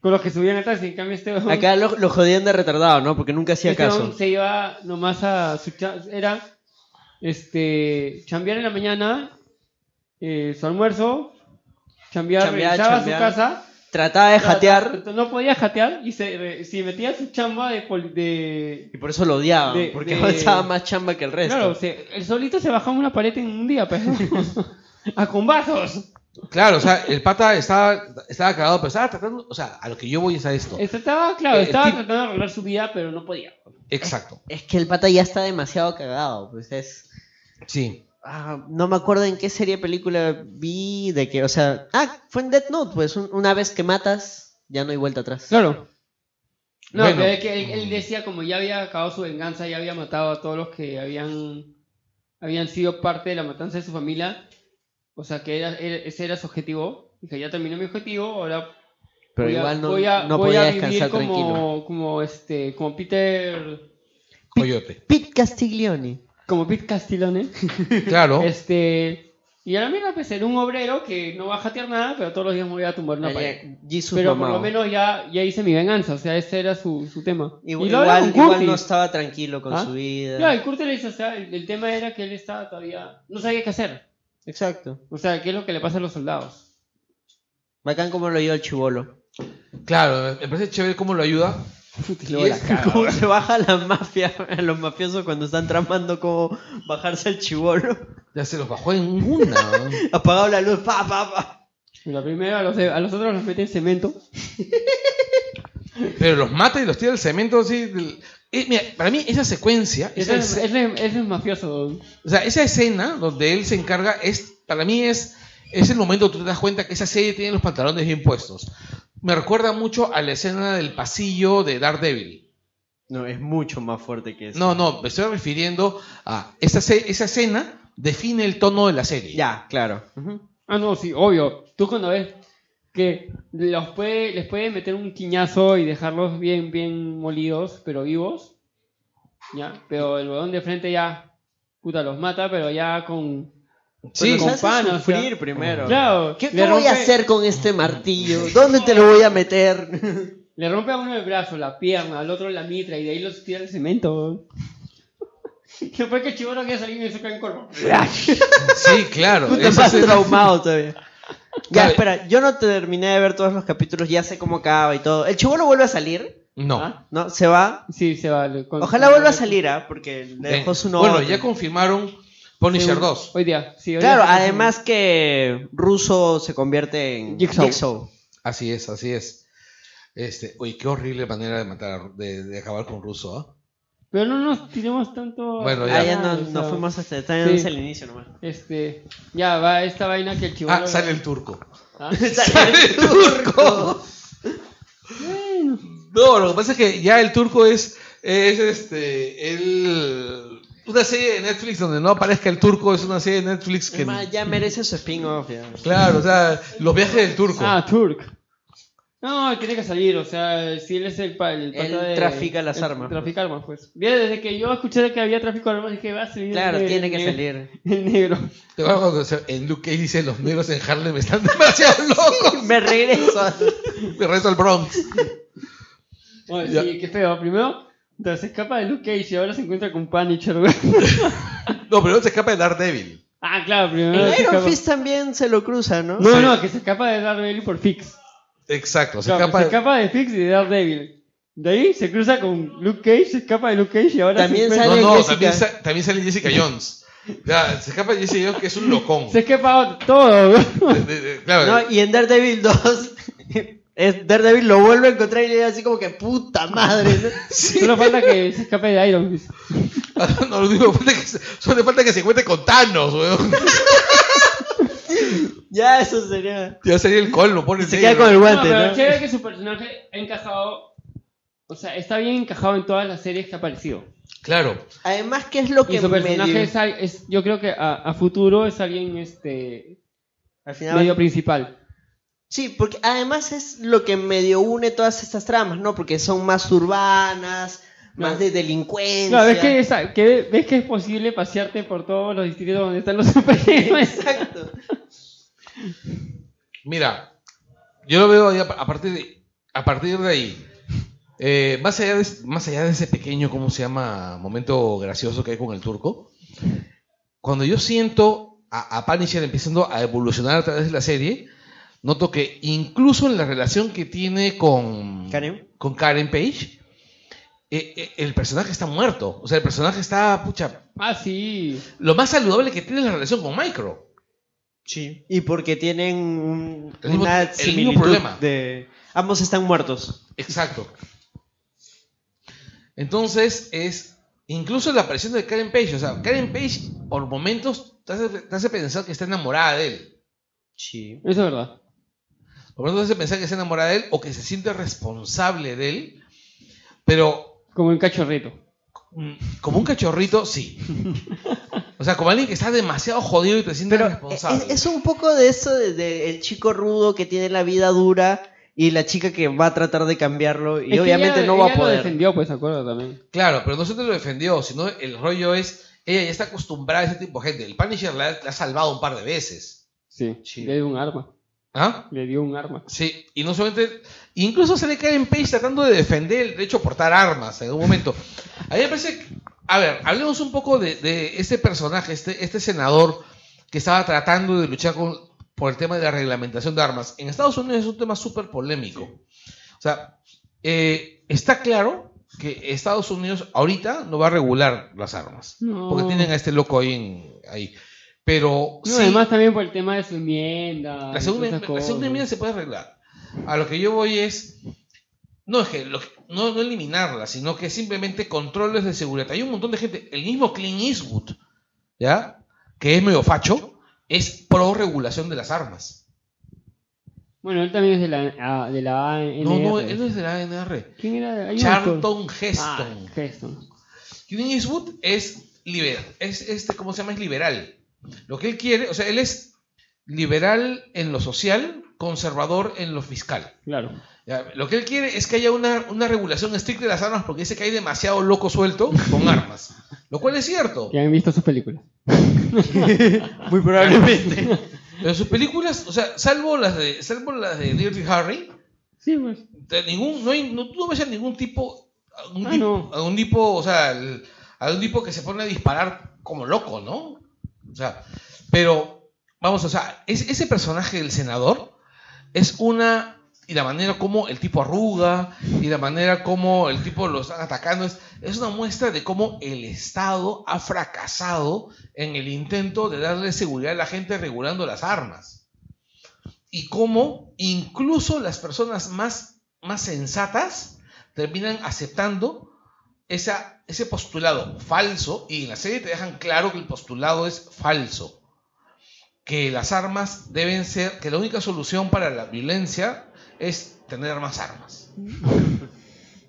C: con los que subían al taxi. En cambio, este weón-
B: Acá lo, lo jodían de retardado, ¿no? Porque nunca hacía
C: este
B: caso.
C: weón se iba nomás a su cha- Era este, chambear en la mañana, eh, su almuerzo, chambear,
B: Chambear,
C: regresaba
B: chambear.
C: a su casa.
B: Trataba de jatear
C: No, podía jatear y se, re- si metía su chamba de, pol- de-
B: y por eso lo odiaban.
C: De-
B: porque
C: de-
B: avanzaba más chamba que el resto.
C: Claro, se- el solito se bajaba una pared en un día, pero... a combazos.
A: Claro, o sea, el pata estaba, estaba cagado, pero estaba tratando, o sea, a lo que yo voy es a esto.
C: Estaba, claro,
A: Eh,
C: estaba
A: tip-
C: tratando de arreglar su vida, pero no podía.
A: Exacto,
B: Es que el pata ya está demasiado cagado, pues es...
A: sí.
B: ah, no me acuerdo en qué serie película vi de que, o sea... Ah, fue en Death Note, pues un- una vez que matas, ya no hay vuelta atrás.
C: Claro. No,
A: Bueno.
C: pero es que él, él decía como ya había acabado su venganza, ya había matado a todos los que habían, habían sido parte de la matanza de su familia. O sea que era, era- ese era su objetivo. Dije, ya terminó mi objetivo, ahora
B: Pero
C: voy a-
B: igual no,
C: voy a-
B: no
C: voy
B: podía
C: a vivir
B: descansar
C: como,
B: tranquilo.
C: Como, este, como Peter,
A: Coyote.
B: Pete Castiglioni.
C: como Pete Castiglione.
A: Claro.
C: Este, y a la mierda, pues era un obrero que no va a jatear nada, pero todos los días me voy a tumbar una
B: Eh,
C: pared.
B: Jesus
C: Pero por
B: mamado.
C: lo menos ya, ya hice mi venganza, o sea, ese era su, su tema.
B: Igual,
C: y lo
B: igual-
C: habla con
B: igual
C: Curtis.
B: no estaba tranquilo con
C: ¿Ah?
B: su vida.
C: Claro, y Curtis le dice, o sea, el, el tema era que él estaba todavía, no sabía qué hacer.
B: Exacto.
C: O sea, qué es lo que le pasa a los soldados.
B: Bacán como lo dio el chivolo.
A: Claro, me parece chévere cómo lo ayuda.
C: Y
A: luego la
C: es-
B: ¿Cómo se baja la mafia, los mafiosos cuando están tramando cómo bajarse el chivolo?
A: Ya se los bajó en una. ¿no?
B: Apagado la luz, pa, pa, pa.
C: La primera, a los, a los otros los mete en cemento.
A: Pero los mata y los tira al cemento así. del- Eh, mira, para mí esa secuencia,
C: Ese
A: esa,
C: es,
A: es-
C: ese es- ese es mafioso.
A: o sea, esa escena donde él se encarga, es, para mí es, es el momento que tú te das cuenta que esa serie tiene los pantalones bien puestos. Me recuerda mucho a la escena del pasillo de Daredevil.
B: No, es mucho más fuerte que eso.
A: No, no, me estoy refiriendo a esa, se- esa escena define el tono de la serie.
B: Ya, claro.
C: Ah, no, sí, obvio. Tú cuando ves que los puede, les puede meter un quiñazo y dejarlos bien, bien molidos, pero vivos. Ya, pero el huevón de frente ya, puta, los mata, pero ya con...
A: Sí,
C: Pero
B: Los
C: con
B: hace
C: pana, o sea.
B: sufrir primero.
C: Claro.
B: ¿Qué,
C: le
B: qué voy a
C: rompe-
B: hacer con este martillo? ¿Dónde te lo voy a meter?
C: Le rompe a uno el brazo, la pierna, al otro la mitra y de ahí los tira el cemento. Después que Chiboro quiere salir y se cae en corvo.
A: sí, claro.
B: Puta,
A: esa
B: más
A: escena-
B: traumado todavía. Ya,
A: Claro.
B: espera, yo no terminé de ver todos los capítulos, ya sé cómo acaba y todo. El chivolo vuelve a salir,
A: no.
B: ¿ah? ¿no? Se va.
C: Sí, se va. le- con-
B: Ojalá
C: con-
B: vuelva a salir, ¿ah? Porque le
A: Eh,
B: dejó su novio.
A: bueno, ya confirmaron Punisher 2.
C: Hoy día, sí. hoy
B: Claro,
C: día se-
B: además que Russo se convierte en
C: Jigsaw.
B: Jigsaw.
A: Así es, así es.
F: Este, oye, qué horrible manera de matar, a Ru- de, de acabar con Russo, ¿ah?
C: Pero no nos tiremos tanto.
A: Bueno,
B: Ah, ya
C: Ah,
B: no,
C: o sea,
B: no fuimos hasta estábamos
C: Sí.
B: al inicio nomás.
C: Este, ya va esta vaina que el chivolo.
A: Ah, sale el turco.
C: ¿Ah?
B: Sale el turco.
A: No, lo que pasa es que ya el turco es, es este, el, una serie de Netflix donde no aparezca el turco, es una serie de Netflix que...
B: Es más, ya merece su spin-off. ya.
A: Claro, o sea, los viajes del turco.
C: Ah, Turk. No, él tiene que salir, o sea, si él es el, pa- el pata
B: Él
C: de-
B: trafica las
C: él
B: armas.
C: Trafica armas, pues. Mira, desde que yo escuché de que había tráfico de armas, dije, va a salir.
B: Claro,
C: el-
B: tiene que
C: el-
B: salir.
C: El negro.
A: Te vas a conocer, en Luke Cage dice, los negros en Harlem están demasiado locos.
B: Me regreso.
C: Ah,
A: Me rezo al Bronx.
C: Oye,
A: Ya.
C: sí, qué feo. Primero, entonces se escapa de Luke Cage y ahora se encuentra con Punisher, güey.
A: No, pero no se escapa de Daredevil.
C: Ah, claro, primero.
B: El
C: se
B: Iron
C: escapa-
B: Fist también se lo cruza, ¿no?
C: No, no, que se escapa de Daredevil por Fix.
A: Exacto, se
C: Claro,
A: escapa
C: se
A: de...
C: escapa de Fix y de Daredevil. De ahí se cruza con Luke Cage, se escapa de Luke Cage y ahora
B: También
C: se,
B: sale-
A: No, no,
B: Jessica.
A: también, sa- también sale Jessica Jones. Ya, se escapa de Jessica Jones, que es un locón.
C: se escapa todo. güey.
A: De- de- de- claro,
B: No, y en Daredevil 2, es- Daredevil lo vuelve a encontrar y le da así como que puta madre. ¿no?
C: Solo falta que se escape de Iron Fist.
A: No, lo único que falta es que se- solo le falta que se encuentre con Thanos, weón.
B: Ya, eso sería.
A: Ya sería el colmo, pone
B: Se queda con el
C: No,
B: guante,
C: pero
B: ¿no?
C: chévere que su personaje ha encajado. O sea, está bien encajado en todas las series que ha aparecido.
A: Claro.
B: Además, ¿qué es lo
C: Y
B: que
C: su personaje
B: medio-
C: es, al- es- yo creo que a, a futuro es alguien este
B: al final
C: medio principal.
B: Sí, porque además es lo que medio une todas estas tramas, ¿no? Porque son más urbanas, más de delincuencia.
C: Claro, ves que, esa- que ves que es posible pasearte por todos los distritos donde están los superhéroes.
B: Exacto.
A: Mira, yo lo veo ahí a, a partir de, a partir de ahí. Eh, más, allá de, más allá de ese pequeño, ¿cómo se llama? Momento gracioso que hay con el turco. Cuando yo siento a, a Punisher empezando a evolucionar a través de la serie, noto que incluso en la relación que tiene con
B: Karen.
A: con Karen Page, eh, eh, el personaje está muerto. O sea, el personaje está, pucha,
C: Ah, sí.
A: lo más saludable que tiene es la relación con Micro.
B: Sí. Y porque tienen un,
A: El mismo- el
B: una
A: mismo
B: similitud
A: problema.
B: de... Ambos están muertos.
A: Exacto. Entonces es incluso la aparición de Karen Page. O sea, Karen Page por momentos te hace, te hace pensar que está enamorada de él.
B: Sí.
C: Eso es verdad.
A: Por momentos te hace pensar que está enamorada de él o que se siente responsable de él. Pero
C: Como un cachorrito.
A: mm, como un cachorrito, sí. O sea, como alguien que está demasiado jodido y te siente
B: Es,
A: responsable.
B: eh, es un poco de eso del chico rudo que tiene la vida dura y la chica que va a tratar de cambiarlo y
C: Es que
B: obviamente
C: ella-
B: no va
C: ella
B: a
C: lo
B: poder.
C: defendió, pues, acuerdo también.
A: Claro, pero no se te lo defendió, sino el rollo es, ella ya está acostumbrada a ese tipo de gente. El Punisher la, ha- la ha salvado un par de veces.
C: Sí.
A: Sí.
C: Le dio un arma.
A: ¿Ah?
C: Le dio un arma.
A: Sí, y no solamente... Incluso se le cae en Page tratando de defender el derecho a portar armas en un momento. A mí me parece... que- a ver, hablemos un poco de, de este personaje, este, este senador que estaba tratando de luchar con- por el tema de la reglamentación de armas. En Estados Unidos es un tema súper polémico. O sea, eh, está claro que Estados Unidos ahorita no va a regular las armas.
C: No.
A: Porque tienen a este loco ahí. en- ahí. Pero
C: No,
A: sí,
C: además también por el tema de su enmienda.
A: la segunda,
C: y todas
A: enmienda- la
C: esas
A: segunda
C: cosas.
A: enmienda se puede arreglar. A lo que yo voy es. No es que lo- no, no eliminarla, sino que simplemente controles de seguridad. Hay un montón de gente, el mismo Clint Eastwood, ¿ya? Que es medio facho, es pro regulación de las armas.
C: Bueno, él también es de la, ah, de la ANR.
A: No, no, él no es de la ANR.
C: ¿Quién era? Hay un actor.
A: Charlton
C: Ah,
A: Heston.
C: Heston.
A: Clint Eastwood es liberal, es este, ¿cómo se llama? Es liberal. Lo que él quiere, o sea, él es liberal en lo social, conservador en lo fiscal.
C: Claro.
A: Ya, Lo que él quiere es que haya una, una regulación estricta de las armas porque dice que hay demasiado loco suelto con armas. Lo cual es cierto.
C: Que han visto sus películas.
B: Muy probablemente.
A: Pero sus películas, o sea, salvo las de, salvo las de Dirty Harry,
C: Sí, pues.
A: de ningún, no, hay, no, tú no ves a ningún tipo, algún
C: Ah,
A: tipo,
C: no.
A: algún tipo, o sea, el- algún tipo que se pone a disparar como loco, ¿no? O sea, pero vamos, o sea, es- ese personaje del senador es una y la manera como el tipo arruga y la manera como el tipo lo están atacando es, es una muestra de cómo el Estado ha fracasado en el intento de darle seguridad a la gente regulando las armas y cómo incluso las personas más más sensatas terminan aceptando esa, ese postulado falso y en la serie te dejan claro que el postulado es falso. Que las armas deben ser, que la única solución para la violencia es tener más armas.
C: Dice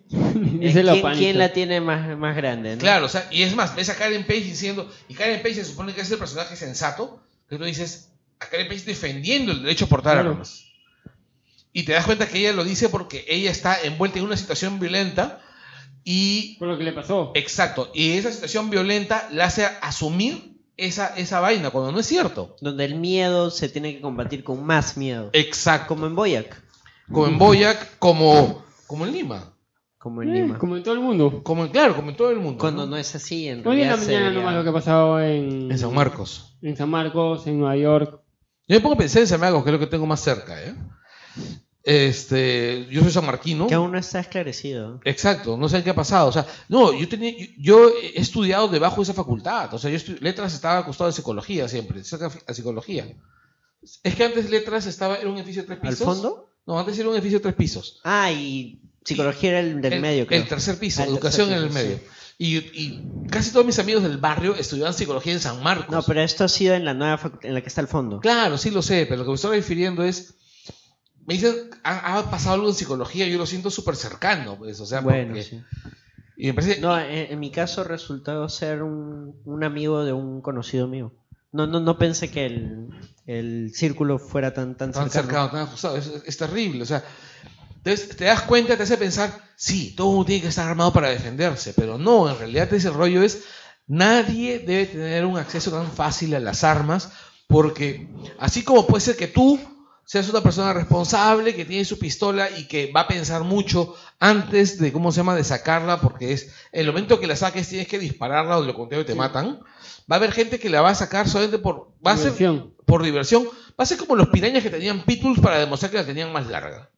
B: ¿Quién,
C: la
B: quién
C: panita.
B: la tiene más, más grande? no?
A: Claro, o sea, y es más, ves a Karen Page diciendo, y Karen Page se supone que es el personaje sensato, que tú dices, a Karen Page defendiendo el derecho a portar
C: Claro.
A: armas. Y te das cuenta que ella lo dice porque ella está envuelta en una situación violenta y...
C: Por lo que le pasó.
A: Eh, Exacto, y esa situación violenta la hace asumir esa, esa vaina, cuando no es cierto.
B: Donde el miedo se tiene que combatir con más miedo.
A: Exacto.
B: Como en Boyac,
A: Como en Boyac, como, como en Lima.
B: como en
C: Eh,
B: Lima.
C: como en todo el mundo.
A: Como en, claro, como en todo el mundo.
B: Cuando
A: ¿no?
B: no es así, en
C: Hoy
B: realidad
C: en la
B: se
C: mañana
B: debería-
C: nomás lo que ha pasado en,
A: En San Marcos.
C: en San Marcos, en Nueva York.
A: Yo me pongo a pensar en San Marcos, que es lo que tengo más cerca, ¿eh? Este, yo soy sanmarquino.
B: Que aún no está esclarecido.
A: Exacto, no sé qué ha pasado. O sea, no, yo tenía, yo, yo he estudiado debajo de esa facultad. O sea, yo estu- letras estaba acostado de psicología siempre, cerca a psicología. Es que antes letras estaba, era un edificio de tres
B: ¿Al
A: pisos.
B: fondo?
A: No, antes era un edificio de tres pisos.
B: Ah, y psicología era el del
A: el,
B: medio, creo.
A: el tercer piso,
B: Ah, el
A: educación
B: tercer
A: en el
B: piso,
A: medio. Y, y casi todos mis amigos del barrio estudiaban psicología en San Marcos.
B: No, pero esto ha sido en la nueva facu- en la que está al fondo.
A: Claro, sí lo sé, pero lo que me estoy refiriendo es. Me dicen, ha, ha pasado algo en psicología, yo lo siento súper cercano, pues, o sea,
B: Bueno,
A: porque-
B: sí.
A: y me parece,
B: No, en, en mi caso resultó ser un, un amigo de un conocido mío. No, no, no pensé que el, el círculo fuera tan, tan,
A: tan
B: cercano.
A: cercano, tan ajustado, es, es terrible, o sea, entonces te das cuenta, te hace pensar, sí, todo mundo tiene que estar armado para defenderse, pero no, en realidad ese rollo es, nadie debe tener un acceso tan fácil a las armas, porque así como puede ser que tú seas una persona responsable que tiene su pistola y que va a pensar mucho antes de cómo se llama de sacarla porque es el momento que la saques tienes que dispararla o lo contrario te
C: Sí.
A: matan va a haber gente que la va a sacar solamente por va a ser
C: Diversión.
A: por diversión va a ser como los pirañas que tenían pitbulls para demostrar que la tenían más larga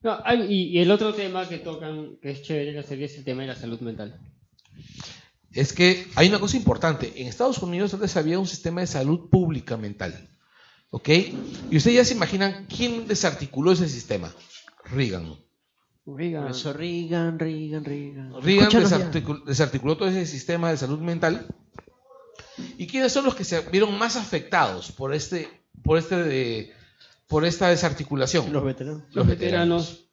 C: No, hay- y, y el otro tema que tocan, que es chévere en la serie, es el tema de la salud mental.
A: es que hay una cosa importante en Estados Unidos antes había un sistema de salud pública mental ¿ok? y ustedes ya se imaginan quién desarticuló ese sistema Reagan
C: Oiga.
B: Por eso Reagan, Reagan, Reagan.
A: Reagan
B: Escúchanos ya.
A: desarticul- desarticuló todo ese sistema de salud mental. ¿Y quiénes son los que se vieron más afectados por este, por este de- por esta desarticulación?
B: Los veteranos.
C: Los veteranos.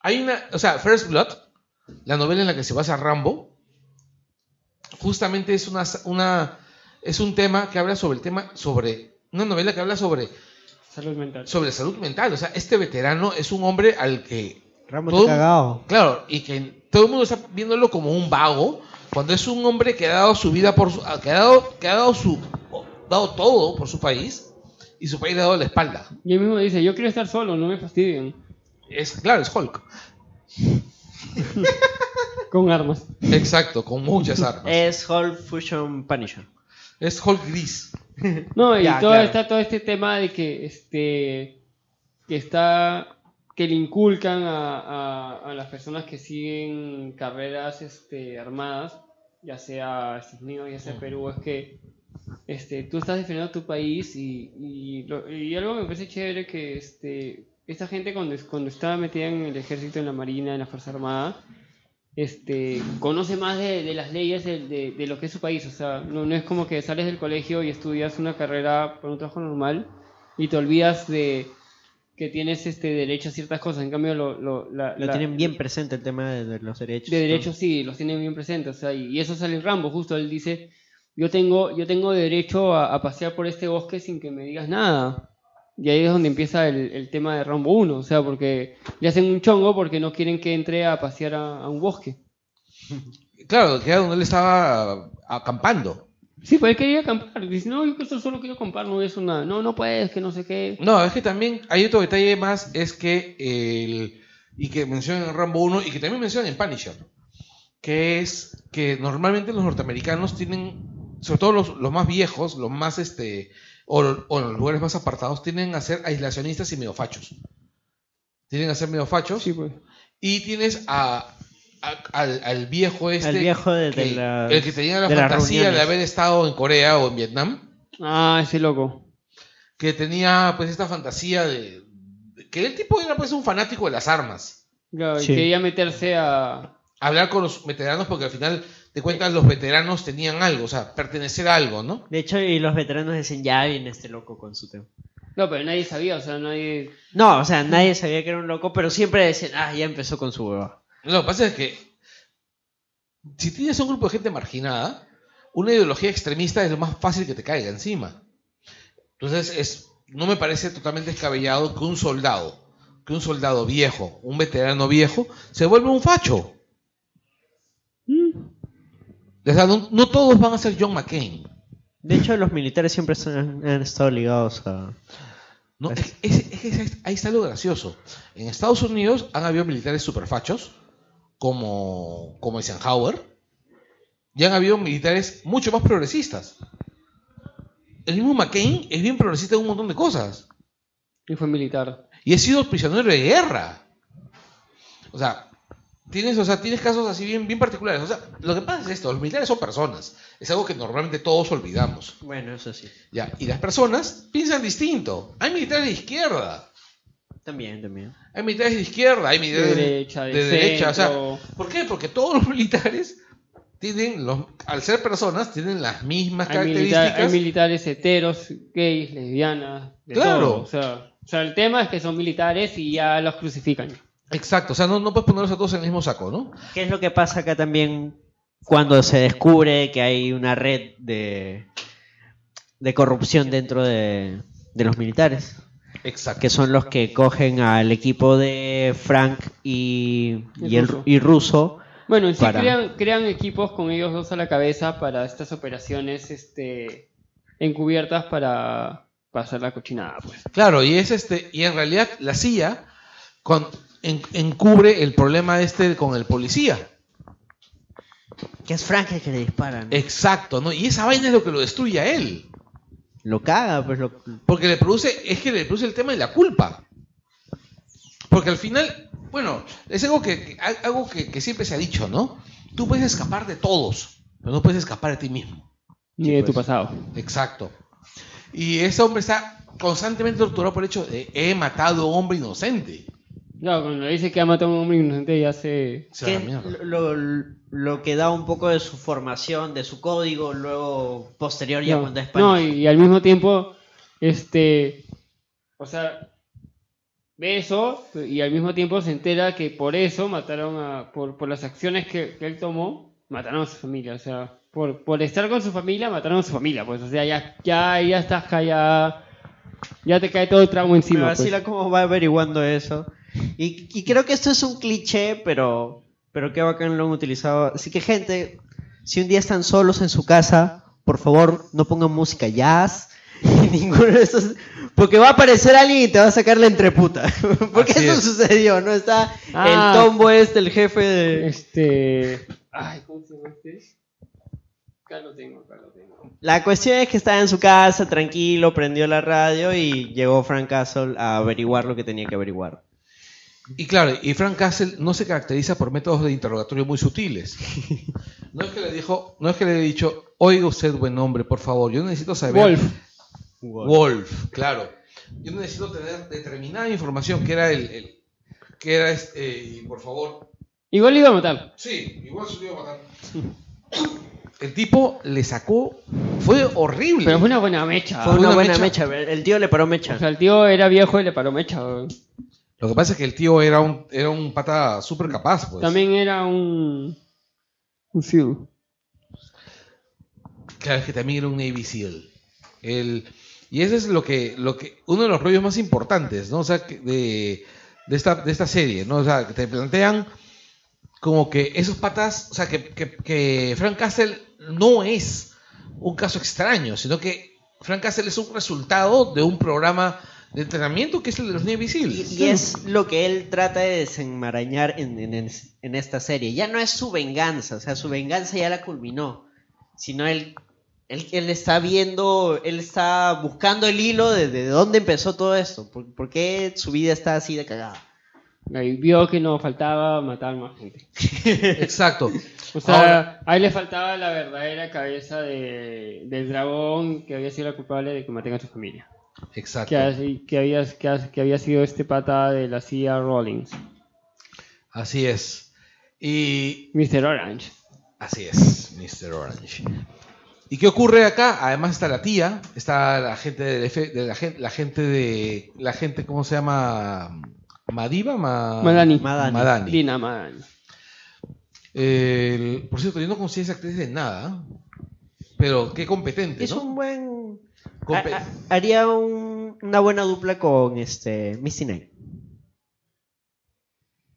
A: Hay una, o sea, First Blood, la novela en la que se basa Rambo, justamente es una, una es un tema que habla sobre el tema sobre una novela que habla sobre
C: Salud mental.
A: sobre salud mental. O sea, este veterano es un hombre al que
B: Rambo
A: Todo-
B: te cagado.
A: Claro, y que todo el mundo está viéndolo como un vago, cuando es un hombre que ha dado su vida por su, que ha dado, que ha dado su dado todo por su país y su país le ha dado la espalda.
C: Y él mismo dice, yo quiero estar solo, no me fastidien.
A: Es claro, es Hulk.
C: Con armas.
A: Exacto, con muchas armas.
B: Es Hulk Fusion Punisher.
A: Es Hulk gris.
C: No, y
B: Ya,
C: todo,
B: claro.
C: está todo este tema de que este que está que le inculcan a, a- a las personas que siguen carreras este, armadas, ya sea Estados Unidos, ya sea Perú, es que este, tú estás defendiendo tu país y, y, lo- y algo me parece chévere que este, esta gente cuando, es- cuando estaba metida en el ejército, en la marina, en la fuerza armada, este, conoce más de, de las leyes de, de- de lo que es su país. O sea, no, no es como que sales del colegio y estudias una carrera por un trabajo normal y te olvidas de que tienes este derecho a ciertas cosas. En cambio, lo, lo- la-
B: Lo
C: la-
B: tienen bien presente el tema de, de los derechos.
C: de
B: ¿no?
C: derechos sí, los tienen bien presentes. O sea, y, y eso sale en Rambo, justo él dice, yo tengo, yo tengo derecho a, a pasear por este bosque sin que me digas nada. Y ahí es donde empieza el, el tema de Rambo 1, o sea, porque le hacen un chongo porque no quieren que entre a pasear a, a un bosque.
A: Claro, que era donde él estaba acampando.
C: Sí, pues él quería acampar. Dice, no, yo que esto solo quiero acampar, no es nada. No, no puedes, que no sé qué.
A: No, es que también hay otro detalle más, es que el, y que mencionan en Rambo 1 y que también mencionan en Punisher, que es que normalmente los norteamericanos tienen, sobre todo los, los más viejos, los más este, o, o los lugares más apartados, tienen a ser aislacionistas y mediofachos. Tienen a ser mediofachos
C: Sí, pues.
A: y tienes a, a- al, al viejo este,
B: Al viejo de- de
A: que-
B: las-
A: el que tenía la
B: de las
A: fantasía de
B: reuniones.
A: haber estado en Corea o en Vietnam
C: Ah, ese loco.
A: que tenía pues esta fantasía de, de- que el tipo era pues un fanático de las armas.
C: Claro, y
B: Sí.
C: quería meterse a.
A: Hablar con los veteranos porque al final de cuentas los veteranos tenían algo, o sea, pertenecer a algo, ¿no?
B: De hecho, y los veteranos decían, ya viene este loco con su tema.
C: No, pero nadie sabía, o sea, nadie.
B: No, o sea, nadie sabía que era un loco, pero siempre decían, ah, ya empezó con su hueva.
A: Lo que pasa es que si tienes un grupo de gente marginada, una ideología extremista es lo más fácil que te caiga encima. Entonces, es, no me parece totalmente descabellado que un soldado, que un soldado viejo, un veterano viejo, se vuelva un facho. O sea, no, no todos van a ser John McCain.
B: De hecho, los militares siempre son- han estado ligados a...
A: No, es, es- es que ahí está lo gracioso. En Estados Unidos han habido militares superfachos, como, como Eisenhower, y han habido militares mucho más progresistas. El mismo McCain es bien progresista en un montón de cosas.
C: Y fue militar.
A: Y he sido prisionero de guerra. O sea, tienes, o sea, tienes casos así bien, bien particulares. O sea, lo que pasa es esto, los militares son personas. Es algo que normalmente todos olvidamos.
B: Bueno, eso sí.
A: ¿ya? Y las personas piensan distinto. Hay militares de izquierda.
B: También, también.
A: Hay militares de izquierda, hay
C: De
A: militares de,
C: derecha, de,
A: de derecha. O sea,
C: centro.
A: ¿Por qué? Porque todos los militares tienen, los, al ser personas, tienen las mismas
C: hay, milita- hay
A: características.
C: militares heteros, gays, lesbianas. de
A: Claro.
C: todo, o, sea, o sea, el tema es que son militares y ya los crucifican.
A: Exacto, o sea, no, no puedes ponerlos a todos en el mismo saco, ¿no?
B: ¿Qué es lo que pasa acá también cuando se descubre que hay una red de, de corrupción dentro de, de los militares?
A: Exacto.
B: Que son los que cogen al equipo de Frank y, y, el,
C: Russo.
B: y Russo.
C: Bueno, en sí
B: Para-
C: crean, crean equipos con ellos dos a la cabeza para estas operaciones este, encubiertas para, para hacer la cochinada, pues.
A: Claro, y es este, y en realidad la CIA con- en- encubre el problema este con el policía.
B: Que es Frank el que le disparan.
A: Exacto, ¿no? Y esa vaina es lo que lo destruye a él.
B: Lo caga, pues lo...
A: Porque le produce, es que le produce el tema de la culpa. Porque al final, bueno, es algo que, que- algo que, que siempre se ha dicho, ¿no? Tú puedes escapar de todos, pero no puedes escapar de ti mismo.
C: Ni de tu pasado.
A: Exacto. Y ese hombre está constantemente torturado por el hecho de he matado a un hombre inocente.
C: Claro, cuando dice que ha matado a un hombre inocente ya se...
A: Se va a
B: que
A: la
B: es
A: mierda.
B: lo, lo- lo que da un poco de su formación, de su código, luego posterior ya
C: No,
B: cuando es España.
C: no, y, y al mismo tiempo, este... O sea, ve eso y al mismo tiempo se entera que por eso mataron a... Por, por las acciones que, que él tomó, mataron a su familia. O sea, por, por estar con su familia, mataron a su familia. Pues, o sea, ya, ya, ya estás callada. Ya te cae todo el trago
B: Me
C: encima.
B: vacila
C: pues.
B: cómo va averiguando eso. Y, y creo que esto es un cliché, pero, pero qué bacán lo han utilizado. Así que, gente, si un día están solos en su casa, por favor, no pongan música jazz. ni Ninguno de esos, porque va a aparecer alguien y te va a sacar la entreputa. Porque
A: Así
B: eso
A: es.
B: sucedió, ¿no? Está
C: Ah.
B: el tombo este, el jefe de
C: Este... Ay, ¿cómo se llama este? Acá lo tengo, acá lo tengo.
B: La cuestión es que estaba en su casa, tranquilo, prendió la radio y llegó Frank Castle a averiguar lo que tenía que averiguar.
A: Y claro, y Frank Castle no se caracteriza por métodos de interrogatorio muy sutiles. No es que le dijo, no es que le he dicho, oiga usted buen hombre, por favor, yo necesito saber.
C: Wolf.
A: Wolf, claro. Yo necesito tener determinada información que era el, el- que era este, eh, y por favor.
C: Igual le iba a matar.
A: Sí, igual se lo iba a matar. El tipo le sacó, fue horrible.
C: Pero fue una buena mecha.
B: Fue una, buena mecha. el tío le paró mecha.
C: O sea, el tío era viejo y le paró mecha. weón.
A: Lo que pasa es que el tío era un era un pata súper capaz, pues.
C: También era un. Un Sioux.
A: Claro, es que también era un Navy SEAL. El, y eso es lo que, lo que, uno de los rollos más importantes, ¿no? O sea, que de, de, esta, de esta serie, ¿no? O sea, que te plantean como que esos patas, o sea, que, que, que Frank Castle no es un caso extraño, sino que Frank Castle es un resultado de un programa de entrenamiento que es el de los Navy
B: Y,
A: SEALs.
B: y es lo que él trata de desenmarañar en, en- en- en esta serie. Ya no es su venganza, o sea, su venganza ya la culminó. Sino él, él, él está viendo, él está buscando el hilo de, de dónde empezó todo esto. Por, por qué su vida está así de cagada?
C: Ahí vio que no faltaba matar más gente.
A: Exacto.
C: O sea,
A: Ahora-
C: ahí le faltaba la verdadera cabeza de, del dragón que había sido la culpable de que maten a su familia.
F: Exacto.
C: que, ha- que, había, que, ha- que había sido este pata de la CIA Rollins.
A: Así es. Y
C: Mr. Orange.
A: así es, Mr. Orange. ¿Y qué ocurre acá? Además está la tía, está la gente del F- de la gente, la gente de la gente ¿cómo se llama? Madiva, Ma-
C: Madani.
B: Madani.
A: Ah, Madani.
C: Lina Madani.
A: El- por cierto, yo no conocía esa actriz de nada, pero qué competente,
B: Es
A: ¿no?
B: un buen.
A: Compe-
B: Ha- ha- haría un- una buena dupla con este Misty Knight.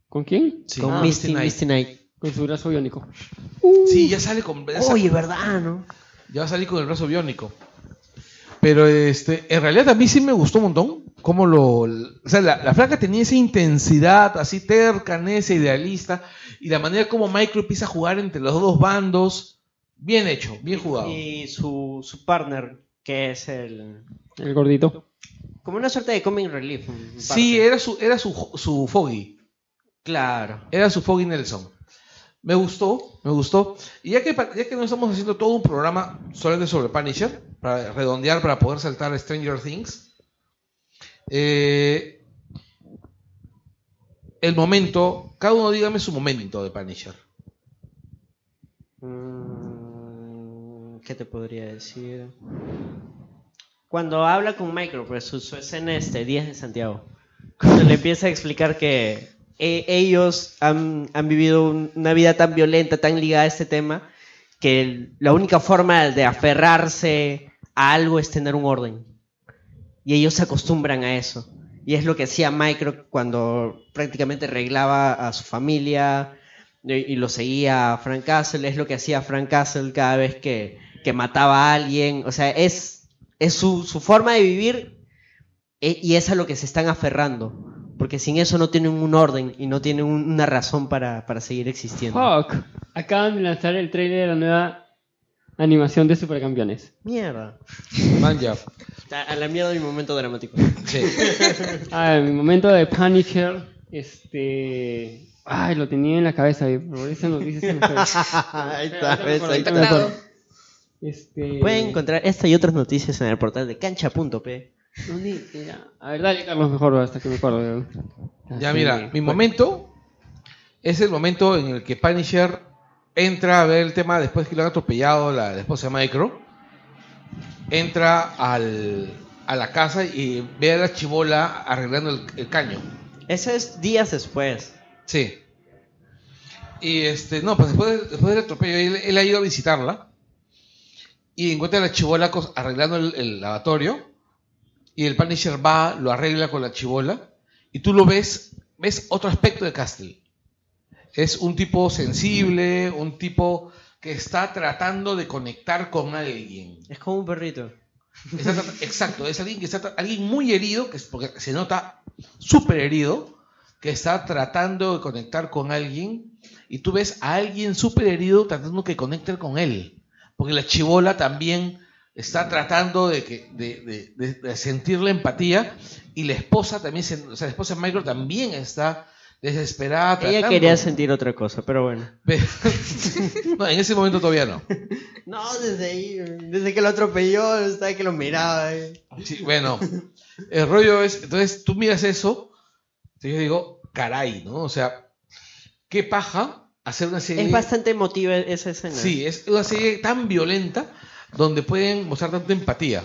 C: ¿Con quién?
A: Sí,
B: con
A: ah, Misty
B: Misty,
A: Knight.
B: Misty Knight.
C: Con su brazo biónico.
A: Sí, ya sale con ya sa-
B: Oye, ¿verdad, no?
A: ya va a salir con el brazo biónico. Pero este, en realidad a mí sí me gustó un montón cómo lo, o sea, la, la flaca tenía esa intensidad así terca, necia, idealista y la manera como Michael empieza a jugar entre los dos bandos, bien hecho, bien jugado.
B: Y su, su partner, que es el.
C: El gordito.
B: Como una suerte de comic relief. un- un
A: Sí,
B: partner.
A: era su era su su Foggy.
B: Claro.
A: Era su Foggy Nelson. Me gustó, me gustó. Y ya que, pa- ya que no estamos haciendo todo un programa solamente sobre Punisher, para redondear, para poder saltar a Stranger Things, eh, el momento, cada uno dígame su momento de Punisher.
B: Mm, ¿Qué te podría decir? Cuando habla con Micro, pues su, su escena este, 10 de Santiago. Cuando le empieza a explicar que e- ellos han, han vivido un- una vida tan violenta, tan ligada a este tema, que el- la única forma de aferrarse a algo es tener un orden. Y ellos se acostumbran a eso. Y es lo que hacía Micro cuando prácticamente arreglaba a su familia, y y lo seguía a Frank Castle, es lo que hacía Frank Castle cada vez que, que mataba a alguien. O sea, es, es su, su forma de vivir e- y es a lo que se están aferrando. Porque sin eso no tienen un orden y no tienen un- una razón para, para seguir existiendo.
C: Fuck. Acaban de lanzar el trailer de la nueva animación de Supercampeones.
B: Mierda.
A: Manja.
B: A a la mierda mi momento dramático.
A: Sí.
C: Ah, en mi momento de Punisher, este. Ay, lo tenía en la cabeza, eh, pero esa noticia se me fue.
B: ahí está, ves, ahí
C: Ahorita me
B: está.
D: Taclado.
C: acuerdo. Este.
B: Pueden encontrar esta y otras noticias en el portal de cancha.p.
C: ¿Dónde era? A ver, dale, Carlos, mejor hasta que me acuerdo. Este,
A: Ya
C: Así pues.
A: mira, mi
C: que-
A: momento es el momento en el que Punisher entra a ver el tema después que lo han atropellado la, la esposa de Micro. Entra al, a la casa y ve a la chivola arreglando el, el caño.
B: Eso es días después.
A: Sí. Y este, no, pues después, de- después del atropello, él, él ha ido a visitarla y encuentra a la chivola cos- arreglando el, el lavatorio. Y el Punisher va, lo arregla con la chivola. Y tú lo ves, ves otro aspecto de Castle. Es un tipo sensible, un tipo que está tratando de conectar con alguien.
B: Es como un perrito.
A: Está trat- exacto, es alguien que está tra- alguien muy herido, que es porque se nota súper herido, que está tratando de conectar con alguien y tú ves a alguien súper herido tratando que conecte con él, porque la chivola también está tratando de, que, de, de- de- de sentir la empatía y la esposa también, se- o sea, la esposa de Michael también está desesperada.
B: Ella
A: tratando-
B: quería sentir otra cosa, pero bueno.
A: no, en ese momento todavía no.
B: No, desde ahí, desde que lo atropelló, hasta que lo miraba. eh.
A: Sí, bueno, el rollo es, entonces tú miras eso, y yo digo, caray, ¿no? O sea, qué paja hacer una serie...
B: Es bastante emotiva esa escena.
A: Sí, es una serie tan violenta donde pueden mostrar tanta empatía.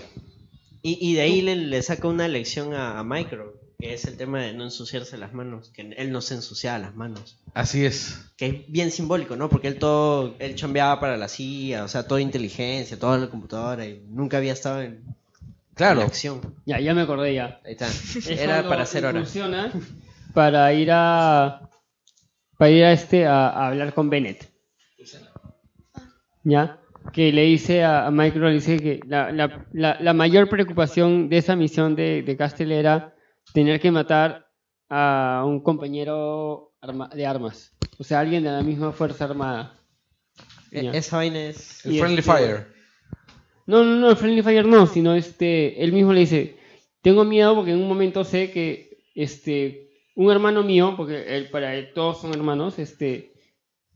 B: Y, y de ahí le, le saca una lección a, a Micro, que es el tema de no ensuciarse las manos, que él no se ensuciaba las manos.
A: Así es.
B: Que es bien simbólico, ¿no? Porque él todo, él chambeaba para la CIA, o sea, toda inteligencia, toda la computadora, y nunca había estado en, en
A: Claro.
B: acción.
C: Ya, ya me acordé ya.
B: Ahí está.
C: Es
B: Era
C: cuando
B: para hacer horas.
C: incursiona Para ir a. Para ir a este a, a hablar con Bennett. ¿Ya? Que le dice a, a Micro, le dice que la, la- la- la mayor preocupación de esa misión de, de Castell era tener que matar a un compañero arma- de armas. O sea, alguien de la misma Fuerza Armada. Ya.
B: E, Esa vaina es.
A: El
C: Y
A: Friendly
C: este-
A: Fire.
C: No, no, no, el Friendly Fire no, sino este, él mismo le dice, tengo miedo porque en un momento sé que este, un hermano mío, porque él, para él todos son hermanos, este,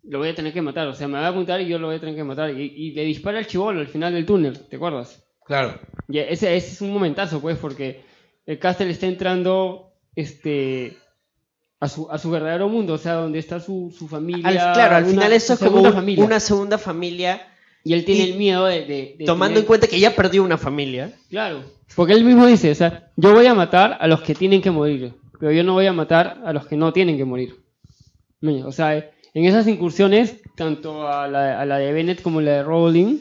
C: lo voy a tener que matar, o sea, me va a apuntar y yo lo voy a tener que matar. Y, y le dispara al chivolo al final del túnel, ¿te acuerdas?
A: Claro.
C: Y ese, ese es un momentazo, pues, porque el Castle está entrando este, a, su, a su verdadero mundo, o sea, donde está su, su familia.
B: Al- claro, al
C: una-
B: final eso
C: su
B: es como
C: segunda
B: un-
C: familia.
B: una segunda familia,
C: Y él tiene
B: y-
C: el miedo de. de- de
B: tomando
C: tener-
B: en cuenta que ya perdió una familia.
C: Claro, porque él mismo dice, o sea, yo voy a matar a los que tienen que morir, pero yo no voy a matar a los que no tienen que morir. Maña, O sea, eh, en esas incursiones, tanto a la, a la de Bennett como la de Rowling,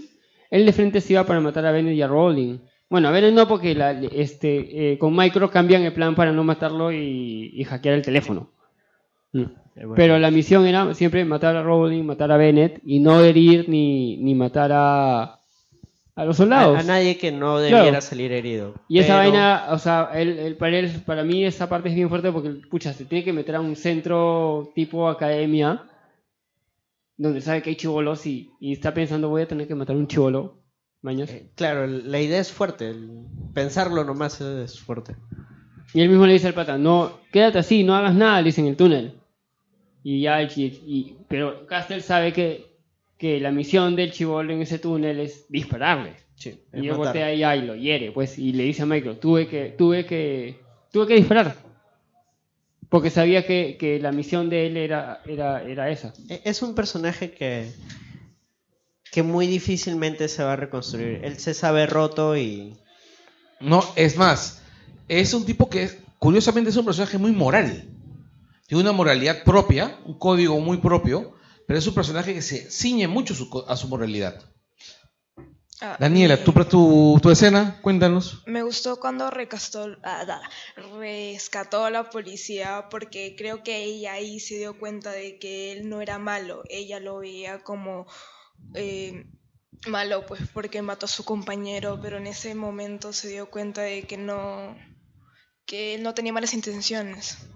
C: él de frente se iba para matar a Bennett y a Rowling. Bueno, a Bennett no, porque la- este, eh, con Micro cambian el plan para no matarlo y, y hackear el teléfono. Mm. Pero la misión era siempre matar a Rowling, matar a Bennett y no herir ni, ni matar a, a los soldados.
B: a, a nadie que no debiera
C: Claro.
B: salir herido.
C: Y
B: Pero-
C: esa vaina, o sea, el, el- para, él- para mí esa parte es bien fuerte porque, pucha, se tiene que meter a un centro tipo academia donde sabe que hay chivolos y, y está pensando voy a tener que matar un chivolo. Mañas.
B: eh, Claro, el- la idea es fuerte. el pensarlo nomás es, es fuerte.
C: Y él mismo le dice al pata, no, quédate así, no hagas nada, le dice en el túnel. Y ya el chi- y- pero Castle sabe que, que la misión del chivolo en ese túnel es dispararle.
B: Sí, es
C: Y él
B: matar.
C: voltea y ahí lo hiere, pues, y le dice a Michael, tuve que, tuve que, tuve que disparar. Porque sabía que, que la misión de él era, era, era esa.
B: E- Es un personaje que, que muy difícilmente se va a reconstruir. Él se sabe roto y...
A: No, es más, es un tipo que es- curiosamente es un personaje muy moral. Tiene una moralidad propia, un código muy propio, pero es un personaje que se ciñe mucho su co- a su moralidad.
D: Ah,
A: Daniela, ¿tú, tu, tu escena? Cuéntanos.
D: Me gustó cuando recastó- ah, da, rescató a la policía porque creo que ella ahí se dio cuenta de que él no era malo. Ella lo veía como eh, malo, pues porque mató a su compañero, pero en ese momento se dio cuenta de que no, que él no tenía malas intenciones.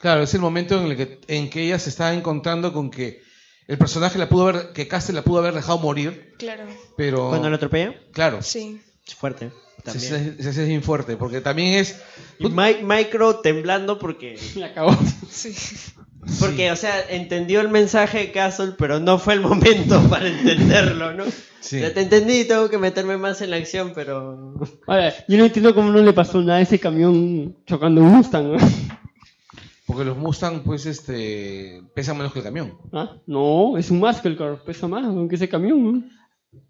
A: Claro, es el momento en el que, en que ella se está encontrando con que el personaje la pudo haber, que Castle la pudo haber dejado morir,
D: Claro,
A: pero
B: Cuando lo atropella,
A: claro,
D: sí.
B: es fuerte.
A: se,
B: También.
A: se- se hace bien fuerte, porque también es
B: Y Mi- Micro temblando porque...
C: La cagó.
D: Sí,
B: Porque, o sea, entendió el mensaje de Castle, pero no fue el momento para entenderlo, ¿no?
A: Sí.
B: Ya te entendí, tengo que meterme más en la acción, pero...
C: Ahora, yo no entiendo cómo no le pasó nada a ese camión chocando un Mustang. ¿no?
A: porque los Mustang pues este pesan menos que el camión.
C: ¿Ah? No, es un Muscle Car, pesa más aunque ese camión. ¿no?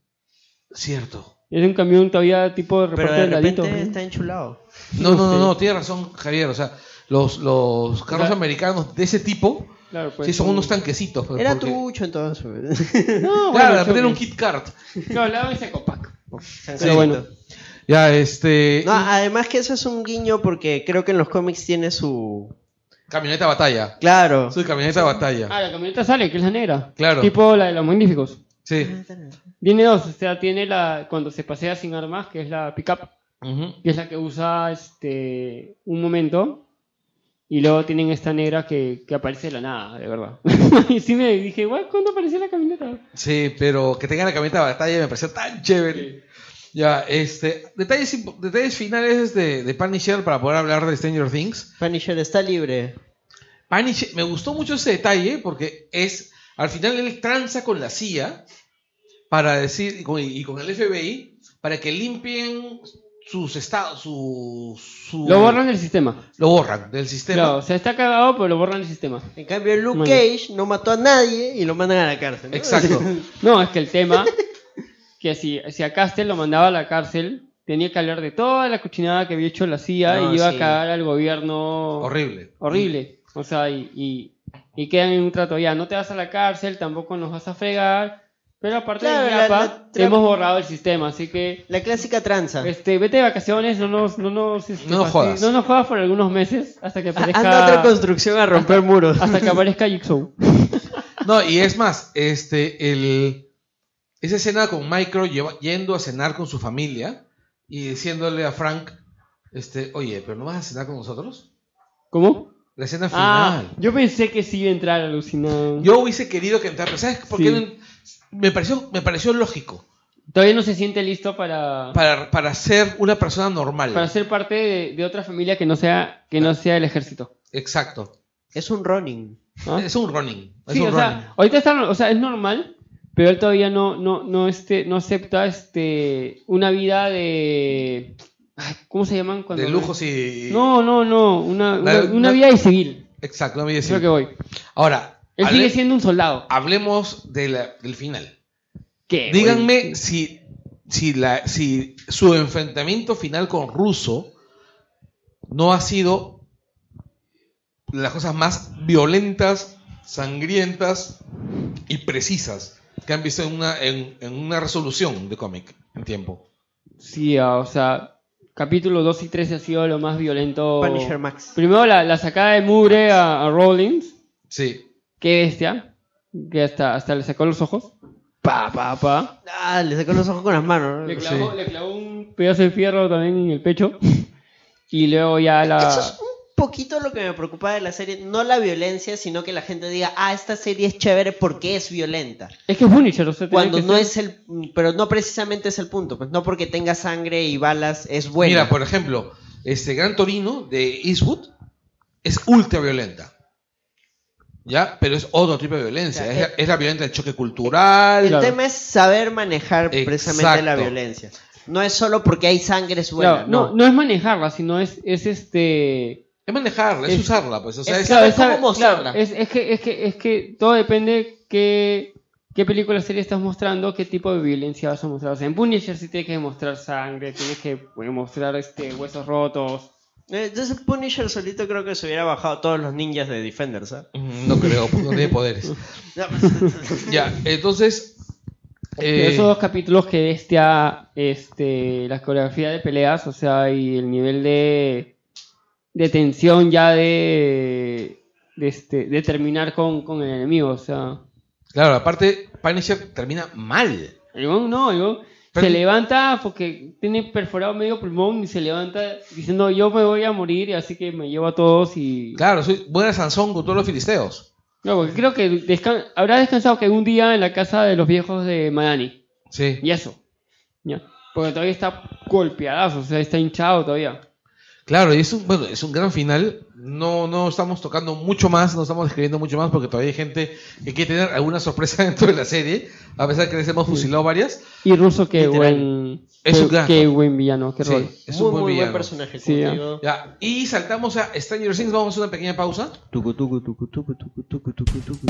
A: Cierto.
C: Es un camión todavía tipo de
B: Pero
C: reparto
B: de
C: de
B: repente este-
C: ladito. ¿no?
B: está enchulado.
A: No, no, no,
C: sé.
A: no, tiene razón Javier, o sea, los, los carros
C: sea,
A: americanos de ese tipo
C: Claro, pues,
A: sí son
C: un-
A: unos tanquecitos. pero
B: Era
A: porque-
B: trucho entonces.
C: No,
A: Claro,
C: bueno,
A: era un
C: choque.
A: Kit Kart.
C: No, le daban ese copac.
B: Pero
C: bueno.
A: Ya, este...
B: No, ah.
A: y-
B: además que eso es un guiño porque creo que en los cómics tiene su...
A: Camioneta batalla.
B: Claro.
A: Soy camioneta
C: Ah,
A: batalla.
C: la camioneta sale, que es la negra.
A: Claro.
C: Tipo la de los magníficos.
A: Sí.
C: Tiene dos, o sea, tiene la cuando se pasea sin armas, que es la pickup,
A: Ujú.
C: que es la que usa este un momento. Y luego tienen esta negra que, que aparece de la nada, de verdad. y sí me dije, "Guau, ¿cuándo apareció la camioneta?
A: Sí, pero que tengan la camioneta batalla me pareció tan chévere. Ya, este... Detalles, imp- detalles finales de, de Punisher para poder hablar de Stranger Things.
B: Punisher está libre.
A: Punisher, me gustó mucho ese detalle porque es... Al final él tranza con la CIA para decir... Y con, y con el FBI para que limpien sus estados... Su, su-
C: Lo borran del sistema.
A: Lo borran del sistema.
C: Claro, o sea, está cagado, pero lo borran del sistema.
B: En cambio, Luke
C: Bueno.
B: Cage no mató a nadie y lo mandan a la cárcel. ¿no?
A: Exacto.
C: No, es que el tema, que si, si a Castel lo mandaba a la cárcel, tenía que hablar de toda la cochinada que había hecho la CIA
B: No,
C: y iba
B: sí.
C: a cagar al gobierno
A: Horrible.
C: horrible.
B: Mm.
C: O sea, y, y, y quedan en un trato ya, no te vas a la cárcel, tampoco nos vas a fregar, pero aparte
B: Claro,
C: de
B: la-
C: ñapa,
B: la tra- Ah.
C: hemos borrado el sistema, así que
B: La clásica tranza.
C: este, vete de vacaciones, no nos, no nos, este,
A: No nos
C: fasti-
A: jodas.
C: no nos jodas por algunos meses hasta que
B: Ah, Anda a otra
C: aparezca,
B: construcción a romper muros.
C: hasta que aparezca Jigsaw.
A: No, y es más, este, el, esa escena con Micro lleva- yendo a cenar con su familia y diciéndole a Frank, este, oye, pero no vas a cenar con nosotros.
C: ¿Cómo?
A: La escena
C: Ah,
A: final.
C: yo pensé que sí iba a entrar alucinado.
A: Yo hubiese querido que entrara, pero ¿sabes por qué?
C: Sí.
A: no? Me pareció, me pareció lógico
C: Todavía no se siente listo para, para,
A: para, para ser una persona normal.
C: ser parte de, de otra familia que no sea, que no sea el ejército.
A: Exacto.
B: Es un Ronin.
C: ¿ah?
A: Es un running. Es
C: Sí,
A: un
C: o
A: running.
C: sea, ahorita está, o sea, es normal, pero él todavía no, no, no, este, no acepta este, una vida de... ay, ¿Cómo se llaman? Cuando
A: de lujos y.
C: No, no, no, una,
A: La-
C: una, una
A: no-
C: vida de civil.
A: Exacto, no me
C: Es lo que voy.
A: Ahora,
C: Él
A: hable-
C: sigue siendo un soldado.
A: hablemos de la- del final.
B: Eh,
C: ¿Qué?
A: Díganme si, si, la, si su enfrentamiento final con Russo no ha sido de las cosas más violentas, sangrientas y precisas que han visto en una, en, en una resolución de cómic en tiempo.
C: Sí, ah, o sea, capítulo 2 y 3 ha sido lo más violento.
B: Punisher Max.
C: Primero la, la sacada de Mure a, a Rollins.
A: Sí.
C: Qué bestia. Que hasta, hasta le sacó los ojos. Pa, pa, pa.
B: Ah, le sacó los ojos con las manos.
C: Le
B: ¿no?
C: clavó, le clavó un pedazo de fierro también en el pecho. Y luego ya
B: Eso
C: la.
B: es un poquito lo que me preocupa de la serie. No la violencia, sino que la gente diga, ah, esta serie es chévere porque es violenta.
C: Es que es Punisher, o sea, tiene
B: Cuando
C: que
B: no
C: ser-
B: es el. Pero no precisamente es el punto. Pues no porque tenga sangre y balas es buena.
A: Mira, por ejemplo, este Gran Torino de Eastwood es ultra violenta. ¿Ya? Pero es otro tipo de violencia.
B: Ya,
A: es, la-
B: eh.
A: es la violencia del choque
B: El
A: cultural.
C: Claro.
B: tema es saber manejar precisamente la
A: Exacto.
B: violencia. No es solo porque hay sangre es buena.
C: Claro, no,
B: no.
C: no es manejarla, sino es, es este.
A: Es manejarla, es,
C: Es-
A: usarla, pues. O sea,
B: es-
A: es-
B: claro,
C: Claro,
B: cómo
C: sabe-
B: mostrarla.
C: claro, es, es que, es, que, es que todo depende qué, qué película serie estás mostrando, qué tipo de violencia vas a mostrar. O sea, en Punisher sí tienes que mostrar sangre, tienes que bueno, mostrar este, huesos rotos.
B: Eh, Entonces Punisher solito creo que se hubiera bajado todos los ninjas de Defenders. ¿ah?
A: No creo, porque no tiene poderes. ya, entonces.
C: Pero
A: eh,
C: esos dos capítulos que bestia este, las coreografías de peleas, o sea, y el nivel de, de tensión ya de, de, este, de terminar con, con el enemigo, o sea.
A: Claro, aparte, Punisher termina mal.
C: El huevón no, el huevón
A: Pero-
C: se levanta porque tiene perforado medio pulmón y se levanta diciendo yo me voy a morir, así que me llevo a todos y...
A: Claro, soy buena Sansón con todos los filisteos.
C: No, porque creo que descan- habrá descansado que un día en la casa de los viejos de Madani.
A: Sí.
C: Y eso. Ya. Porque todavía está golpeadazo, o sea, está hinchado todavía.
A: Claro, y es un, bueno, es un gran final. No, no estamos tocando mucho más, no estamos escribiendo mucho más porque todavía hay gente que quiere tener alguna sorpresa dentro de la serie, a pesar que les hemos fusilado varias.
C: Y Russo que
B: Literal.
C: buen...
A: Es
C: qué-
A: un gato.
C: qué buen villano, qué
A: Sí,
C: rol.
A: es
B: muy,
A: un buen
B: muy buen
A: villano.
B: personaje.
C: Sí,
B: como
C: ah.
B: digo.
A: Ya, y saltamos a Stranger Things, vamos a hacer una pequeña pausa.
B: Tucu, tucu, tucu, tucu, tucu, tucu, tucu, tucu.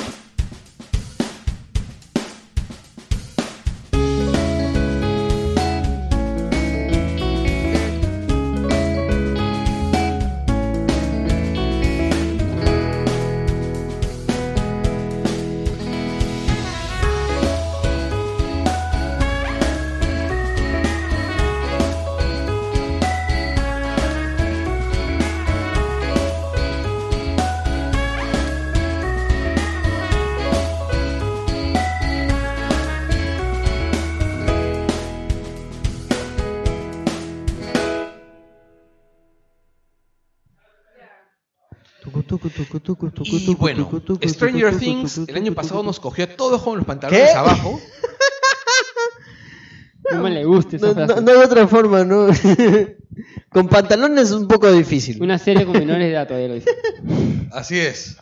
B: Tucu, tucu, tucu, tucu, tucu,
A: Y
B: tucu,
A: bueno,
B: tucu, tucu,
A: Stranger
B: tucu, tucu,
A: Things
B: tucu,
A: el año
B: tucu,
A: pasado
B: tucu,
A: nos cogió a todos con los pantalones
B: ¿Qué?
A: abajo.
C: No me le gusta esa
B: No,
C: frase.
B: no- no hay otra forma, ¿no? Con pantalones es un poco difícil.
C: Una serie con menores de edad todavía lo dice.
A: Así es.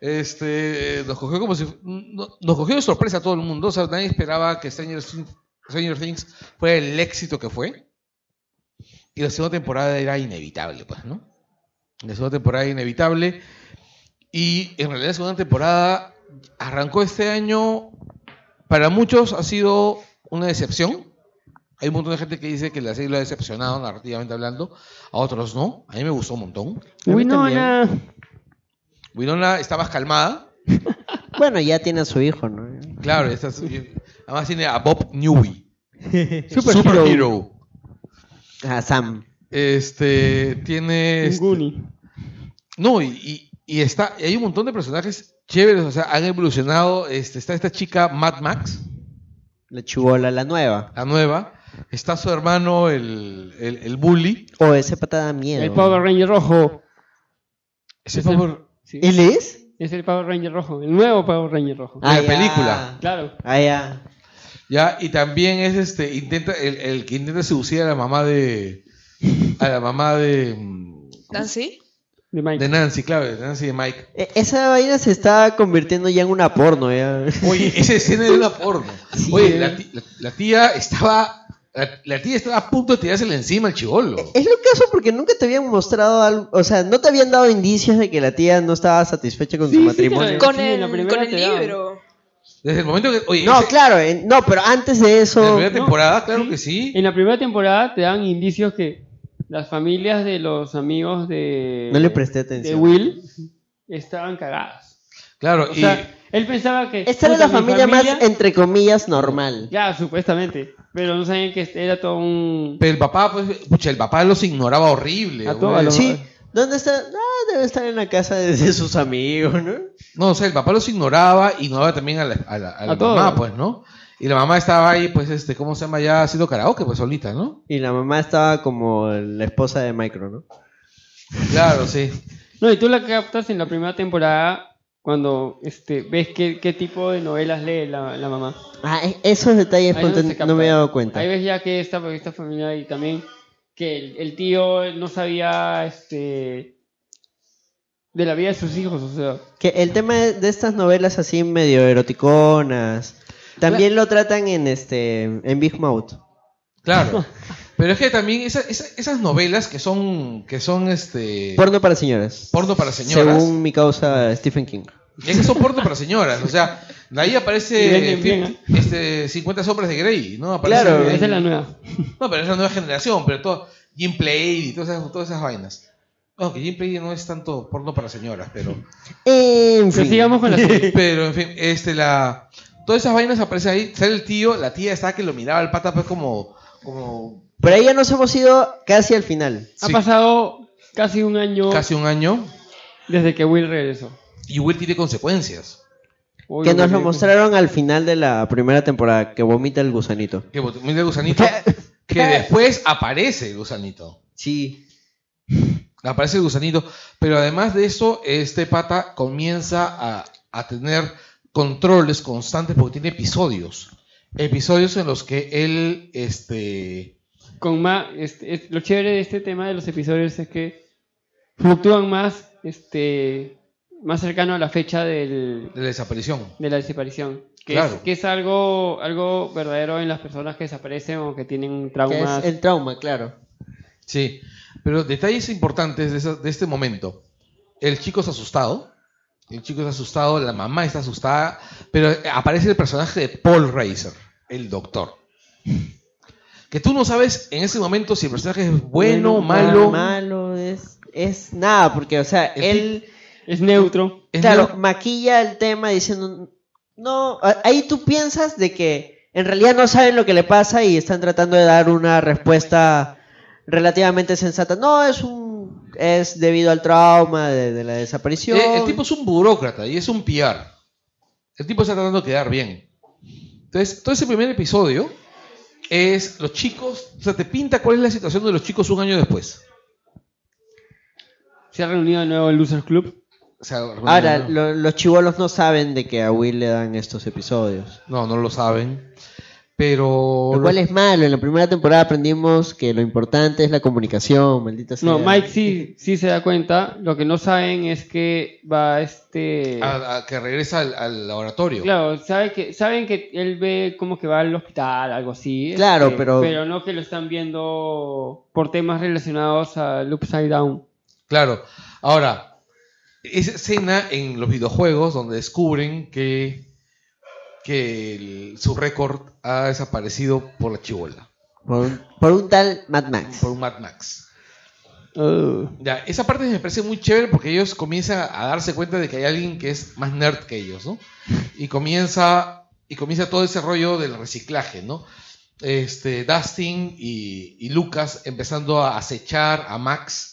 A: Este, nos cogió como si no- nos cogió de sorpresa a todo el mundo. O sea, nadie esperaba que Stranger Things, Stranger Things fuera el éxito que fue. Y la segunda temporada era inevitable, pues, ¿no? La segunda temporada era inevitable. Y en realidad la segunda temporada arrancó este año. Para muchos ha sido una decepción. Hay un montón de gente que dice que la serie lo ha decepcionado narrativamente hablando. A otros no. A mí me gustó un montón.
B: mí
C: Winona.
A: Winona está más calmada.
B: Bueno, ya tiene a su hijo, ¿no?
A: Claro, está su- además tiene a Bob Newey.
C: Superhero.
B: A Sam.
A: Este, tiene... este-
C: Goonie.
A: no, y, y- y está, y hay un montón de personajes chéveres, o sea, han evolucionado. Este, está esta chica, Mad Max,
B: La chubola, la nueva.
A: la nueva. Está su hermano, el, el, el bully.
B: O ese pata da miedo.
C: El Power Ranger rojo.
A: Ese
C: Es el-
A: favor-
C: sí.
B: ¿Él es?
C: Es el Power Ranger rojo, el nuevo Power Ranger rojo.
A: Ah. la película.
C: Claro.
B: Ah, ya.
A: Ya, y también es este, intenta, el, el
D: ¿Ah,
A: que intenta seducir a la mamá de... A la mamá de... mm,
D: ¿Nancy?
C: de Mike.
A: De Nancy, claro, de Nancy y de Mike.
B: E- Esa vaina se está convirtiendo ya en una porno. Ya.
A: Oye, esa escena era una porno.
B: Sí,
A: Oye,
B: eh.
A: la, ti- la- la tía estaba. La, la tía estaba a punto de tirársela encima al chivolo.
B: Es lo caso porque nunca te habían mostrado algo, o sea, no te habían dado indicios de que la tía no estaba satisfecha con
C: Sí,
B: su
C: sí,
B: matrimonio.
C: te
D: Con
C: Sí, en la
D: el,
C: primera
D: con el
C: te daban.
D: libro.
A: Desde el momento que. Oye,
B: No,
A: ese-
B: claro, en- no, pero antes de
A: en la
B: eso,
A: primera
C: No,
A: temporada, claro
C: sí.
A: que sí.
C: En la primera temporada te dan indicios que las familias de los amigos de,
B: no le presté
C: de
B: atención.
C: Will estaban cagadas.
A: Claro,
C: O
A: y.
C: sea, él pensaba que.
B: Esta era
C: puta,
B: la
C: mi
B: familia, más, entre comillas, normal.
C: Ya, supuestamente. Pero no sabían que este era todo un.
A: pero el papá, pues, pucha, el papá los ignoraba horrible.
C: A
A: güey.
C: todos los-
B: Sí, ¿dónde está? Ah, debe estar en la casa de, de sus amigos, ¿no?
A: No, o sea, el papá los ignoraba, ignoraba también a la, a la- a la
C: A todo.
A: mamá, pues, ¿no? Y la mamá estaba ahí, pues, este, ¿cómo se llama? Ya haciendo karaoke, pues, solita, ¿no?
B: Y la mamá estaba como la esposa de Micro, ¿no?
A: Claro, sí.
C: No, y tú la captas en la primera temporada cuando este, ves qué, qué tipo de novelas lee la, la mamá.
B: Ah, e- esos detalles
C: Ahí es
B: ponte,
C: donde se
B: no,
C: capta.
B: me he dado cuenta.
C: Ahí ves ya que esta, esta familia y también que el, el tío no sabía este de la vida de sus hijos, o sea.
B: Que el tema de, de estas novelas así medio eroticonas, también lo tratan en este en Big Mouth.
A: Claro. Pero es que también esa- esa- esas novelas que son, que son este
B: Porno para señoras.
A: porno para señoras.
B: Según mi causa Stephen King.
A: Es que son porno para señoras. O sea, de ahí
C: Y
A: aparece
C: venden bien,
A: fi- este, 50 sombras de Grey, ¿no? Aparece-
B: Claro.
C: Esa es la nueva.
A: No, pero es la nueva generación, pero todo, Jim Play y todas esas, todas esas vainas. No, que Jim Play no es tanto porno para señoras, pero.
B: En
C: Pero
B: fin.
C: sigamos con la serie.
A: Pero, en fin, este, la. Todas esas vainas aparecen ahí. Sale el tío, la tía está que lo miraba al pata, pues como. como
B: Por ahí ya nos hemos ido casi al final.
C: Ha
A: sí,
C: pasado casi un año
A: casi un año.
C: desde que Will regresó.
A: Y Will tiene consecuencias.
C: Uy,
B: Que
C: no
B: nos lo
C: sé.
B: mostraron al final de la primera temporada, que vomita el gusanito.
A: Que bot- mira el gusanito. Que después aparece el gusanito.
B: Sí.
A: Aparece el gusanito. Pero además de eso, este pata comienza a, a tener controles constantes porque tiene episodios. Episodios en los que él, este...
C: Con más, este, es- lo chévere de este tema de los episodios es que fluctúan más, este, más cercano a la fecha del,
A: de la desaparición.
C: de la desaparición. Que,
A: Claro.
C: es, que es algo, algo verdadero en las personas que desaparecen o que tienen
B: Que
C: traumas.
B: es el trauma, claro.
A: Sí. Pero detalles importantes de, esa- de este momento. El chico es asustado. El chico es asustado, la mamá está asustada. Pero aparece el personaje de Paul Reiser, el doctor. Que tú no sabes en ese momento si el personaje es bueno, malo.
B: Malo, es, es nada, porque, o sea,
A: El
B: él,
C: Es neutro.
A: es
B: claro,
A: neutro.
B: maquilla el tema diciendo, no, a- ahí tú piensas de que en realidad no saben lo que le pasa y están tratando de dar una respuesta relativamente sensata. No, es un, es debido al trauma de, de la desaparición.
A: Eh, el tipo es un burócrata y es un PR. El tipo está tratando de quedar bien. Entonces, todo ese primer episodio es los chicos, o sea, te pinta cuál es la situación de los chicos un año después.
C: Se ha reunido de nuevo el Losers Club.
A: O sea,
B: Ahora,
A: no-
B: lo- los chivolos no saben de que a Will le dan estos episodios.
A: No, no lo saben. Pero.
B: Lo cual es malo. En la primera temporada aprendimos que lo importante es la comunicación, maldita sea.
C: No, Mike sí, sí se da cuenta. Lo que no saben es que va este.
A: a- a que regresa al, al laboratorio.
C: Claro, sabe que, saben que él ve como que va al hospital, algo así.
B: Claro,
C: este,
B: pero-
C: Pero no que lo están viendo por temas relacionados al Upside Down.
A: Claro. Ahora, esa escena en los videojuegos donde descubren que, que el- su récord ha desaparecido por la chivola,
B: Por un, por un tal Mad Max.
A: por un Mad Max.
B: Uh.
A: Ya, esa parte me parece muy chévere porque ellos comienzan a darse cuenta de que hay alguien que es más nerd que ellos, ¿no? Y comienza, y comienza todo ese rollo del reciclaje, ¿no? Este, Dustin y, y Lucas empezando a acechar a Max.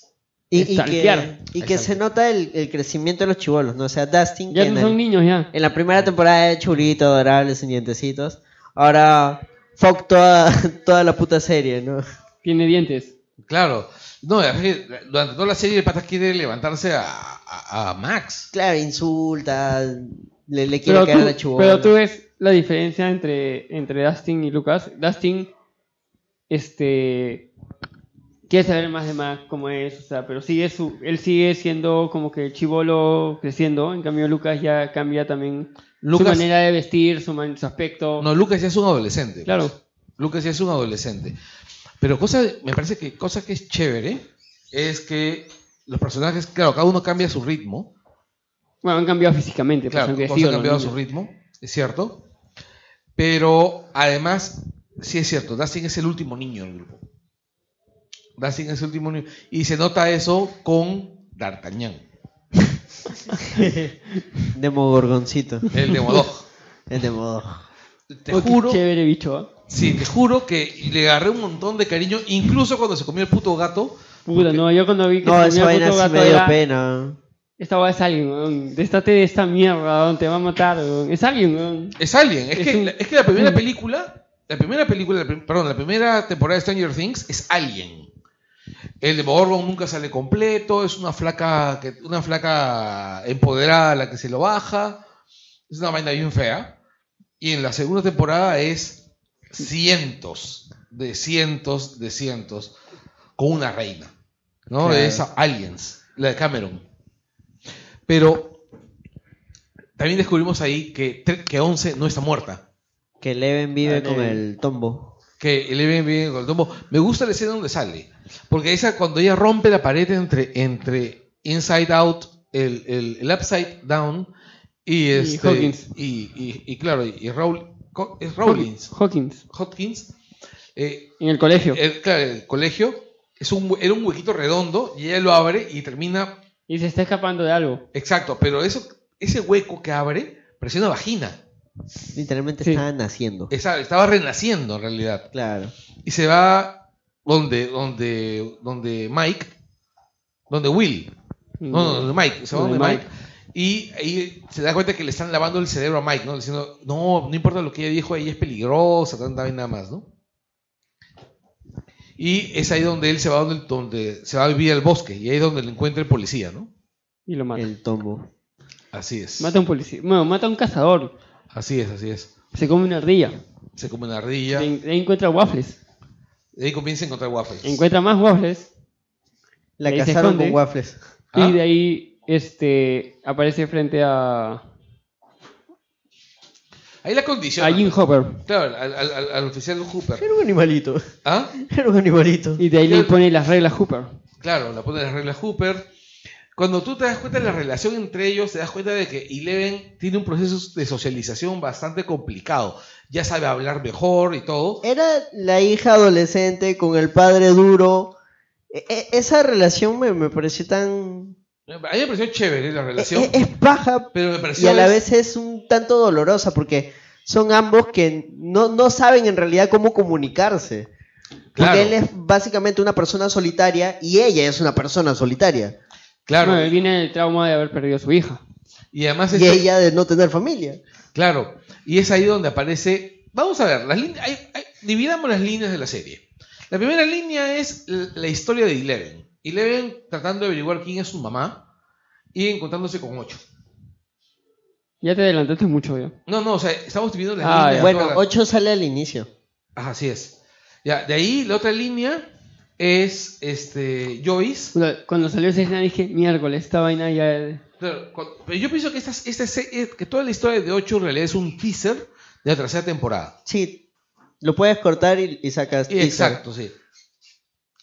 B: Y, y que,
C: Stalkear.
B: y que se nota el, el crecimiento de los chivolos, ¿no? O sea, Dustin,
C: Ya
B: que en,
C: no son
B: el-
C: niños, ya.
B: en la primera temporada era chulito, adorable, sin dientecitos. Ahora, fuck toda, toda la puta serie, ¿no?
C: Tiene dientes.
A: Claro. No, es que durante toda la serie el pata quiere levantarse a, a- a Max.
B: Claro, insulta, le, le quiere
C: Pero
B: caer a la
C: tú,
B: chivola.
C: pero tú ves la diferencia entre, entre Dustin y Lucas. Dustin, este, quieres saber más de Mac, cómo es, o sea, pero sigue su, él sigue siendo como que chivolo creciendo, en cambio Lucas ya cambia también
A: Lucas-
C: su manera de vestir, su, man- su aspecto.
A: No, Lucas ya es un adolescente.
C: Claro.
A: Lucas ya es un adolescente. Pero cosa, me parece que cosa que es chévere es que los personajes, claro, cada uno cambia su ritmo.
C: Bueno, han cambiado físicamente, pues,
A: Claro,
C: han
A: todos
C: crecido
A: han
C: los
A: cambiado su
C: niños.
A: ritmo, es cierto. Pero además, sí es cierto, Dustin es el último niño del grupo. Dustin es el último niño. Y se nota eso con D'Artagnan,
B: Demogorgoncito.
A: el de Modoc.
B: El Demodog.
A: Te
C: Oh, qué
A: juro,
C: chévere bicho, ¿ah?
A: sí, te juro que le agarré un montón de cariño, incluso cuando se comió el puto gato.
C: Puta, no, yo cuando vi que
B: No,
C: tenía
B: esa
C: el
B: vaina
C: puto
B: sí
C: gato
B: me dio
C: era-
B: pena.
C: Esta va es alguien, weón. Destate de esta mierda, weón. Te va a matar, weón. Es alguien, weón.
A: Es Alien. Es,
C: Es
A: que,
C: un- mm.
A: la- es que la primera película, la primera película, la prim- perdón, la primera temporada de Stranger Things es Alien. El de Borgon nunca sale completo, es una flaca, que, una flaca empoderada la que se lo baja, es una vaina bien fea. Y en la segunda temporada es cientos, de cientos, de cientos, con una reina, ¿no?
B: Claro.
A: De esa Aliens, la de Cameron. Pero también descubrimos ahí que, tre- que 11 no está muerta.
B: Que Leven vive
C: Ah,
B: con
C: Eleven.
B: el tombo.
A: Que el Eben viene con el tombo. Me gusta la escena donde sale. Porque esa, cuando ella rompe la pared entre, entre Inside Out, el, el, el Upside Down y, este,
C: Hawkins.
A: Y, y- y claro, y Raul, Co- es Rawlins.
C: Hawkins.
A: Hopkins. eh,
C: En el colegio.
A: el, claro, el colegio es un, hue- era un huequito redondo y ella lo abre y termina.
C: Y se está escapando de algo.
A: Exacto, pero eso, ese hueco que abre parece una vagina.
B: Literalmente
C: Sí.
B: estaba naciendo.
A: Esa- estaba renaciendo en realidad.
B: Claro.
A: y se va donde donde donde Mike donde Will no, no donde Mike se va
C: Donde
A: donde Mike, y ahí se da cuenta que le están lavando el cerebro a Mike no diciendo no no importa lo que ella dijo ella es peligrosa tanta vaina más no y es ahí donde él se va donde, donde se va a vivir al bosque y ahí es donde le encuentra el policía no
C: Y lo mata.
B: El tombo.
A: así es
C: Mata a un policía. Bueno, mata a un cazador.
A: así es así es
C: Se come una ardilla.
A: se come una ardilla
C: Ahí ahí encuentra waffles.
A: de ahí comienza a encontrar waffles
C: Encuentra más waffles.
B: La
C: Ahí se
B: cazaron
C: esconde.
B: con waffles.
A: ¿Ah?
C: Y de ahí este aparece frente a, a
A: ahí la condiciona
C: Jim Hopper.
A: claro al, al- al- al oficial Hooper
B: Era un animalito.
A: ah
B: Era un animalito.
C: Y de ahí le pone las reglas Hooper.
A: Claro, la pone las reglas Hooper. Cuando tú te das cuenta de la relación entre ellos, te das cuenta de que Eleven tiene un proceso de socialización bastante complicado. Ya sabe hablar mejor y todo.
B: Era la hija adolescente con el padre duro. E- e- esa relación me, me pareció tan...
A: A mí me pareció chévere la
B: e-
A: relación,
B: e- es baja
A: pero me pareció...
B: y a la vez es un tanto dolorosa porque son ambos que no, no saben en realidad cómo comunicarse. Porque
A: Claro.
B: él es básicamente una persona solitaria y ella es una persona solitaria.
A: Claro,
C: Bueno, viene el trauma de haber perdido a su hija.
A: y además...
B: eh, Y
A: esto-
B: ella de no tener familia.
A: Claro, y es ahí donde aparece... Vamos a ver, las líneas, hay- hay- dividamos las líneas de la serie. La primera línea es l- la historia de Eleven. Eleven tratando de averiguar quién es su mamá y encontrándose con ocho.
C: Ya te adelantaste mucho, ya.
A: No, no, o sea, estamos dividiendo las
C: Ah,
A: líneas.
C: ya.
B: Bueno,
A: todas las-
B: 8 sale al inicio.
A: Ajá, así es. Ya, de ahí la otra línea es este Joyce.
C: Puta, Cuando salió esa escena dije, miércoles, esta vaina ya...
A: Claro, cu- pero yo pienso que esta, esta se- eh, que toda la historia de 8 en realidad es un teaser de la tercera temporada.
B: Sí, lo puedes cortar y, y sacas.
A: Y Exacto, sí.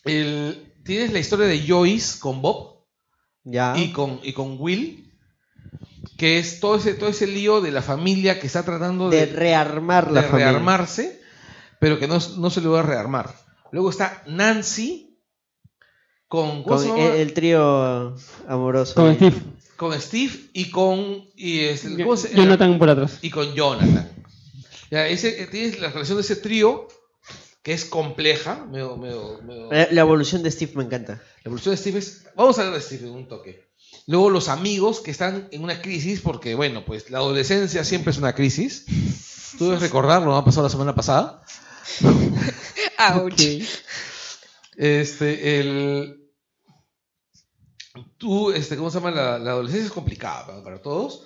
A: El- tienes la historia de Joyce con Bob
B: Ya.
A: y con, y con Will, que es todo ese, todo ese lío de la familia que está tratando
B: de
A: de,
B: rearmar la
A: de
B: familia.
A: rearmarse, pero que no, no se le va a rearmar. Luego está Nancy con, ¿cómo
B: Con e-
A: se
B: el,
A: llama?
B: el trío amoroso.
C: Con Steve.
A: con Steve y con y es- ¿cómo se-
C: Jonathan por atrás.
A: y con Jonathan. Ya, ese, eh, tienes la relación de ese trío que es compleja. medio- medio- medio-
B: La, la evolución de Steve me encanta.
A: La evolución de Steve es. Vamos a hablar de Steve en un toque. Luego los amigos que están en una crisis porque bueno pues la adolescencia siempre es una crisis. Tú debes recordar lo que ha pasado la semana pasada.
D: Ouch.
A: Este el tú este cómo se llama la, la adolescencia es complicada para, para todos,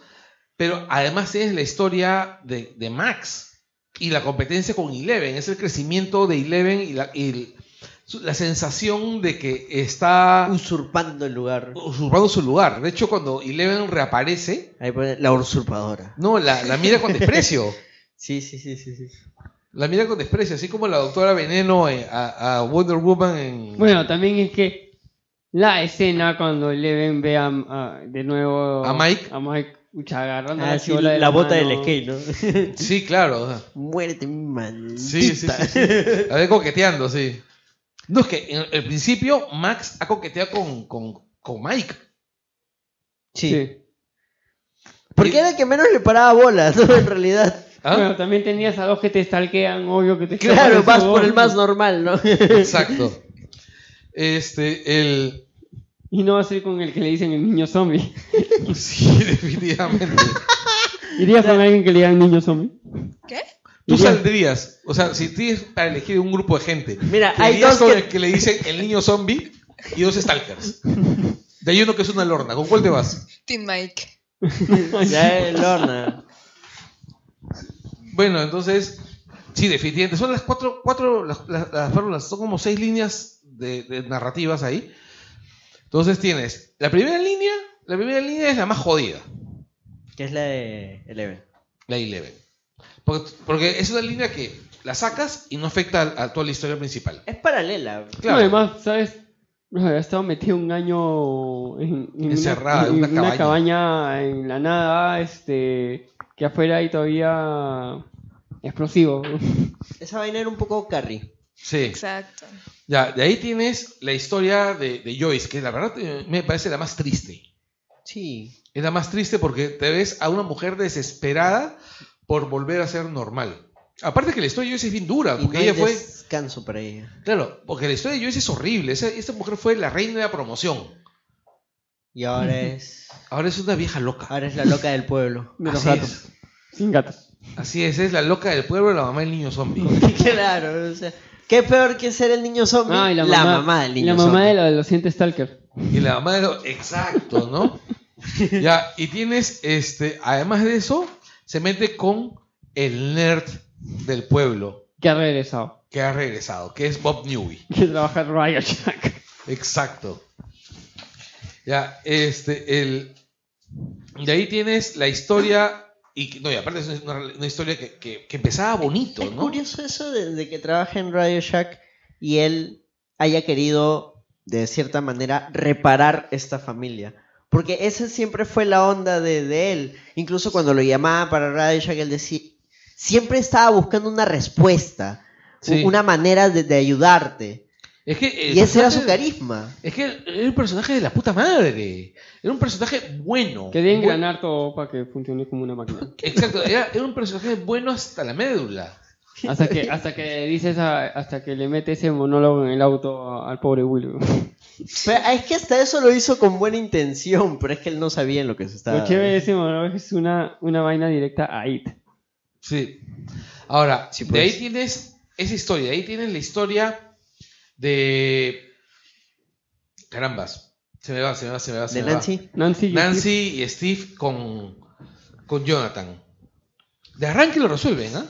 A: pero además es la historia de, de Max y la competencia con Eleven es el crecimiento de Eleven y la y el- su- la sensación de que está
B: Usurpando el lugar.
A: usurpando su lugar. De hecho, cuando Eleven reaparece,
B: Ahí pone la usurpadora.
A: no, la, la mira con desprecio.
B: Sí, sí, sí, sí. sí.
A: La mira con desprecio, así como la doctora Veneno eh, a, a Wonder Woman en...
C: Bueno, también es que la escena cuando Eleven ve a, a- de nuevo
A: A Mike.
C: a Mike pucha, agarrando
B: Ah,
C: la,
B: sí,
C: chibola
B: la,
C: de
B: bota del
C: mano.
B: skate, ¿no?
A: Sí, claro. o sea,
B: Muérete, maldita.
A: Sí, sí, sí, sí. La ve coqueteando, sí. No, es que en el principio Max ha coqueteado con, con, con Mike.
B: Sí.
C: Sí.
B: Porque era el que menos le paraba bolas, ¿no? En realidad.
A: ¿Ah?
C: Bueno, también tenías a dos que te stalkean, obvio que te
B: Claro,
C: escapan
B: vas
C: su
B: por el
C: bolsa.
B: más normal, ¿no?
A: Exacto. Este, el...
C: Y no va a ser con el que le dicen el niño zombie.
A: Sí, definitivamente.
C: ¿Irías con alguien que le digan niño zombie?
D: ¿Qué?
A: Tú
C: Iría.
A: saldrías, o sea, si tienes para elegir un grupo de gente,
B: Mira,
A: te
B: hay
A: irías
B: dos
A: con
B: que-
A: el que le dicen el niño zombie y dos stalkers. De ahí uno que es una lorna. ¿Con cuál te vas?
D: Team Mike.
B: ya es Lorna.
A: Bueno, entonces, sí, definitivamente. Son las cuatro, cuatro, las, las- las fórmulas, son como seis líneas de, de narrativas ahí. Entonces tienes la primera línea, la primera línea es la más jodida,
B: Que es la de Eleven.
A: la 11. Porque, porque es una línea que la sacas y no afecta a, a toda la historia principal.
B: Es paralela.
A: Claro.
C: No, además, ¿sabes? No, había estado metido un año en, en una-
A: Encerrada, en
C: en
A: una
C: una
A: cabaña.
C: cabaña en la nada, este, que afuera hay todavía explosivo.
B: Esa vaina era un poco carry.
A: Sí.
D: Exacto.
A: Ya, de ahí tienes la historia de, de Joyce, que la verdad eh, me parece la más triste.
B: Sí.
A: Es la más triste porque te ves a una mujer desesperada por volver a ser normal. Aparte que la historia de Joyce es bien dura,
B: Y
A: porque
B: no hay
A: ella fue...
B: descanso para ella.
A: Claro, porque la historia de Joyce es horrible. Esa- esta mujer fue la reina de la promoción.
B: Y ahora es.
A: Ahora es una vieja loca.
B: Ahora es la loca del pueblo.
C: De los
A: Así
C: gatos. Sin gatos.
A: Así es, es la loca del pueblo, la mamá del niño zombie.
B: claro, o sea. ¿Qué peor que ser el niño zombie?
C: Ah, y la mamá,
B: del
C: y
B: niño
C: la mamá
B: zombie.
C: de la adolescente Stalker.
A: Y la mamá de los... Exacto, ¿no? ya, y tienes, este, además de eso, se mete con el nerd del pueblo
C: Que ha regresado.
A: que ha regresado, que es Bob Newby.
C: Que trabaja en Riot Shack.
A: Exacto. Ya, este, el... De ahí tienes la historia... Y, que- no, y aparte es una, una historia que, que- que empezaba bonito,
B: Es
A: ¿no?
B: curioso eso de, de que trabaja en Radio Shack y él haya querido, de cierta manera, reparar esta familia. Porque esa siempre fue la onda de, de él. Incluso cuando lo llamaba para Radio Shack, él decía, siempre estaba buscando una respuesta, u-
A: Sí.
B: una manera de, de ayudarte.
A: Es que, eh,
B: Y ese era su
A: aparte-
B: carisma.
A: Es que era un personaje de la puta madre. Era un personaje bueno.
C: Quería
A: Bueno-
C: engranar todo para que funcione como una máquina.
A: Exacto, era, era un personaje bueno hasta la médula.
C: Hasta que, hasta que dices a- hasta que le mete ese monólogo en el auto al pobre Willow.
B: Pero es que hasta eso lo hizo con buena intención, pero es que él no sabía en lo que se estaba...
C: Lo chévere de ese monólogo es una, una vaina directa a IT.
A: Sí. Ahora,
B: Sí,
A: de
B: pues.
A: ahí tienes esa historia, de ahí tienes la historia de. Carambas. Se me va, se me va, se me va. se
B: De
A: me va.
B: Nancy.
C: Nancy. y
A: Nancy y Steve con, con Jonathan. De arranque lo resuelven, ¿ah?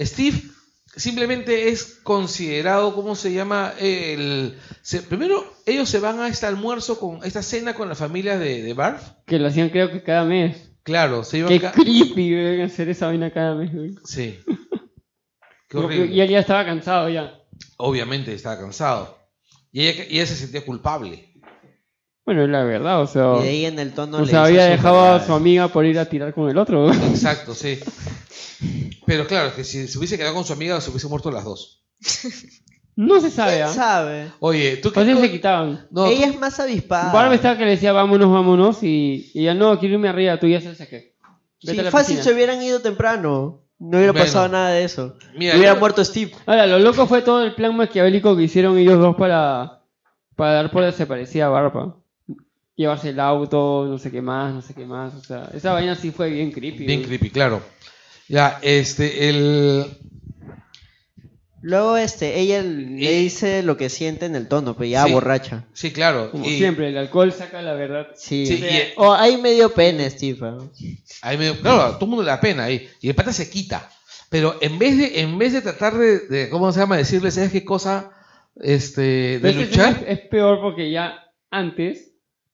A: Steve simplemente es considerado, ¿cómo se llama? El, se- primero, ellos se van a este almuerzo, con a esta cena con la familia de, de Barf.
C: Que lo hacían creo que cada mes.
A: Claro, se iban
C: Qué
A: ca-
C: creepy güey, hacer esa vaina cada mes. güey.
A: Sí. Qué
C: Como que-
A: horrible.
C: Y él ya estaba cansado ya.
A: Obviamente estaba cansado. Y ella, y ella se sentía culpable.
C: Bueno, es la verdad, o sea...
B: Y de ahí en el tono...
C: o
B: le
C: sea,
B: hizo
C: había
B: su
C: dejado a
B: verdad.
C: su amiga por ir a tirar con el otro. güey.
A: Exacto, sí. Pero claro, es que si se hubiese quedado con su amiga, se hubiesen muerto las dos.
C: No se sabe,
B: ¿Quién
C: ¿ah?
B: sabe?
A: Oye, tú
C: O sea, Pues se
A: qué-
C: quitaban.
A: No,
B: Ella
A: tú-
B: es más avispada.
C: Barb estaba que le decía vámonos, vámonos y, y ella no, quiero irme arriba, tú ya sabes a qué.
B: Sí,
C: Vete a la
B: fácil
C: piscina.
B: se hubieran ido temprano. No hubiera
A: Bueno.
B: pasado nada de eso.
A: Mira,
B: hubiera
A: yo-
B: muerto Steve.
C: Ahora, lo loco fue todo el plan maquiavélico que hicieron ellos dos para, para dar por desaparecida a Barpa. Llevarse el auto, no sé qué más, no sé qué más. O sea, esa vaina sí fue bien creepy. eh.
A: Bien
C: güey.
A: creepy, claro. Ya, este, el...
B: Luego este, ella le
A: Y-
B: dice lo que siente en el tono, pero ya
A: Sí.
B: borracha.
A: Sí, claro.
C: Como
A: y-
C: siempre, el alcohol saca la verdad.
B: Sí.
A: Sí, y-
B: O ahí medio pena, Steve. ¿no?
A: Ahí me- claro, a todo el mundo le da pena ahí. Y el pata se quita. Pero en vez de, en vez de tratar de, de- ¿cómo se llama? Decirle, ¿sabes qué cosa? este, de
C: Pero este
A: luchar.
C: tema Es, es peor porque ya antes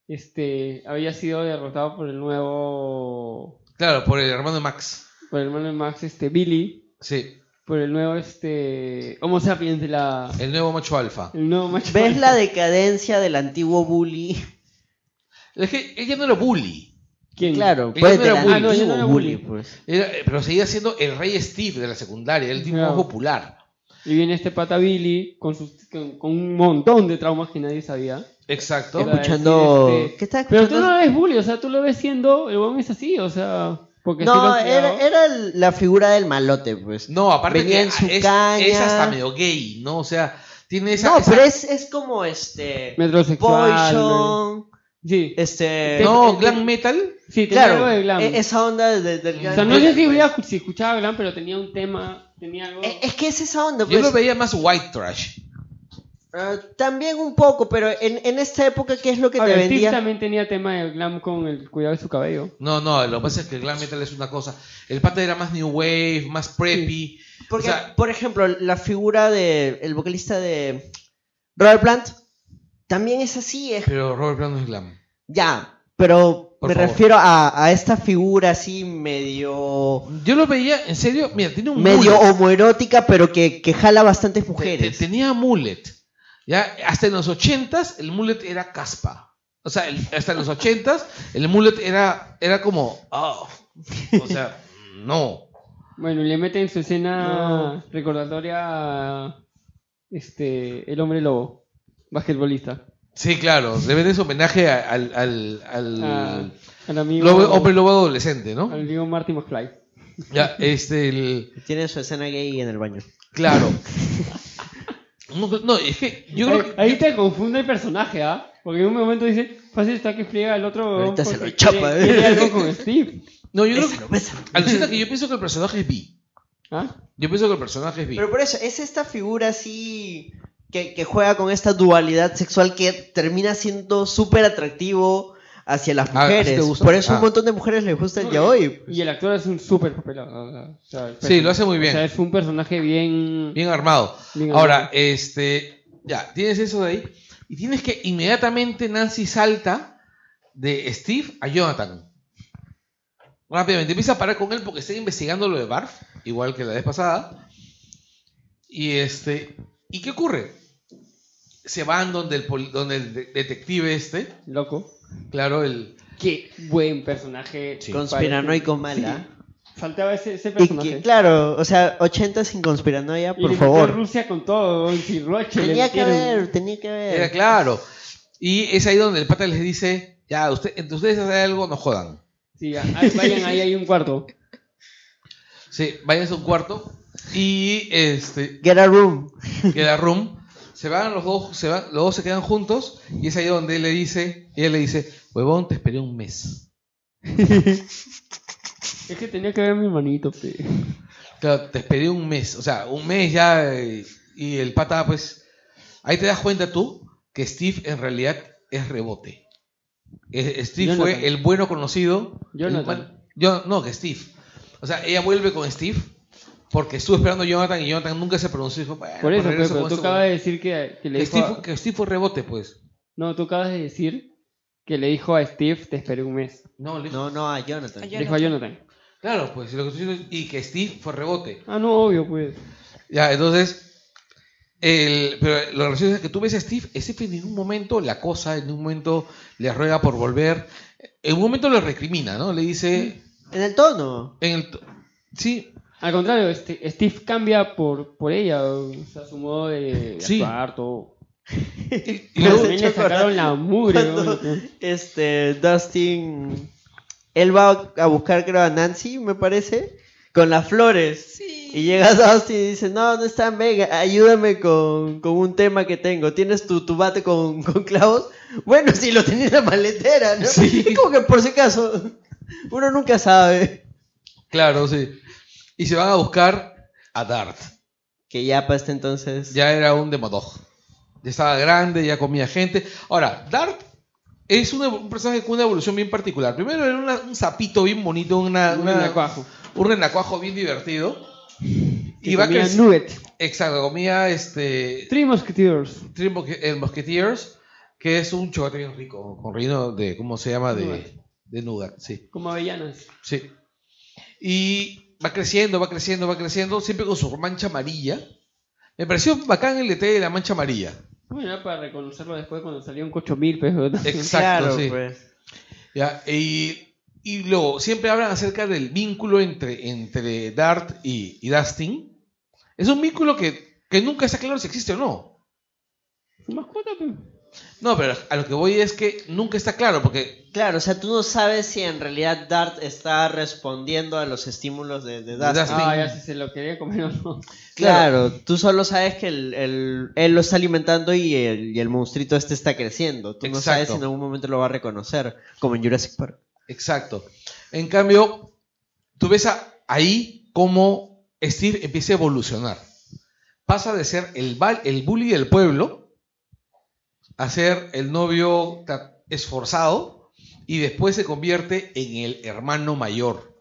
C: este, había sido derrotado por el nuevo.
A: Claro, por el hermano de Max.
C: Por el hermano de Max, este, Billy.
A: Sí,
C: Por el nuevo este, Homo sapiens de la.
A: el nuevo macho alfa.
C: El nuevo macho.
B: ¿Ves la decadencia del antiguo bully?
A: Es que ella no era bully.
C: ¿Quién?
B: Claro,
A: Ella
B: pues
A: no era
B: del
A: bully.
C: Ah, no, ella no
B: antiguo
C: era
B: bully,
C: bully.
B: pues.
A: Era- eh, pero seguía siendo el rey Steve de la secundaria, el tipo
C: Claro.
A: más popular.
C: Y viene este pata Billy con, sus, con, con un montón de traumas que nadie sabía.
A: Exacto.
C: Era-
B: Escuchando...
C: decir, este,
B: ¿Qué estás
C: Pero
B: escuchando?
C: tú no lo ves bully, o sea, tú lo ves siendo. El huevón es así, o sea. Porque así lo
B: No,
C: han criado.
B: era, era el- la figura del malote, pues.
A: No, aparte
B: Venía
A: que
B: en su
A: es,
B: caña.
A: es hasta medio gay, ¿no? O sea, tiene esa.
B: no,
A: esa-
B: pero es, es como este.
C: Metrosexual.
B: Poison.
C: ¿no? Sí.
B: Este.
A: No,
C: te-
A: glam metal.
B: eh,
C: Sí, tenía
B: claro.
C: algo de glam.
B: e- Esa onda de- de- del
C: o sea,
B: glam
C: no sé si,
B: metal,
C: hubiera-
B: pues.
C: si escuchaba glam, pero tenía un tema. Tenía algo.
B: E- Es que es esa onda,
A: Yo
B: pues.
A: lo veía más white trash.
B: Ah, también un poco, pero en, en esta época, ¿qué es lo que te
C: Ahora, el Steve
B: vendía?
C: también tenía tema de glam con el cuidado de su cabello.
A: No, no, lo que pasa es que el glam metal es una cosa. El pata era más new wave, más preppy.
B: Porque,
A: o sea-
B: por ejemplo, la figura del el vocalista de Robert Plant también es así. es-
A: Pero Robert Plant no es glam.
B: Ya, pero
A: Por
B: me
A: favor.
B: refiero a, a esta figura así medio.
A: Yo lo veía, en serio, mira, tiene un
B: medio
A: mullet.
B: homoerótica, pero que, que jala bastantes
A: Te- te-
B: mujeres.
A: tenía mullet. Ya, hasta en los ochentas el mullet era caspa. O sea, el- hasta en los ochentas el mullet era, era como, oh. O sea, no.
C: Bueno, y le mete en su escena recordatoria a, este, el hombre lobo, basquetbolista.
A: Sí, claro, le ven ese homenaje a- al, al, al
B: Ah,
C: a- Ah, al amigo,
A: lobo- hombre lobo adolescente,
C: al
A: ¿no?
C: amigo Marty McFly.
A: Ya, este, el,
B: Tiene su escena gay en el baño.
A: claro. No, no, es que yo creo
C: Ahí,
A: que
C: ahí te confunde el personaje, ¿ah? Porque en un momento dice, fácil está que friega al otro. huevón
B: Ahorita se
C: porque
B: lo chapa,
C: quiere- quiere
B: ¿eh?
C: algo con Steve.
A: No, yo creo
B: Bésalo,
A: que.
B: bésalo.
A: Alucina que yo pienso que el personaje es bi.
C: ¿Ah?
A: Yo pienso que el personaje es bi.
B: Pero por eso, es esta figura así que, que juega con esta dualidad sexual que termina siendo súper atractivo hacia las
A: Ah, ¿sí te
B: mujeres.
A: gusta?
B: por eso
A: Ah.
B: un montón de mujeres les gusta el
C: No,
B: ya
C: y-
B: hoy.
C: Y el actor hace un súper papel. o sea, el
A: Sí, lo
C: personaje.
A: hace muy
C: O sea,
A: bien.
C: es un personaje bien.
A: Bien armado.
C: bien
A: Ahora,
C: armado.
A: este. Ya, tienes eso de ahí. Y tienes que inmediatamente Nancy salta de Steve a Jonathan. Rápidamente empieza a parar con él porque está investigando lo de Barf, igual que la vez pasada. Y este. ¿Y qué ocurre? Se van donde el, poli- donde el de- detective este,
C: Loco.
A: claro, el.
C: Qué buen personaje. este
B: Conspiranoico mala.
C: Faltaba ese, ese
B: Y
C: personaje.
B: que, claro, o sea, 80 sin conspiranoia,
C: Y
B: por
C: le metió
B: favor.
C: Rusia con todo, un chirroche. le
B: Tenía que
C: metieron.
B: ver, tenía que ver.
A: Era Eh, claro. Y es ahí donde el pata les dice: Ya, usted, entre ustedes hace algo, no jodan.
C: Sí, ya. Ah, vayan, ahí hay un cuarto.
A: Sí, váyanse a un cuarto. Y este,
B: Get a room.
A: queda room. Se van los dos, se van, los dos se quedan juntos. Y es ahí donde él le dice, ella le dice, huevón, te esperé un mes.
C: Es que tenía que ver a mi hermanito. pe.
A: Claro, te esperé un mes. O sea, un mes ya. eh, Y el pata, pues. Ahí te das cuenta tú que Steve en realidad es rebote. Eh, Steve
C: Jonathan.
A: fue el bueno conocido. el
C: Jonathan.
A: mal- yo, no, que Steve. O sea, ella vuelve con Steve. Porque estuvo esperando a Jonathan y Jonathan nunca se pronunció. Dijo, "Bueno,
C: Por eso, pe,
A: regreso
C: pero
A: con
C: tú
A: este
C: acabas
A: huevón".
C: de decir que, que le
A: Que
C: dijo.
A: Steve,
C: a-
A: que Steve fue rebote, pues.
C: No, tú acabas de decir que le dijo a Steve, te esperé un mes.
A: No, le-
B: No, no, a Jonathan.
D: A
C: Le dijo a Jonathan.
A: Claro, pues. lo que estoy diciendo es- y que Steve fue rebote.
C: Ah, no, obvio, pues.
A: Ya, entonces. el- pero lo gracioso es que tú ves a Steve. Steve en ningún momento la cosa, en ningún momento le ruega por volver. En un momento lo recrimina, ¿no? Le dice.
B: En el tono.
A: En el, t- sí,
C: Al contrario, este, Steve cambia por, por ella. O sea, su modo de
A: Sí.
C: actuar, todo.
A: y
C: Pero
A: luego-
C: también le sacaron la mugre.
B: Cuando,
C: ¿no?
B: este, Dustin, él va a buscar, creo, a Nancy, me parece, con las flores.
D: Sí.
B: Y llega Dustin y dice, no, no están, venga, ayúdame con, con un tema que tengo. ¿Tienes tu, tu bate con, con clavos? Bueno, si lo tenía en la maletera, ¿no? Como que por si acaso, uno nunca sabe.
A: claro, sí. Y se van a buscar a Dart.
B: Que ya para este entonces...
A: ya era un demodog. Ya estaba grande, ya comía gente. Ahora, Dart es una- un personaje con una evolución bien particular. Primero era una- un sapito bien bonito, una,
C: Un
A: una-
C: renacuajo.
A: un renacuajo bien divertido.
C: que
A: Y va
C: comía
A: creci-
C: Nugget.
A: Exacto, comía este.
C: Three Musketeers.
A: Three Mosque- el Musketeers, que es un chocolate bien rico, con relleno de, ¿cómo se llama?
C: Nougat.
A: De, de nougat, sí.
C: Como avellanas.
A: Sí. Y va creciendo, va creciendo, va creciendo, siempre con su mancha amarilla. Me pareció bacán el detalle de la mancha amarilla.
C: Bueno, era para reconocerlo después cuando salió un cocho mil, pero
A: Eh, Exacto,
B: Claro,
A: sí.
B: pues.
A: Ya, y, y luego, siempre hablan acerca del vínculo entre, entre Dart y, y Dustin. Es un vínculo que, que nunca está claro si existe o no.
C: Su mascota, pues.
A: No, pero a lo que voy es que nunca está claro, porque
B: Claro, o sea, tú no sabes si en realidad Dart está respondiendo a los estímulos de, de Dustin.
A: Dustin.
C: Ah, ya si se lo quería comer o no.
B: Claro, tú solo sabes que el, el- él lo está alimentando y el, y el monstruito este está creciendo. Tú no sabes
A: Exacto.
B: si en algún momento lo va a reconocer, como en Jurassic Park.
A: Exacto. En cambio, tú ves a- ahí cómo Steve empieza a evolucionar. Pasa de ser el, bal- el bully del pueblo a ser el novio ta- esforzado y después se convierte en el hermano mayor.